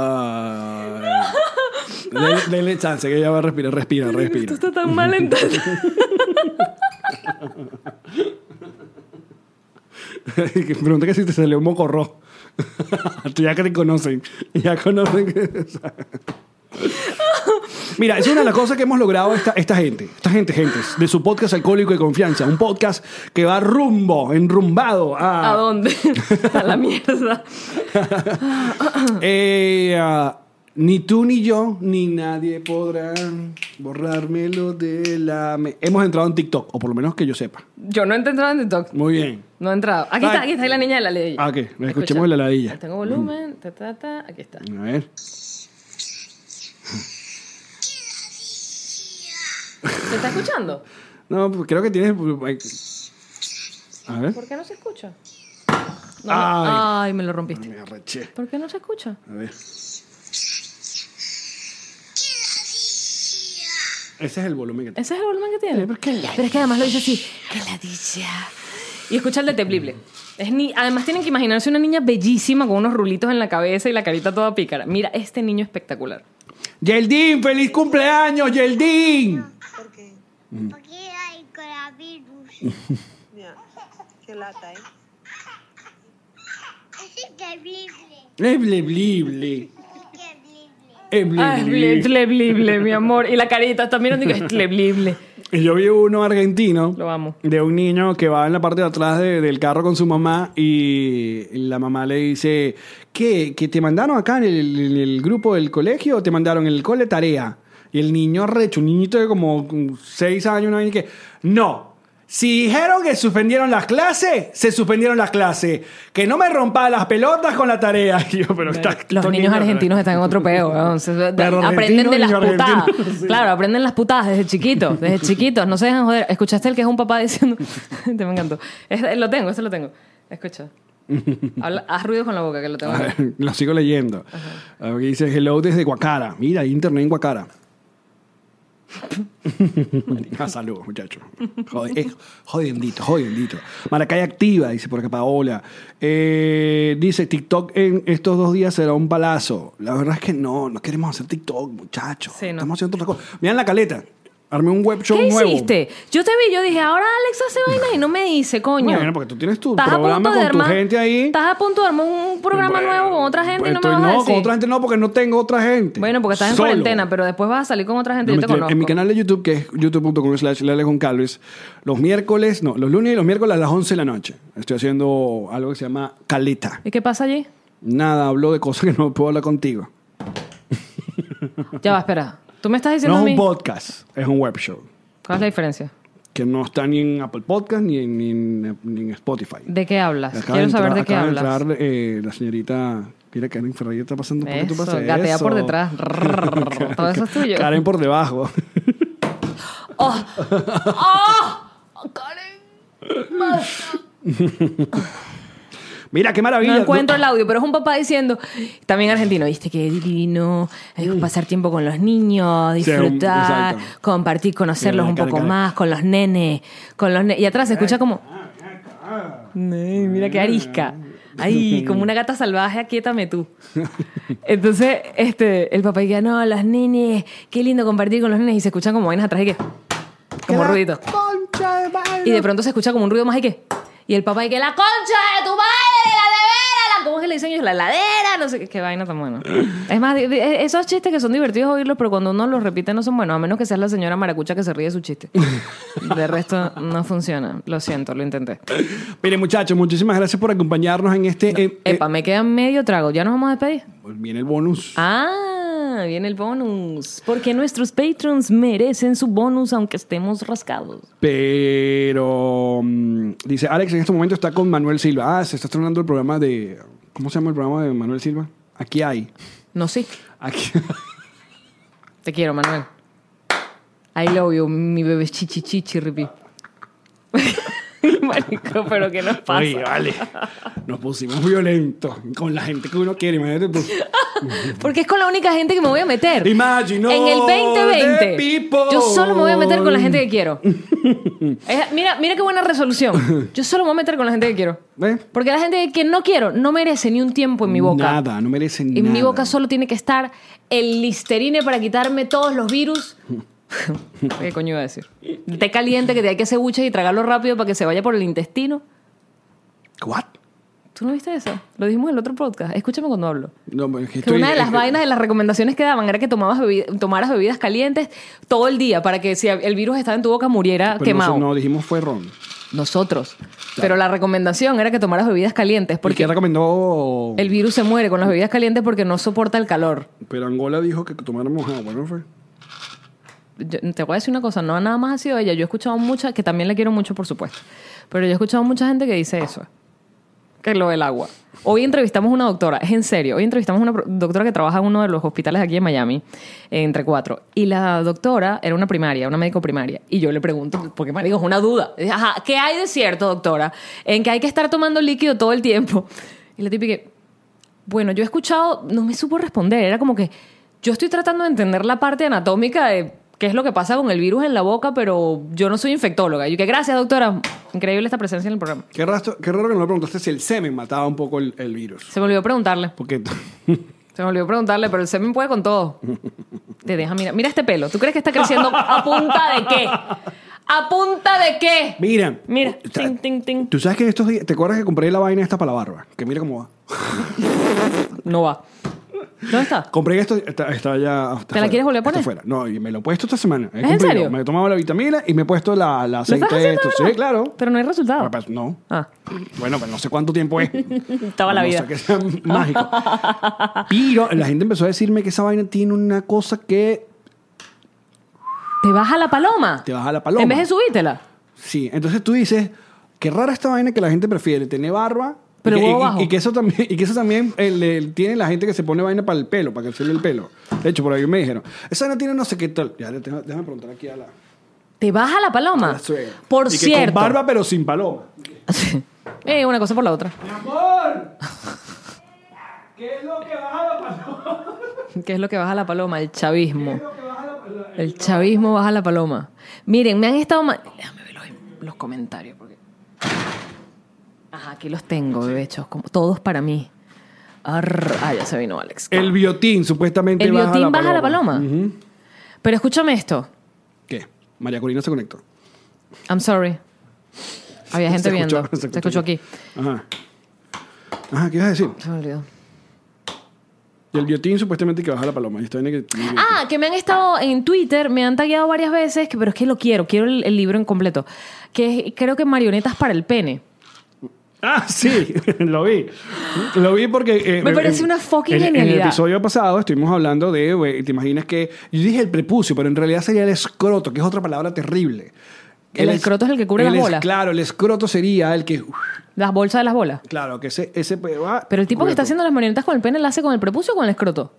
[SPEAKER 1] Ah. Dele, dele chance que ella va a respirar, respira, respira.
[SPEAKER 2] Esto está tan mal
[SPEAKER 1] <laughs>
[SPEAKER 2] entonces.
[SPEAKER 1] <laughs> Que Pregunta que si te salió un mocorro. <laughs> Tú ya que te conocen. Ya conocen que. Mira, es una de las cosas que hemos logrado esta, esta gente, esta gente, gentes, de su podcast Alcohólico y Confianza. Un podcast que va rumbo, enrumbado
[SPEAKER 2] ¿A
[SPEAKER 1] a.
[SPEAKER 2] dónde? <laughs> A la mierda.
[SPEAKER 1] <laughs> Eh, a- ni tú ni yo, ni nadie podrán borrármelo de la. me- Hemos entrado en TikTok, o por lo menos que yo sepa.
[SPEAKER 2] Yo no he entrado en TikTok.
[SPEAKER 1] Muy bien.
[SPEAKER 2] No he entrado. Aquí está,
[SPEAKER 1] Ay.
[SPEAKER 2] aquí está ahí la niña de la ley.
[SPEAKER 1] Ah, ok. Escuchemos la ladilla.
[SPEAKER 2] Tengo volumen, ta, ta, ta. Aquí está.
[SPEAKER 1] A ver.
[SPEAKER 2] ¿Se está escuchando?
[SPEAKER 1] No, pues, creo que tienes. A ver.
[SPEAKER 2] ¿Por qué no se escucha? No, no.
[SPEAKER 1] Ay.
[SPEAKER 2] Ay. me lo rompiste.
[SPEAKER 1] Me arreché.
[SPEAKER 2] ¿Por qué no se escucha?
[SPEAKER 1] A ver. Ese es el volumen que
[SPEAKER 2] Ese es el volumen que tiene. Pero es que además lo dice así, que la dicha. Y escucha el de Teplible. Es ni... Además tienen que imaginarse una niña bellísima con unos rulitos en la cabeza y la carita toda pícara. Mira, este niño espectacular.
[SPEAKER 1] ¡Yeldin! ¡Feliz cumpleaños, Yeldin!
[SPEAKER 6] Porque,
[SPEAKER 7] Porque hay coronavirus.
[SPEAKER 6] ya, qué lata, ¿eh?
[SPEAKER 7] Es increíble.
[SPEAKER 1] Es bleblible.
[SPEAKER 7] Increíble.
[SPEAKER 1] Es
[SPEAKER 2] Ah, es ble-
[SPEAKER 1] bleblible.
[SPEAKER 2] Tleblible, mi amor. Y la carita está mirando y digo, es Tleblible.
[SPEAKER 1] Y yo vi uno argentino.
[SPEAKER 2] Lo amo.
[SPEAKER 1] De un niño que va en la parte de atrás de- del carro con su mamá y la mamá le dice, ¿qué? ¿Que te mandaron acá en el, en el grupo del colegio o te mandaron en el cole tarea? Y el niño recho, un niñito de como 6 años, una niña que, no. Si dijeron que suspendieron las clases, se suspendieron las clases. Que no me rompa las pelotas con la tarea. <laughs> Y yo, pero está,
[SPEAKER 2] Los
[SPEAKER 1] estos
[SPEAKER 2] niños argentinos están en otro
[SPEAKER 1] <laughs>
[SPEAKER 2] peo. weón. Se- de-
[SPEAKER 1] Pero
[SPEAKER 2] aprenden
[SPEAKER 1] argentino,
[SPEAKER 2] de las
[SPEAKER 1] niño
[SPEAKER 2] putadas.
[SPEAKER 1] argentino, sí.
[SPEAKER 2] Claro, aprenden las putadas desde chiquitos. Desde chiquitos. No se dejan joder. ¿Escuchaste el que es un papá diciendo? <laughs> Te me encantó. Este- lo tengo, este lo tengo. Escucha. Habla- haz ruido con la boca que lo tengo.
[SPEAKER 1] A ver, <laughs> lo sigo
[SPEAKER 2] <laughs>
[SPEAKER 1] leyendo. Aquí dice hello desde Guacara. Mira, hay internet en Guacara. Ah, saludos, muchachos. Joder,
[SPEAKER 2] <laughs>
[SPEAKER 1] es jodendito, jodendito. Maracay activa, dice por acá Paola. Eh, dice, TikTok en estos dos días será un palazo. La verdad es que no, no queremos hacer TikTok, muchachos.
[SPEAKER 2] Sí, no.
[SPEAKER 1] Estamos haciendo otra cosa. Miren la caleta. Armé un web show
[SPEAKER 2] ¿Qué
[SPEAKER 1] nuevo.
[SPEAKER 2] hiciste? Yo te vi, yo dije, ahora Alex hace vaina y no me dice, coño.
[SPEAKER 1] Bueno, porque tú tienes tu
[SPEAKER 2] Estás a
[SPEAKER 1] programa
[SPEAKER 2] punto de
[SPEAKER 1] con tu
[SPEAKER 2] armar-
[SPEAKER 1] gente ahí.
[SPEAKER 2] Estás a punto de armar un programa
[SPEAKER 1] Bueno,
[SPEAKER 2] nuevo con otra gente y no me
[SPEAKER 1] estoy-
[SPEAKER 2] vas a decir.
[SPEAKER 1] con otra gente no, porque no tengo otra gente.
[SPEAKER 2] Bueno, porque estás en
[SPEAKER 1] Solo.
[SPEAKER 2] cuarentena, pero después vas a salir con otra gente.
[SPEAKER 1] No,
[SPEAKER 2] yo te
[SPEAKER 1] mentira.
[SPEAKER 2] conozco.
[SPEAKER 1] en mi canal de YouTube, que es youtube.com slash Lele con Calves, los miércoles, no, los lunes y los miércoles a las 11 de la noche. Estoy haciendo algo que se llama caleta.
[SPEAKER 2] ¿Y qué pasa allí?
[SPEAKER 1] Nada, hablo de cosas que no puedo hablar contigo.
[SPEAKER 2] Ya va, espera. Tú me estás diciendo
[SPEAKER 1] No
[SPEAKER 2] a
[SPEAKER 1] es
[SPEAKER 2] mí.
[SPEAKER 1] un podcast, es un web show.
[SPEAKER 2] ¿Cuál es la diferencia?
[SPEAKER 1] Que no está ni en Apple Podcast ni en, ni en- ni en Spotify.
[SPEAKER 2] ¿De qué hablas?
[SPEAKER 1] Acaba
[SPEAKER 2] Quiero saber
[SPEAKER 1] entrar-
[SPEAKER 2] de qué
[SPEAKER 1] acaba
[SPEAKER 2] hablas.
[SPEAKER 1] entrar, eh, la señorita, mira Karen Ferreira está pasando por
[SPEAKER 2] Eso,
[SPEAKER 1] tu pasas
[SPEAKER 2] gatea
[SPEAKER 1] eso?
[SPEAKER 2] por
[SPEAKER 1] <laughs>
[SPEAKER 2] detrás. Rrrr, todo eso es tuyo. ¡Oh!
[SPEAKER 1] Karen por
[SPEAKER 2] <laughs>
[SPEAKER 1] debajo. Mira, qué maravilla.
[SPEAKER 2] No encuentro el audio, pero es un papá diciendo, también argentino, viste que divino, eh, pasar tiempo con los niños,
[SPEAKER 1] Sí, un-
[SPEAKER 2] disfrutar,
[SPEAKER 1] exacto.
[SPEAKER 2] compartir, conocerlos
[SPEAKER 1] Sí,
[SPEAKER 2] un
[SPEAKER 1] cara,
[SPEAKER 2] poco
[SPEAKER 1] cara.
[SPEAKER 2] más, con los nenes, con los ne- Y atrás se escucha como, Ay, mira qué arisca. Ay, como una gata salvaje,
[SPEAKER 1] <laughs>
[SPEAKER 2] aquíétame tú. Entonces, este, el papá dice, no, los nenes, qué lindo compartir con los nenes. Y se escuchan como vainas atrás y que, como ruido. Y de pronto se escucha como un ruido más y que. Y el papá y que la concha de tu madre, la nevera, la, ¿cómo es que le dicen ellos? La ladera, no sé qué, qué vaina tan buena. Es más, de- de- esos chistes que son divertidos oírlos, pero cuando uno los repite no son buenos, a menos que seas la señora maracucha que se ríe de su chiste. De resto, no funciona. Lo siento, lo intenté.
[SPEAKER 1] Mire, muchachos, muchísimas gracias por acompañarnos en este. eh, eh,
[SPEAKER 2] Epa, me queda medio trago. ¿Ya nos vamos a despedir?
[SPEAKER 1] viene el bonus.
[SPEAKER 2] Ah, viene el bonus. Porque nuestros patrons merecen su bonus aunque estemos rascados.
[SPEAKER 1] Pero mm, dice Alex en este momento está con Manuel Silva. Ah, se está estrenando el programa de. ¿Cómo se llama el programa de Manuel Silva? Aquí hay.
[SPEAKER 2] No, sí.
[SPEAKER 1] Aquí.
[SPEAKER 2] Te quiero, Manuel. I love you, mi bebé chichi chichi <laughs> Marico, pero ¿qué nos <laughs> pasa?
[SPEAKER 1] Oye, vale. Nos pusimos violentos con la gente que uno quiere. Imagínate pues, tú.
[SPEAKER 2] Porque es con la única gente que me voy a meter.
[SPEAKER 1] Imagine all
[SPEAKER 2] en el 2020.
[SPEAKER 1] the people.
[SPEAKER 2] Yo solo me voy a meter con la gente que quiero. Es- mira, mira qué buena resolución. Yo solo me voy a meter con la gente que quiero.
[SPEAKER 1] ¿Ves?
[SPEAKER 2] Porque la gente que no quiero no merece ni un tiempo en mi boca.
[SPEAKER 1] Nada, no merece nada.
[SPEAKER 2] En mi boca solo tiene que estar el listerine para quitarme todos los virus. <laughs> ¿Qué coño iba a decir? El té caliente que te hay que hacer buches y tragarlo rápido para que se vaya por el intestino.
[SPEAKER 1] ¿What?
[SPEAKER 2] ¿Tú no viste eso? Lo dijimos en el otro podcast. Escúchame cuando hablo.
[SPEAKER 1] No, es que
[SPEAKER 2] Que
[SPEAKER 1] estoy-
[SPEAKER 2] una de las
[SPEAKER 1] es que-
[SPEAKER 2] vainas de las recomendaciones que daban era que tomabas bebi- tomaras bebidas calientes todo el día para que si el virus estaba en tu boca muriera
[SPEAKER 1] Pero
[SPEAKER 2] quemado.
[SPEAKER 1] No, no, dijimos fue ron.
[SPEAKER 2] Nosotros. Pero la recomendación era que tomaras bebidas calientes
[SPEAKER 1] Porque
[SPEAKER 2] porque
[SPEAKER 1] recomendó.
[SPEAKER 2] el virus se muere con las bebidas calientes porque no soporta el calor.
[SPEAKER 1] Pero Angola dijo que tomáramos agua, ¿no fue?
[SPEAKER 2] Yo- te voy a decir una cosa, no nada más ha sido ella. Yo he escuchado mucha, que también la quiero mucho, por supuesto. Pero yo he escuchado mucha gente que dice eso, que lo del agua. Hoy entrevistamos una doctora, es en serio. Hoy entrevistamos una pro- doctora que trabaja en uno de los hospitales aquí en Miami, entre cuatro. Y la doctora era una primaria, una médico primaria. Y yo le pregunto, porque marico, es una duda. Dice, Ajá, ¿qué hay de cierto, doctora? En que hay que estar tomando líquido todo el tiempo. Y la típica, bueno, yo he escuchado, no me supo responder, era como que yo estoy tratando de entender la parte anatómica de qué es lo que pasa con el virus en la boca, pero yo no soy infectóloga. Y yo que gracias, doctora. Increíble esta presencia en el programa.
[SPEAKER 1] Qué, rastro- qué raro que no le preguntaste si el semen mataba un poco el, el virus.
[SPEAKER 2] Se me olvidó preguntarle.
[SPEAKER 1] Porque
[SPEAKER 2] Se me olvidó preguntarle, pero el semen puede con todo. Te deja, mira, mira este pelo. ¿Tú crees que está creciendo a punta de qué? ¿A punta de qué?
[SPEAKER 1] Mira.
[SPEAKER 2] Mira,
[SPEAKER 1] o sea,
[SPEAKER 2] ting, ting, ting.
[SPEAKER 1] Tú sabes que en estos días. ¿Te acuerdas que compré la vaina esta para la barba? Que mira cómo va.
[SPEAKER 2] No va. ¿Dónde está?
[SPEAKER 1] Compré esto. Está, está ya. está
[SPEAKER 2] ¿Te la
[SPEAKER 1] fuera,
[SPEAKER 2] quieres volver a poner?
[SPEAKER 1] Está fuera. No, y me lo he puesto esta semana. He
[SPEAKER 2] ¿Es en serio?
[SPEAKER 1] Me he tomado la vitamina y me he puesto la, la
[SPEAKER 2] ¿Lo
[SPEAKER 1] aceite
[SPEAKER 2] estás haciendo
[SPEAKER 1] esto.
[SPEAKER 2] de
[SPEAKER 1] Sí,
[SPEAKER 2] verdad?
[SPEAKER 1] claro.
[SPEAKER 2] Pero no hay resultado.
[SPEAKER 1] Bueno, pues, no.
[SPEAKER 2] Ah,
[SPEAKER 1] Bueno, pero no sé cuánto tiempo
[SPEAKER 2] <laughs>
[SPEAKER 1] es.
[SPEAKER 2] estaba la
[SPEAKER 1] No
[SPEAKER 2] vida.
[SPEAKER 1] sé que sea <laughs> mágico. Pero la gente empezó a decirme que esa vaina tiene una cosa que
[SPEAKER 2] Te baja la paloma.
[SPEAKER 1] Te baja la paloma.
[SPEAKER 2] En vez de subírtela.
[SPEAKER 1] Sí, entonces tú dices, qué rara esta vaina que la gente prefiere tener barba.
[SPEAKER 2] Pero
[SPEAKER 1] y, que,
[SPEAKER 2] huevo
[SPEAKER 1] y- y-
[SPEAKER 2] bajo.
[SPEAKER 1] y que eso también, y que eso también eh, le- tiene la gente que se pone vaina para el pelo, para crecerle el pelo. De hecho, por ahí me dijeron, esa vaina tiene no sé qué tal. Ya, le tengo- déjame preguntar aquí a la,
[SPEAKER 2] Te baja la paloma.
[SPEAKER 1] a la suegra.
[SPEAKER 2] Por
[SPEAKER 1] Y que
[SPEAKER 2] cierto.
[SPEAKER 1] con
[SPEAKER 2] <laughs>
[SPEAKER 1] barba pero sin paloma.
[SPEAKER 2] Eh, una cosa por la otra.
[SPEAKER 1] ¡Mi amor! ¿Qué es lo que baja la paloma?
[SPEAKER 2] ¿Qué es lo que baja la paloma? El chavismo.
[SPEAKER 1] lo que baja la,
[SPEAKER 2] El chavismo baja la paloma. Miren, me han estado... ma- Déjame ver los, los comentarios. Porque... Ajá, aquí los tengo, bebechos. Como, todos para mí. Arr, ah, ya se vino Alex.
[SPEAKER 1] El biotín supuestamente
[SPEAKER 2] El
[SPEAKER 1] baja
[SPEAKER 2] biotín
[SPEAKER 1] la
[SPEAKER 2] baja
[SPEAKER 1] paloma.
[SPEAKER 2] la paloma.
[SPEAKER 1] Ujú.
[SPEAKER 2] Pero escúchame esto.
[SPEAKER 1] ¿Qué? María Corina se conectó.
[SPEAKER 2] I'm sorry. Había gente
[SPEAKER 1] Se escuchó-
[SPEAKER 2] viendo.
[SPEAKER 1] se
[SPEAKER 2] Se
[SPEAKER 1] escuchó
[SPEAKER 2] escuchó
[SPEAKER 1] aquí.
[SPEAKER 2] aquí.
[SPEAKER 1] Ajá. Ajá, ¿qué ibas a decir?
[SPEAKER 2] Se me olvidó.
[SPEAKER 1] El biotín supuestamente que baja la paloma. Y esta vaina que-
[SPEAKER 2] Ah, que me han estado en Twitter, me han tagueado varias veces, que, pero es que lo quiero, quiero el, el libro en completo. Que es- creo que marionetas para el pene.
[SPEAKER 1] Ah, sí, <laughs> lo vi. Lo vi porque... eh,
[SPEAKER 2] Me
[SPEAKER 1] eh,
[SPEAKER 2] parece
[SPEAKER 1] eh,
[SPEAKER 2] una fucking
[SPEAKER 1] en- En el
[SPEAKER 2] genialidad.
[SPEAKER 1] episodio pasado estuvimos hablando de... güey, Te imaginas que... Yo dije el prepucio, pero en realidad sería el escroto, que es otra palabra terrible.
[SPEAKER 2] El
[SPEAKER 1] es-
[SPEAKER 2] escroto es el que cubre las
[SPEAKER 1] es-
[SPEAKER 2] bolas.
[SPEAKER 1] Claro, el escroto sería el que...
[SPEAKER 2] Las bolsas de las bolas.
[SPEAKER 1] Claro, que ese... ese ah,
[SPEAKER 2] Pero el tipo que está haciendo las marionetas con el pene, ¿la hace con el prepucio o con el escroto?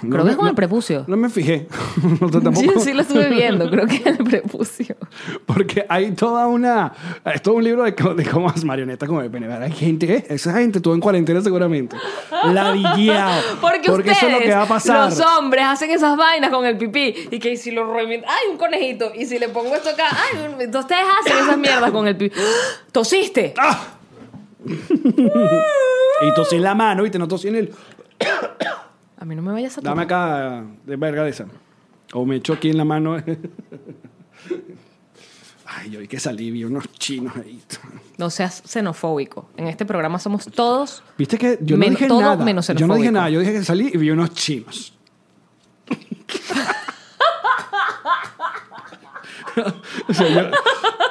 [SPEAKER 2] Creo que es con el prepucio.
[SPEAKER 1] No me fijé. <laughs> No, tampoco.
[SPEAKER 2] Sí, sí lo estuve viendo, creo que es el prepucio.
[SPEAKER 1] Porque hay toda una. Es todo un libro de, co- de cómo las marionetas con el pene. ¿verdad? Hay gente, ¿eh? esa gente estuvo en cuarentena seguramente. Ladillado.
[SPEAKER 2] <laughs> Porque,
[SPEAKER 1] eso es
[SPEAKER 2] ustedes,
[SPEAKER 1] lo que va a pasar.
[SPEAKER 2] los hombres, hacen esas vainas con el pipí. Y que si lo reviento, ¡ay, un conejito! Y si le pongo esto acá, ¡ay! un- Entonces ustedes hacen esas mierdas con el pipí. ¡Tosiste!
[SPEAKER 1] ¡Ah! y tosí en la mano, ¿viste? No tosí en el.
[SPEAKER 2] A mí no me vayas a
[SPEAKER 1] Dame
[SPEAKER 2] tocar.
[SPEAKER 1] acá de verga de esa. O me echó aquí en la mano. <laughs> Ay, yo vi que salí, vi unos chinos ahí.
[SPEAKER 2] No seas xenofóbico. En este programa somos todos.
[SPEAKER 1] ¿Viste que yo no
[SPEAKER 2] Men-
[SPEAKER 1] dije
[SPEAKER 2] todo
[SPEAKER 1] nada?
[SPEAKER 2] menos
[SPEAKER 1] yo no dije
[SPEAKER 2] xenofóbico.
[SPEAKER 1] nada, yo dije que salí y vi unos chinos. <laughs> O sea, yo,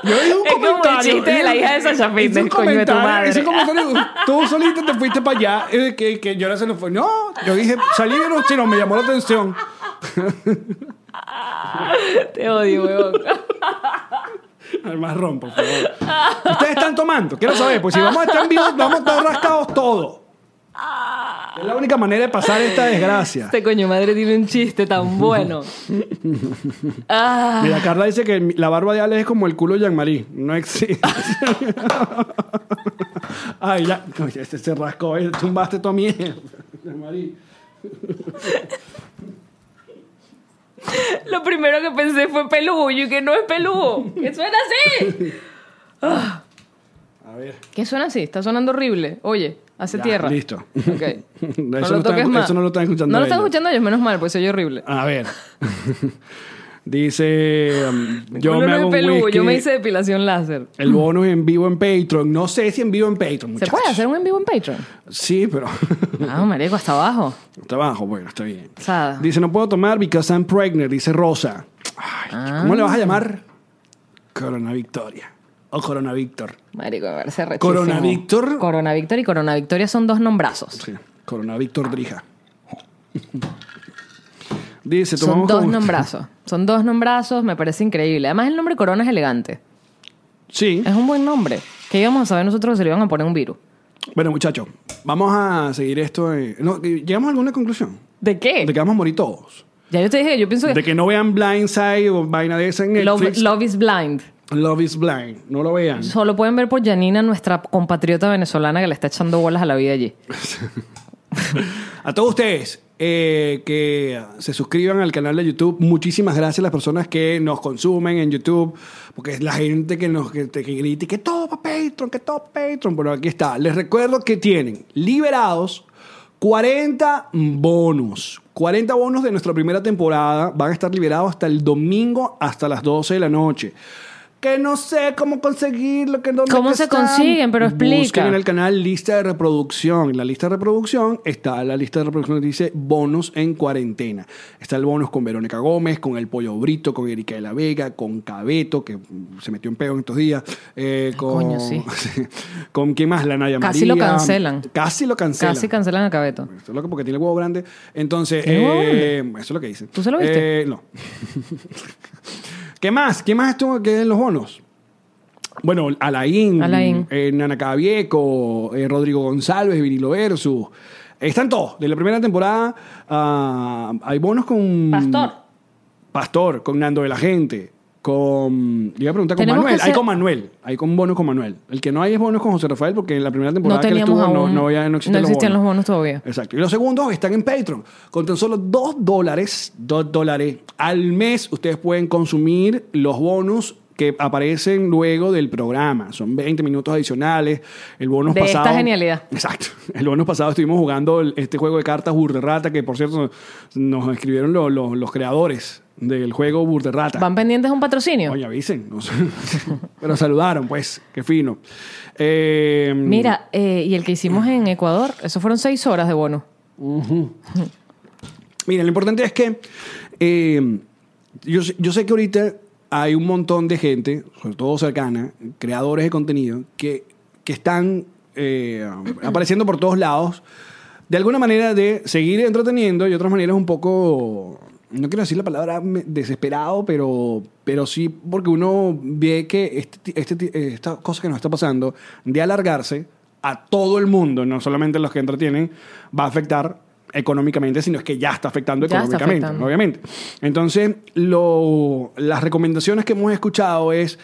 [SPEAKER 1] yo hice un
[SPEAKER 2] Es como el
[SPEAKER 1] comentario.
[SPEAKER 2] chiste de la hija de Sasha Fitness,
[SPEAKER 1] hice un
[SPEAKER 2] coño de tu
[SPEAKER 1] comentario,
[SPEAKER 2] madre.
[SPEAKER 1] hice un comentario, tú solito te fuiste para allá, eh, que, que yo era xenofóbico. No, yo dije, salí y vi unos chinos, me llamó la atención.
[SPEAKER 2] Te odio, <laughs> weón.
[SPEAKER 1] Además, ron, por favor. Ustedes están tomando, quiero saber, pues si vamos a estar en vivo, vamos a estar rascados todos. Es la única manera de pasar esta desgracia.
[SPEAKER 2] Este coño madre tiene un chiste tan <laughs> bueno. Ah,
[SPEAKER 1] Mira, Carla dice que mi- la barba de Alex es como el culo de Jean-Marie. No
[SPEAKER 2] <laughs>
[SPEAKER 1] existe. Ay, ya. Oye, este se rascó. eh. Tumbaste toda mierda. <laughs> Jean-Marie.
[SPEAKER 2] lo primero que pensé fue peludo y que no es peludo. ¿Qué suena así?
[SPEAKER 1] A ver.
[SPEAKER 2] ¿Qué suena así? Está sonando horrible. Oye, hace
[SPEAKER 1] Ya,
[SPEAKER 2] tierra.
[SPEAKER 1] listo. <laughs>
[SPEAKER 2] Ok.
[SPEAKER 1] Eso lo
[SPEAKER 2] No lo
[SPEAKER 1] están-
[SPEAKER 2] toques más.
[SPEAKER 1] eso no lo están escuchando
[SPEAKER 2] No lo
[SPEAKER 1] ellos.
[SPEAKER 2] están escuchando ellos, menos mal, pues soy horrible.
[SPEAKER 1] A ver. <laughs> dice. um, yo
[SPEAKER 2] Uno
[SPEAKER 1] me
[SPEAKER 2] no es
[SPEAKER 1] hago un
[SPEAKER 2] peludo,
[SPEAKER 1] whisky.
[SPEAKER 2] yo me hice depilación láser.
[SPEAKER 1] El bonus en vivo en Patreon. No sé si en vivo en Patreon.
[SPEAKER 2] ¿Se
[SPEAKER 1] muchachos.
[SPEAKER 2] puede hacer un en vivo en
[SPEAKER 1] <laughs>
[SPEAKER 2] Patreon?
[SPEAKER 1] Sí, pero.
[SPEAKER 2] Ah, marico, hasta abajo.
[SPEAKER 1] Trabajo, bueno, está bien.
[SPEAKER 2] Sada.
[SPEAKER 1] Dice, no puedo tomar because I'm pregnant, dice Rosa. Ay, ¿Cómo
[SPEAKER 2] Ah.
[SPEAKER 1] le vas a llamar? Corona Victoria. O Corona Víctor.
[SPEAKER 2] Marico, me parece rechísimo.
[SPEAKER 1] Corona Víctor.
[SPEAKER 2] Corona Víctor y Corona Victoria son dos nombrazos.
[SPEAKER 1] Sí, Corona Víctor Drija. <laughs> Dice,
[SPEAKER 2] Son
[SPEAKER 1] tomamos
[SPEAKER 2] dos
[SPEAKER 1] como- <laughs>
[SPEAKER 2] nombrazos. Son dos nombrazos, me parece increíble. Además, el nombre Corona es elegante.
[SPEAKER 1] Sí.
[SPEAKER 2] Es un buen nombre. ¿Qué íbamos a saber nosotros que se le iban a poner un virus?
[SPEAKER 1] Bueno, muchachos, vamos a seguir esto. eh. No, ¿Llegamos a alguna conclusión?
[SPEAKER 2] ¿De qué?
[SPEAKER 1] De que vamos a morir todos.
[SPEAKER 2] Ya yo te dije, yo pienso
[SPEAKER 1] De
[SPEAKER 2] que
[SPEAKER 1] que no vean Blindside o vaina de esa en
[SPEAKER 2] Love,
[SPEAKER 1] Netflix.
[SPEAKER 2] Love is Blind.
[SPEAKER 1] Love is blind. No lo vean.
[SPEAKER 2] Solo pueden ver por Janina, nuestra compatriota venezolana que le está echando bolas a la vida allí.
[SPEAKER 1] A todos ustedes eh, que se suscriban al canal de YouTube, muchísimas gracias a las personas que nos consumen en YouTube, porque es la gente que nos que, que grita que todo para Patreon, que todo para Patreon. Bueno, aquí está. Les recuerdo que tienen liberados 40 bonos. 40 bonos de nuestra primera temporada van a estar liberados hasta el domingo, hasta las 12 de la noche. Que no sé cómo conseguirlo, que dónde
[SPEAKER 2] ¿Cómo
[SPEAKER 1] que
[SPEAKER 2] se
[SPEAKER 1] están.
[SPEAKER 2] consiguen? Pero explica.
[SPEAKER 1] Busquen en el canal lista de reproducción. En la lista de reproducción está la lista de reproducción que dice bonos en cuarentena. Está el bonus con Verónica Gómez, con El Pollo Brito, con Erika de la Vega, con Cabeto, que mm, se metió en peo en estos días. eh, con,
[SPEAKER 2] Ah, coño, sí.
[SPEAKER 1] <laughs> ¿Con quién más? La Naya
[SPEAKER 2] Casi lo
[SPEAKER 1] María.
[SPEAKER 2] cancelan.
[SPEAKER 1] Casi lo cancelan.
[SPEAKER 2] Casi cancelan a Cabeto.
[SPEAKER 1] Esto es loco porque tiene el huevo grande. Entonces,
[SPEAKER 2] ¿Tiene huevo
[SPEAKER 1] eh,
[SPEAKER 2] grande?
[SPEAKER 1] eso es lo que dicen.
[SPEAKER 2] ¿Tú se lo viste?
[SPEAKER 1] Eh, no. <laughs> ¿Qué más? ¿Qué más estuvo que en los bonos? Bueno, Alain,
[SPEAKER 2] Alain.
[SPEAKER 1] eh, Nana Cabieco, eh, Rodrigo González, Vinilo Versus. Están todos. De la primera temporada ah, hay bonos con...
[SPEAKER 2] Pastor.
[SPEAKER 1] Pastor, con Nando de la Gente. Con. Le iba a preguntar con
[SPEAKER 2] Tenemos que
[SPEAKER 1] Manuel. Hay
[SPEAKER 2] hacer-
[SPEAKER 1] con Manuel. Hay con bonos con Manuel. El que no hay es bonos con José Rafael porque en la primera temporada
[SPEAKER 2] No
[SPEAKER 1] que él
[SPEAKER 2] teníamos
[SPEAKER 1] estuvo no,
[SPEAKER 2] aún-
[SPEAKER 1] no, había- no
[SPEAKER 2] no
[SPEAKER 1] existían,
[SPEAKER 2] existían los bonos todavía.
[SPEAKER 1] Exacto. Y los segundos están en Patreon. Con tan solo 2 dólares, 2 dólares al mes, ustedes pueden consumir los bonos que aparecen luego del programa. Son 20 minutos adicionales. El bonus
[SPEAKER 2] De esta
[SPEAKER 1] pasado.
[SPEAKER 2] genialidad.
[SPEAKER 1] Exacto. El bonus pasado estuvimos jugando el- este juego de cartas Burderrata, que por cierto nos escribieron lo- lo- los creadores del juego Burderrata.
[SPEAKER 2] ¿Van pendientes a un patrocinio?
[SPEAKER 1] Oye, avisen. no sé. <laughs> Pero saludaron, pues. Qué fino. Eh,
[SPEAKER 2] Mira, eh, y el que hicimos en Ecuador, eso fueron seis horas de bono.
[SPEAKER 1] Mira, lo importante es que eh, yo, sé- yo sé que ahorita hay un montón de gente, sobre todo cercana, creadores de contenido, que, que están eh, apareciendo por todos lados, de alguna manera de seguir entreteniendo y otras maneras un poco, no quiero decir la palabra me- desesperado, pero, pero sí porque uno ve que este, ti- este ti- eh, esta cosa que nos está pasando de alargarse a todo el mundo, no solamente a los que entretienen, va a afectar económicamente, sino es que ya está afectando
[SPEAKER 2] Ya está
[SPEAKER 1] económicamente,
[SPEAKER 2] afectando.
[SPEAKER 1] ¿no? obviamente. Entonces, lo, las recomendaciones que hemos escuchado es,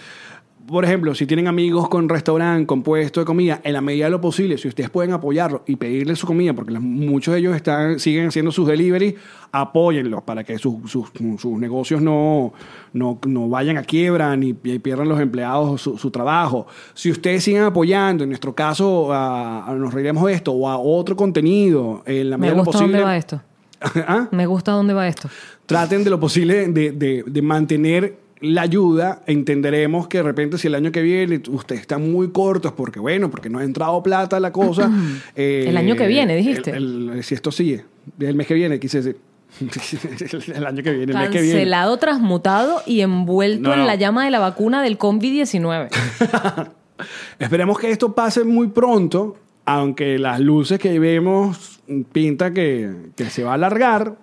[SPEAKER 1] por ejemplo, si tienen amigos con restaurante, con puesto de comida, en la medida de lo posible, si ustedes pueden apoyarlo y pedirle su comida, porque las- muchos de ellos están, siguen haciendo sus delivery, apóyenlos para que sus, sus- sus negocios no, no, no vayan a quiebra ni pi- pierdan los empleados su, su trabajo. Si ustedes siguen apoyando, en nuestro caso, a- a nos reiremos de esto o a otro contenido, en la
[SPEAKER 2] Me
[SPEAKER 1] medida de lo
[SPEAKER 2] gusta
[SPEAKER 1] posible.
[SPEAKER 2] dónde va esto.
[SPEAKER 1] <laughs> ¿Ah?
[SPEAKER 2] Me gusta dónde va esto.
[SPEAKER 1] traten de lo posible de, de- de mantener la ayuda, entenderemos que de repente si el año que viene ustedes están muy cortos porque bueno, porque no ha entrado plata la cosa. eh,
[SPEAKER 2] <clears throat> El año que viene, dijiste.
[SPEAKER 1] el- el- si esto sigue, el mes que viene, quise decir. <laughs> el año que viene, el mes que viene.
[SPEAKER 2] Cancelado, transmutado y envuelto
[SPEAKER 1] No, no.
[SPEAKER 2] en la llama de la vacuna
[SPEAKER 1] <laughs>
[SPEAKER 2] del COVID-19.
[SPEAKER 1] Esperemos que esto pase muy pronto, aunque las luces que vemos pinta que, que se va a
[SPEAKER 2] <clears throat>
[SPEAKER 1] alargar.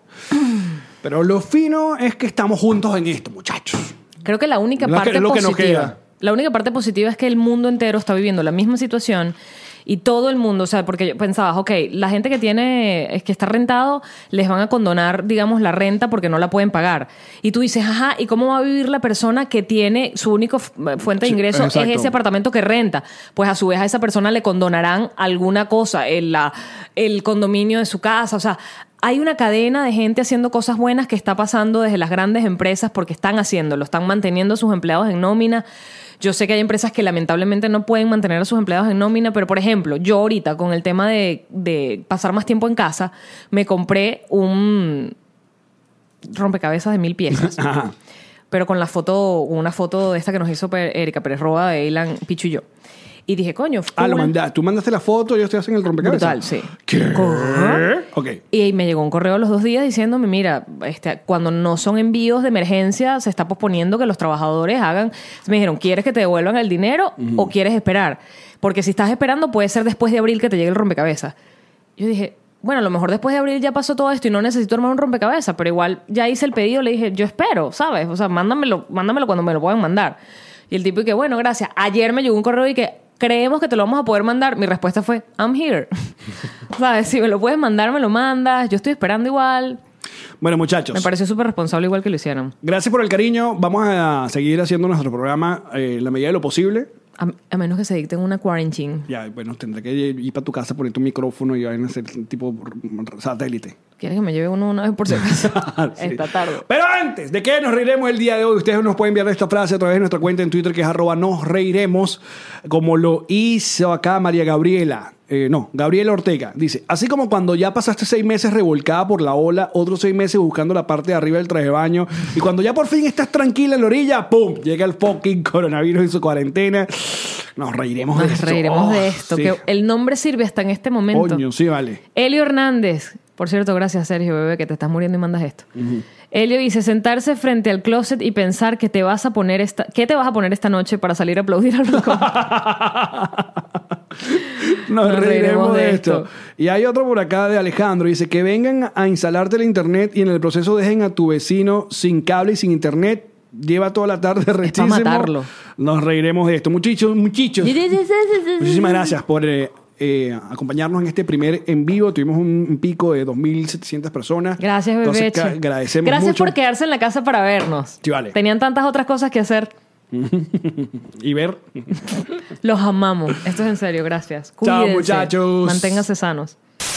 [SPEAKER 1] Pero lo fino es que estamos juntos en esto, muchachos.
[SPEAKER 2] Creo que la única
[SPEAKER 1] Lo que-
[SPEAKER 2] parte
[SPEAKER 1] lo que nos
[SPEAKER 2] positiva.
[SPEAKER 1] queda.
[SPEAKER 2] La única parte positiva es que el mundo entero está viviendo la misma situación y todo el mundo, o sea, porque yo pensabas, ok, la gente que tiene, es que está rentado, les van a condonar, digamos, la renta porque no la pueden pagar. Y tú dices, ajá, ¿y cómo va a vivir la persona que tiene su única fu- fuente de
[SPEAKER 1] Sí,
[SPEAKER 2] ingreso
[SPEAKER 1] exacto.
[SPEAKER 2] es ese apartamento que renta? Pues a su vez a esa persona le condonarán alguna cosa, el, la, el condominio de su casa, o sea... Hay una cadena de gente haciendo cosas buenas que está pasando desde las grandes empresas porque están haciéndolo, están manteniendo a sus empleados en nómina. Yo sé que hay empresas que lamentablemente no pueden mantener a sus empleados en nómina, pero por ejemplo, yo ahorita con el tema de, de pasar más tiempo en casa, me compré un rompecabezas de mil piezas,
[SPEAKER 1] Ajá.
[SPEAKER 2] pero con la foto, una foto de esta que nos hizo Pe- Erika Pérez Roa de Ilan Pichu y yo. Y dije, coño,
[SPEAKER 1] Ah, lo
[SPEAKER 2] cool.
[SPEAKER 1] manda- tú mandaste la foto, ellos te hacen el rompecabezas.
[SPEAKER 2] Brutal, sí.
[SPEAKER 1] ¿Qué?
[SPEAKER 2] Ajá.
[SPEAKER 1] Ok.
[SPEAKER 2] Y me llegó un correo a los dos días diciéndome, mira, este, cuando no son envíos de emergencia, se está posponiendo que los trabajadores hagan... Me dijeron, ¿quieres que te devuelvan el dinero o quieres esperar? Porque si estás esperando, puede ser después de abril que te llegue el rompecabezas. Yo dije, bueno, a lo mejor después de abril ya pasó todo esto y no necesito armar un rompecabezas, pero igual ya hice el pedido, le dije, yo espero, ¿sabes? O sea, mándamelo, mándamelo cuando me lo puedan mandar. Y el tipo, y que bueno, gracias. Ayer me llegó un correo y que creemos que te lo vamos a poder mandar. Mi respuesta fue, I'm here. <laughs> ¿Sabes? Si me lo puedes mandar, me lo mandas. Yo estoy esperando igual.
[SPEAKER 1] Bueno, muchachos.
[SPEAKER 2] Me pareció súper responsable igual que lo hicieron.
[SPEAKER 1] Gracias por el cariño. Vamos a seguir haciendo nuestro programa eh, en la medida de lo posible.
[SPEAKER 2] A, a menos que se dicten una quarantine.
[SPEAKER 1] Ya, bueno, tendré que ir para tu casa, poner tu micrófono y vayan a hacer tipo satélite.
[SPEAKER 2] ¿Quieres que me lleve uno una vez por si acaso?
[SPEAKER 1] <laughs> Ah, Sí.
[SPEAKER 2] Esta tarde.
[SPEAKER 1] Pero antes de que nos reiremos el día de hoy, ustedes nos pueden enviar esta frase a través de nuestra cuenta en Twitter que es arroba nos reiremos, como lo hizo acá María Gabriela. Eh, no, Gabriela Ortega dice, así como cuando ya pasaste seis meses revolcada por la ola, otros seis meses buscando la parte de arriba del traje de baño, y cuando ya por fin estás tranquila en la orilla, ¡pum! Llega el fucking coronavirus y su cuarentena. Nos reiremos de
[SPEAKER 2] Nos
[SPEAKER 1] esto.
[SPEAKER 2] reiremos
[SPEAKER 1] Oh,
[SPEAKER 2] de esto.
[SPEAKER 1] sí.
[SPEAKER 2] Que el nombre sirve hasta en este momento.
[SPEAKER 1] Coño, sí, vale.
[SPEAKER 2] Elio Hernández. Por cierto, gracias Sergio, bebé, que te estás muriendo y mandas esto. Elio dice, sentarse frente al closet y pensar que te vas a poner esta... ¿Qué te vas a poner esta noche para salir a aplaudir al
[SPEAKER 1] <laughs>
[SPEAKER 2] balcón?
[SPEAKER 1] Nos,
[SPEAKER 2] Nos
[SPEAKER 1] reiremos,
[SPEAKER 2] reiremos
[SPEAKER 1] de
[SPEAKER 2] de
[SPEAKER 1] esto.
[SPEAKER 2] esto.
[SPEAKER 1] Y hay otro por acá de Alejandro. Dice que vengan a instalarte el internet y en el proceso dejen a tu vecino sin cable y sin internet. Lleva toda la tarde <laughs> rechísimo.
[SPEAKER 2] matarlo.
[SPEAKER 1] Nos reiremos de esto. Muchachos, muchachos. Muchísimas gracias por eh, eh, acompañarnos en este primer en vivo. Tuvimos un, un pico de 2.700 personas.
[SPEAKER 2] Gracias,
[SPEAKER 1] Entonces,
[SPEAKER 2] Bebeche.
[SPEAKER 1] ca- agradecemos
[SPEAKER 2] Gracias
[SPEAKER 1] mucho.
[SPEAKER 2] por quedarse en la casa para vernos.
[SPEAKER 1] Sí, vale.
[SPEAKER 2] Tenían tantas otras cosas que hacer.
[SPEAKER 1] Y ver.
[SPEAKER 2] Los amamos. Esto es en serio, gracias.
[SPEAKER 1] Chao,
[SPEAKER 2] Cuídense.
[SPEAKER 1] muchachos.
[SPEAKER 2] Manténganse sanos.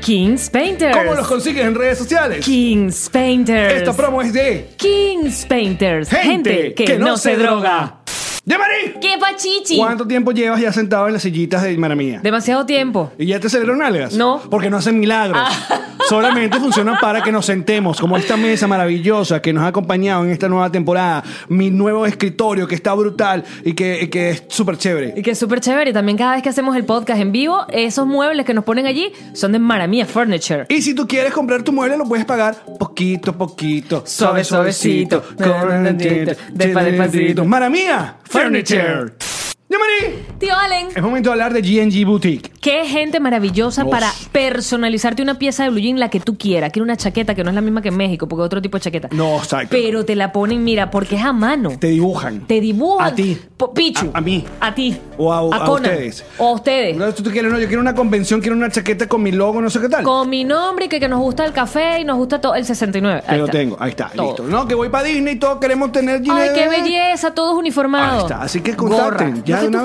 [SPEAKER 2] Kings Painters.
[SPEAKER 1] ¿Cómo los consigues en redes sociales?
[SPEAKER 2] Kings Painters.
[SPEAKER 1] Esta promo es de
[SPEAKER 2] Kings Painters.
[SPEAKER 1] gente, que, no, se droga. ¡Yamari!
[SPEAKER 2] ¿Qué pachichi?
[SPEAKER 1] ¿Cuánto tiempo llevas ya sentado en las sillitas de Maramía?
[SPEAKER 2] Demasiado tiempo.
[SPEAKER 1] ¿Y ya te salieron algas?
[SPEAKER 2] No. Ah.
[SPEAKER 1] Porque no hacen milagros. <laughs> Solamente funcionan para que nos sentemos, como esta mesa maravillosa que nos ha acompañado en esta nueva temporada. Mi nuevo escritorio que está brutal y que, y que es súper
[SPEAKER 2] Y
[SPEAKER 1] chévere.
[SPEAKER 2] que es súper chévere. También cada vez que hacemos el podcast en vivo, esos muebles que nos ponen allí son de Maramia Furniture.
[SPEAKER 1] Y si tú quieres comprar tu mueble, lo puedes pagar poquito a poquito.
[SPEAKER 2] Suave, suavecito. Despa- despacito.
[SPEAKER 1] Con Mara mía, furniture. Yamari,
[SPEAKER 2] Tío Allen.
[SPEAKER 1] es momento de hablar de GNG Boutique.
[SPEAKER 2] Qué gente maravillosa
[SPEAKER 1] Dos.
[SPEAKER 2] para personalizarte una pieza de blue jean la que tú quieras. Quiero una chaqueta que no es la misma que en México, porque es otro tipo de chaqueta.
[SPEAKER 1] No, exacto.
[SPEAKER 2] Pero te la ponen, mira, porque es a mano.
[SPEAKER 1] Te dibujan.
[SPEAKER 2] Te dibujan.
[SPEAKER 1] A ti.
[SPEAKER 2] Po- Pichu.
[SPEAKER 1] A- a mí.
[SPEAKER 2] A ti.
[SPEAKER 1] O a- a
[SPEAKER 2] Conan.
[SPEAKER 1] ustedes.
[SPEAKER 2] O a ustedes.
[SPEAKER 1] No, tú te quieres, no, yo quiero una convención, quiero una chaqueta con mi logo, no sé qué tal.
[SPEAKER 2] Con mi nombre y que, que nos gusta el café y nos gusta todo el 69.
[SPEAKER 1] Te
[SPEAKER 2] Ahí
[SPEAKER 1] lo
[SPEAKER 2] está.
[SPEAKER 1] tengo, ahí está,
[SPEAKER 2] Todo.
[SPEAKER 1] listo. No, que voy para Disney y todos queremos tener
[SPEAKER 2] Ay,
[SPEAKER 1] GNG.
[SPEAKER 2] qué belleza, todos uniformados.
[SPEAKER 1] Ahí está, así que
[SPEAKER 2] Gorra.
[SPEAKER 1] contacten,
[SPEAKER 2] Lo
[SPEAKER 1] ya
[SPEAKER 2] que
[SPEAKER 1] de una
[SPEAKER 2] tú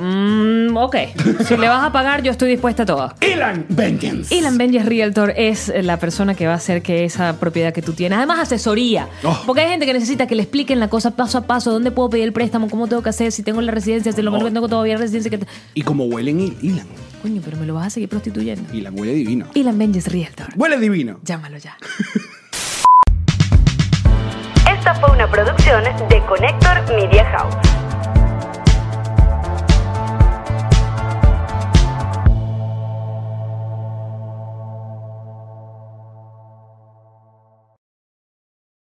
[SPEAKER 2] Mm, ok. si le vas a pagar, yo estoy dispuesta a todo.
[SPEAKER 1] Elan Vengeance.
[SPEAKER 2] Elan Benjes Realtor es la persona que va a hacer que esa propiedad que tú tienes, además asesoría,
[SPEAKER 1] Oh.
[SPEAKER 2] porque hay gente que necesita que le expliquen la cosa paso a paso, dónde puedo pedir el préstamo, cómo tengo que hacer, si tengo la residencia, si lo mejor que tengo todavía es residencia. Que te-
[SPEAKER 1] Y como huelen Il- Elan.
[SPEAKER 2] Coño, pero me lo vas a seguir prostituyendo.
[SPEAKER 1] Elan huele divino.
[SPEAKER 2] Elan Benjes Realtor.
[SPEAKER 1] Huele divino.
[SPEAKER 2] Llámalo ya.
[SPEAKER 8] Esta fue una producción de Connector Media House.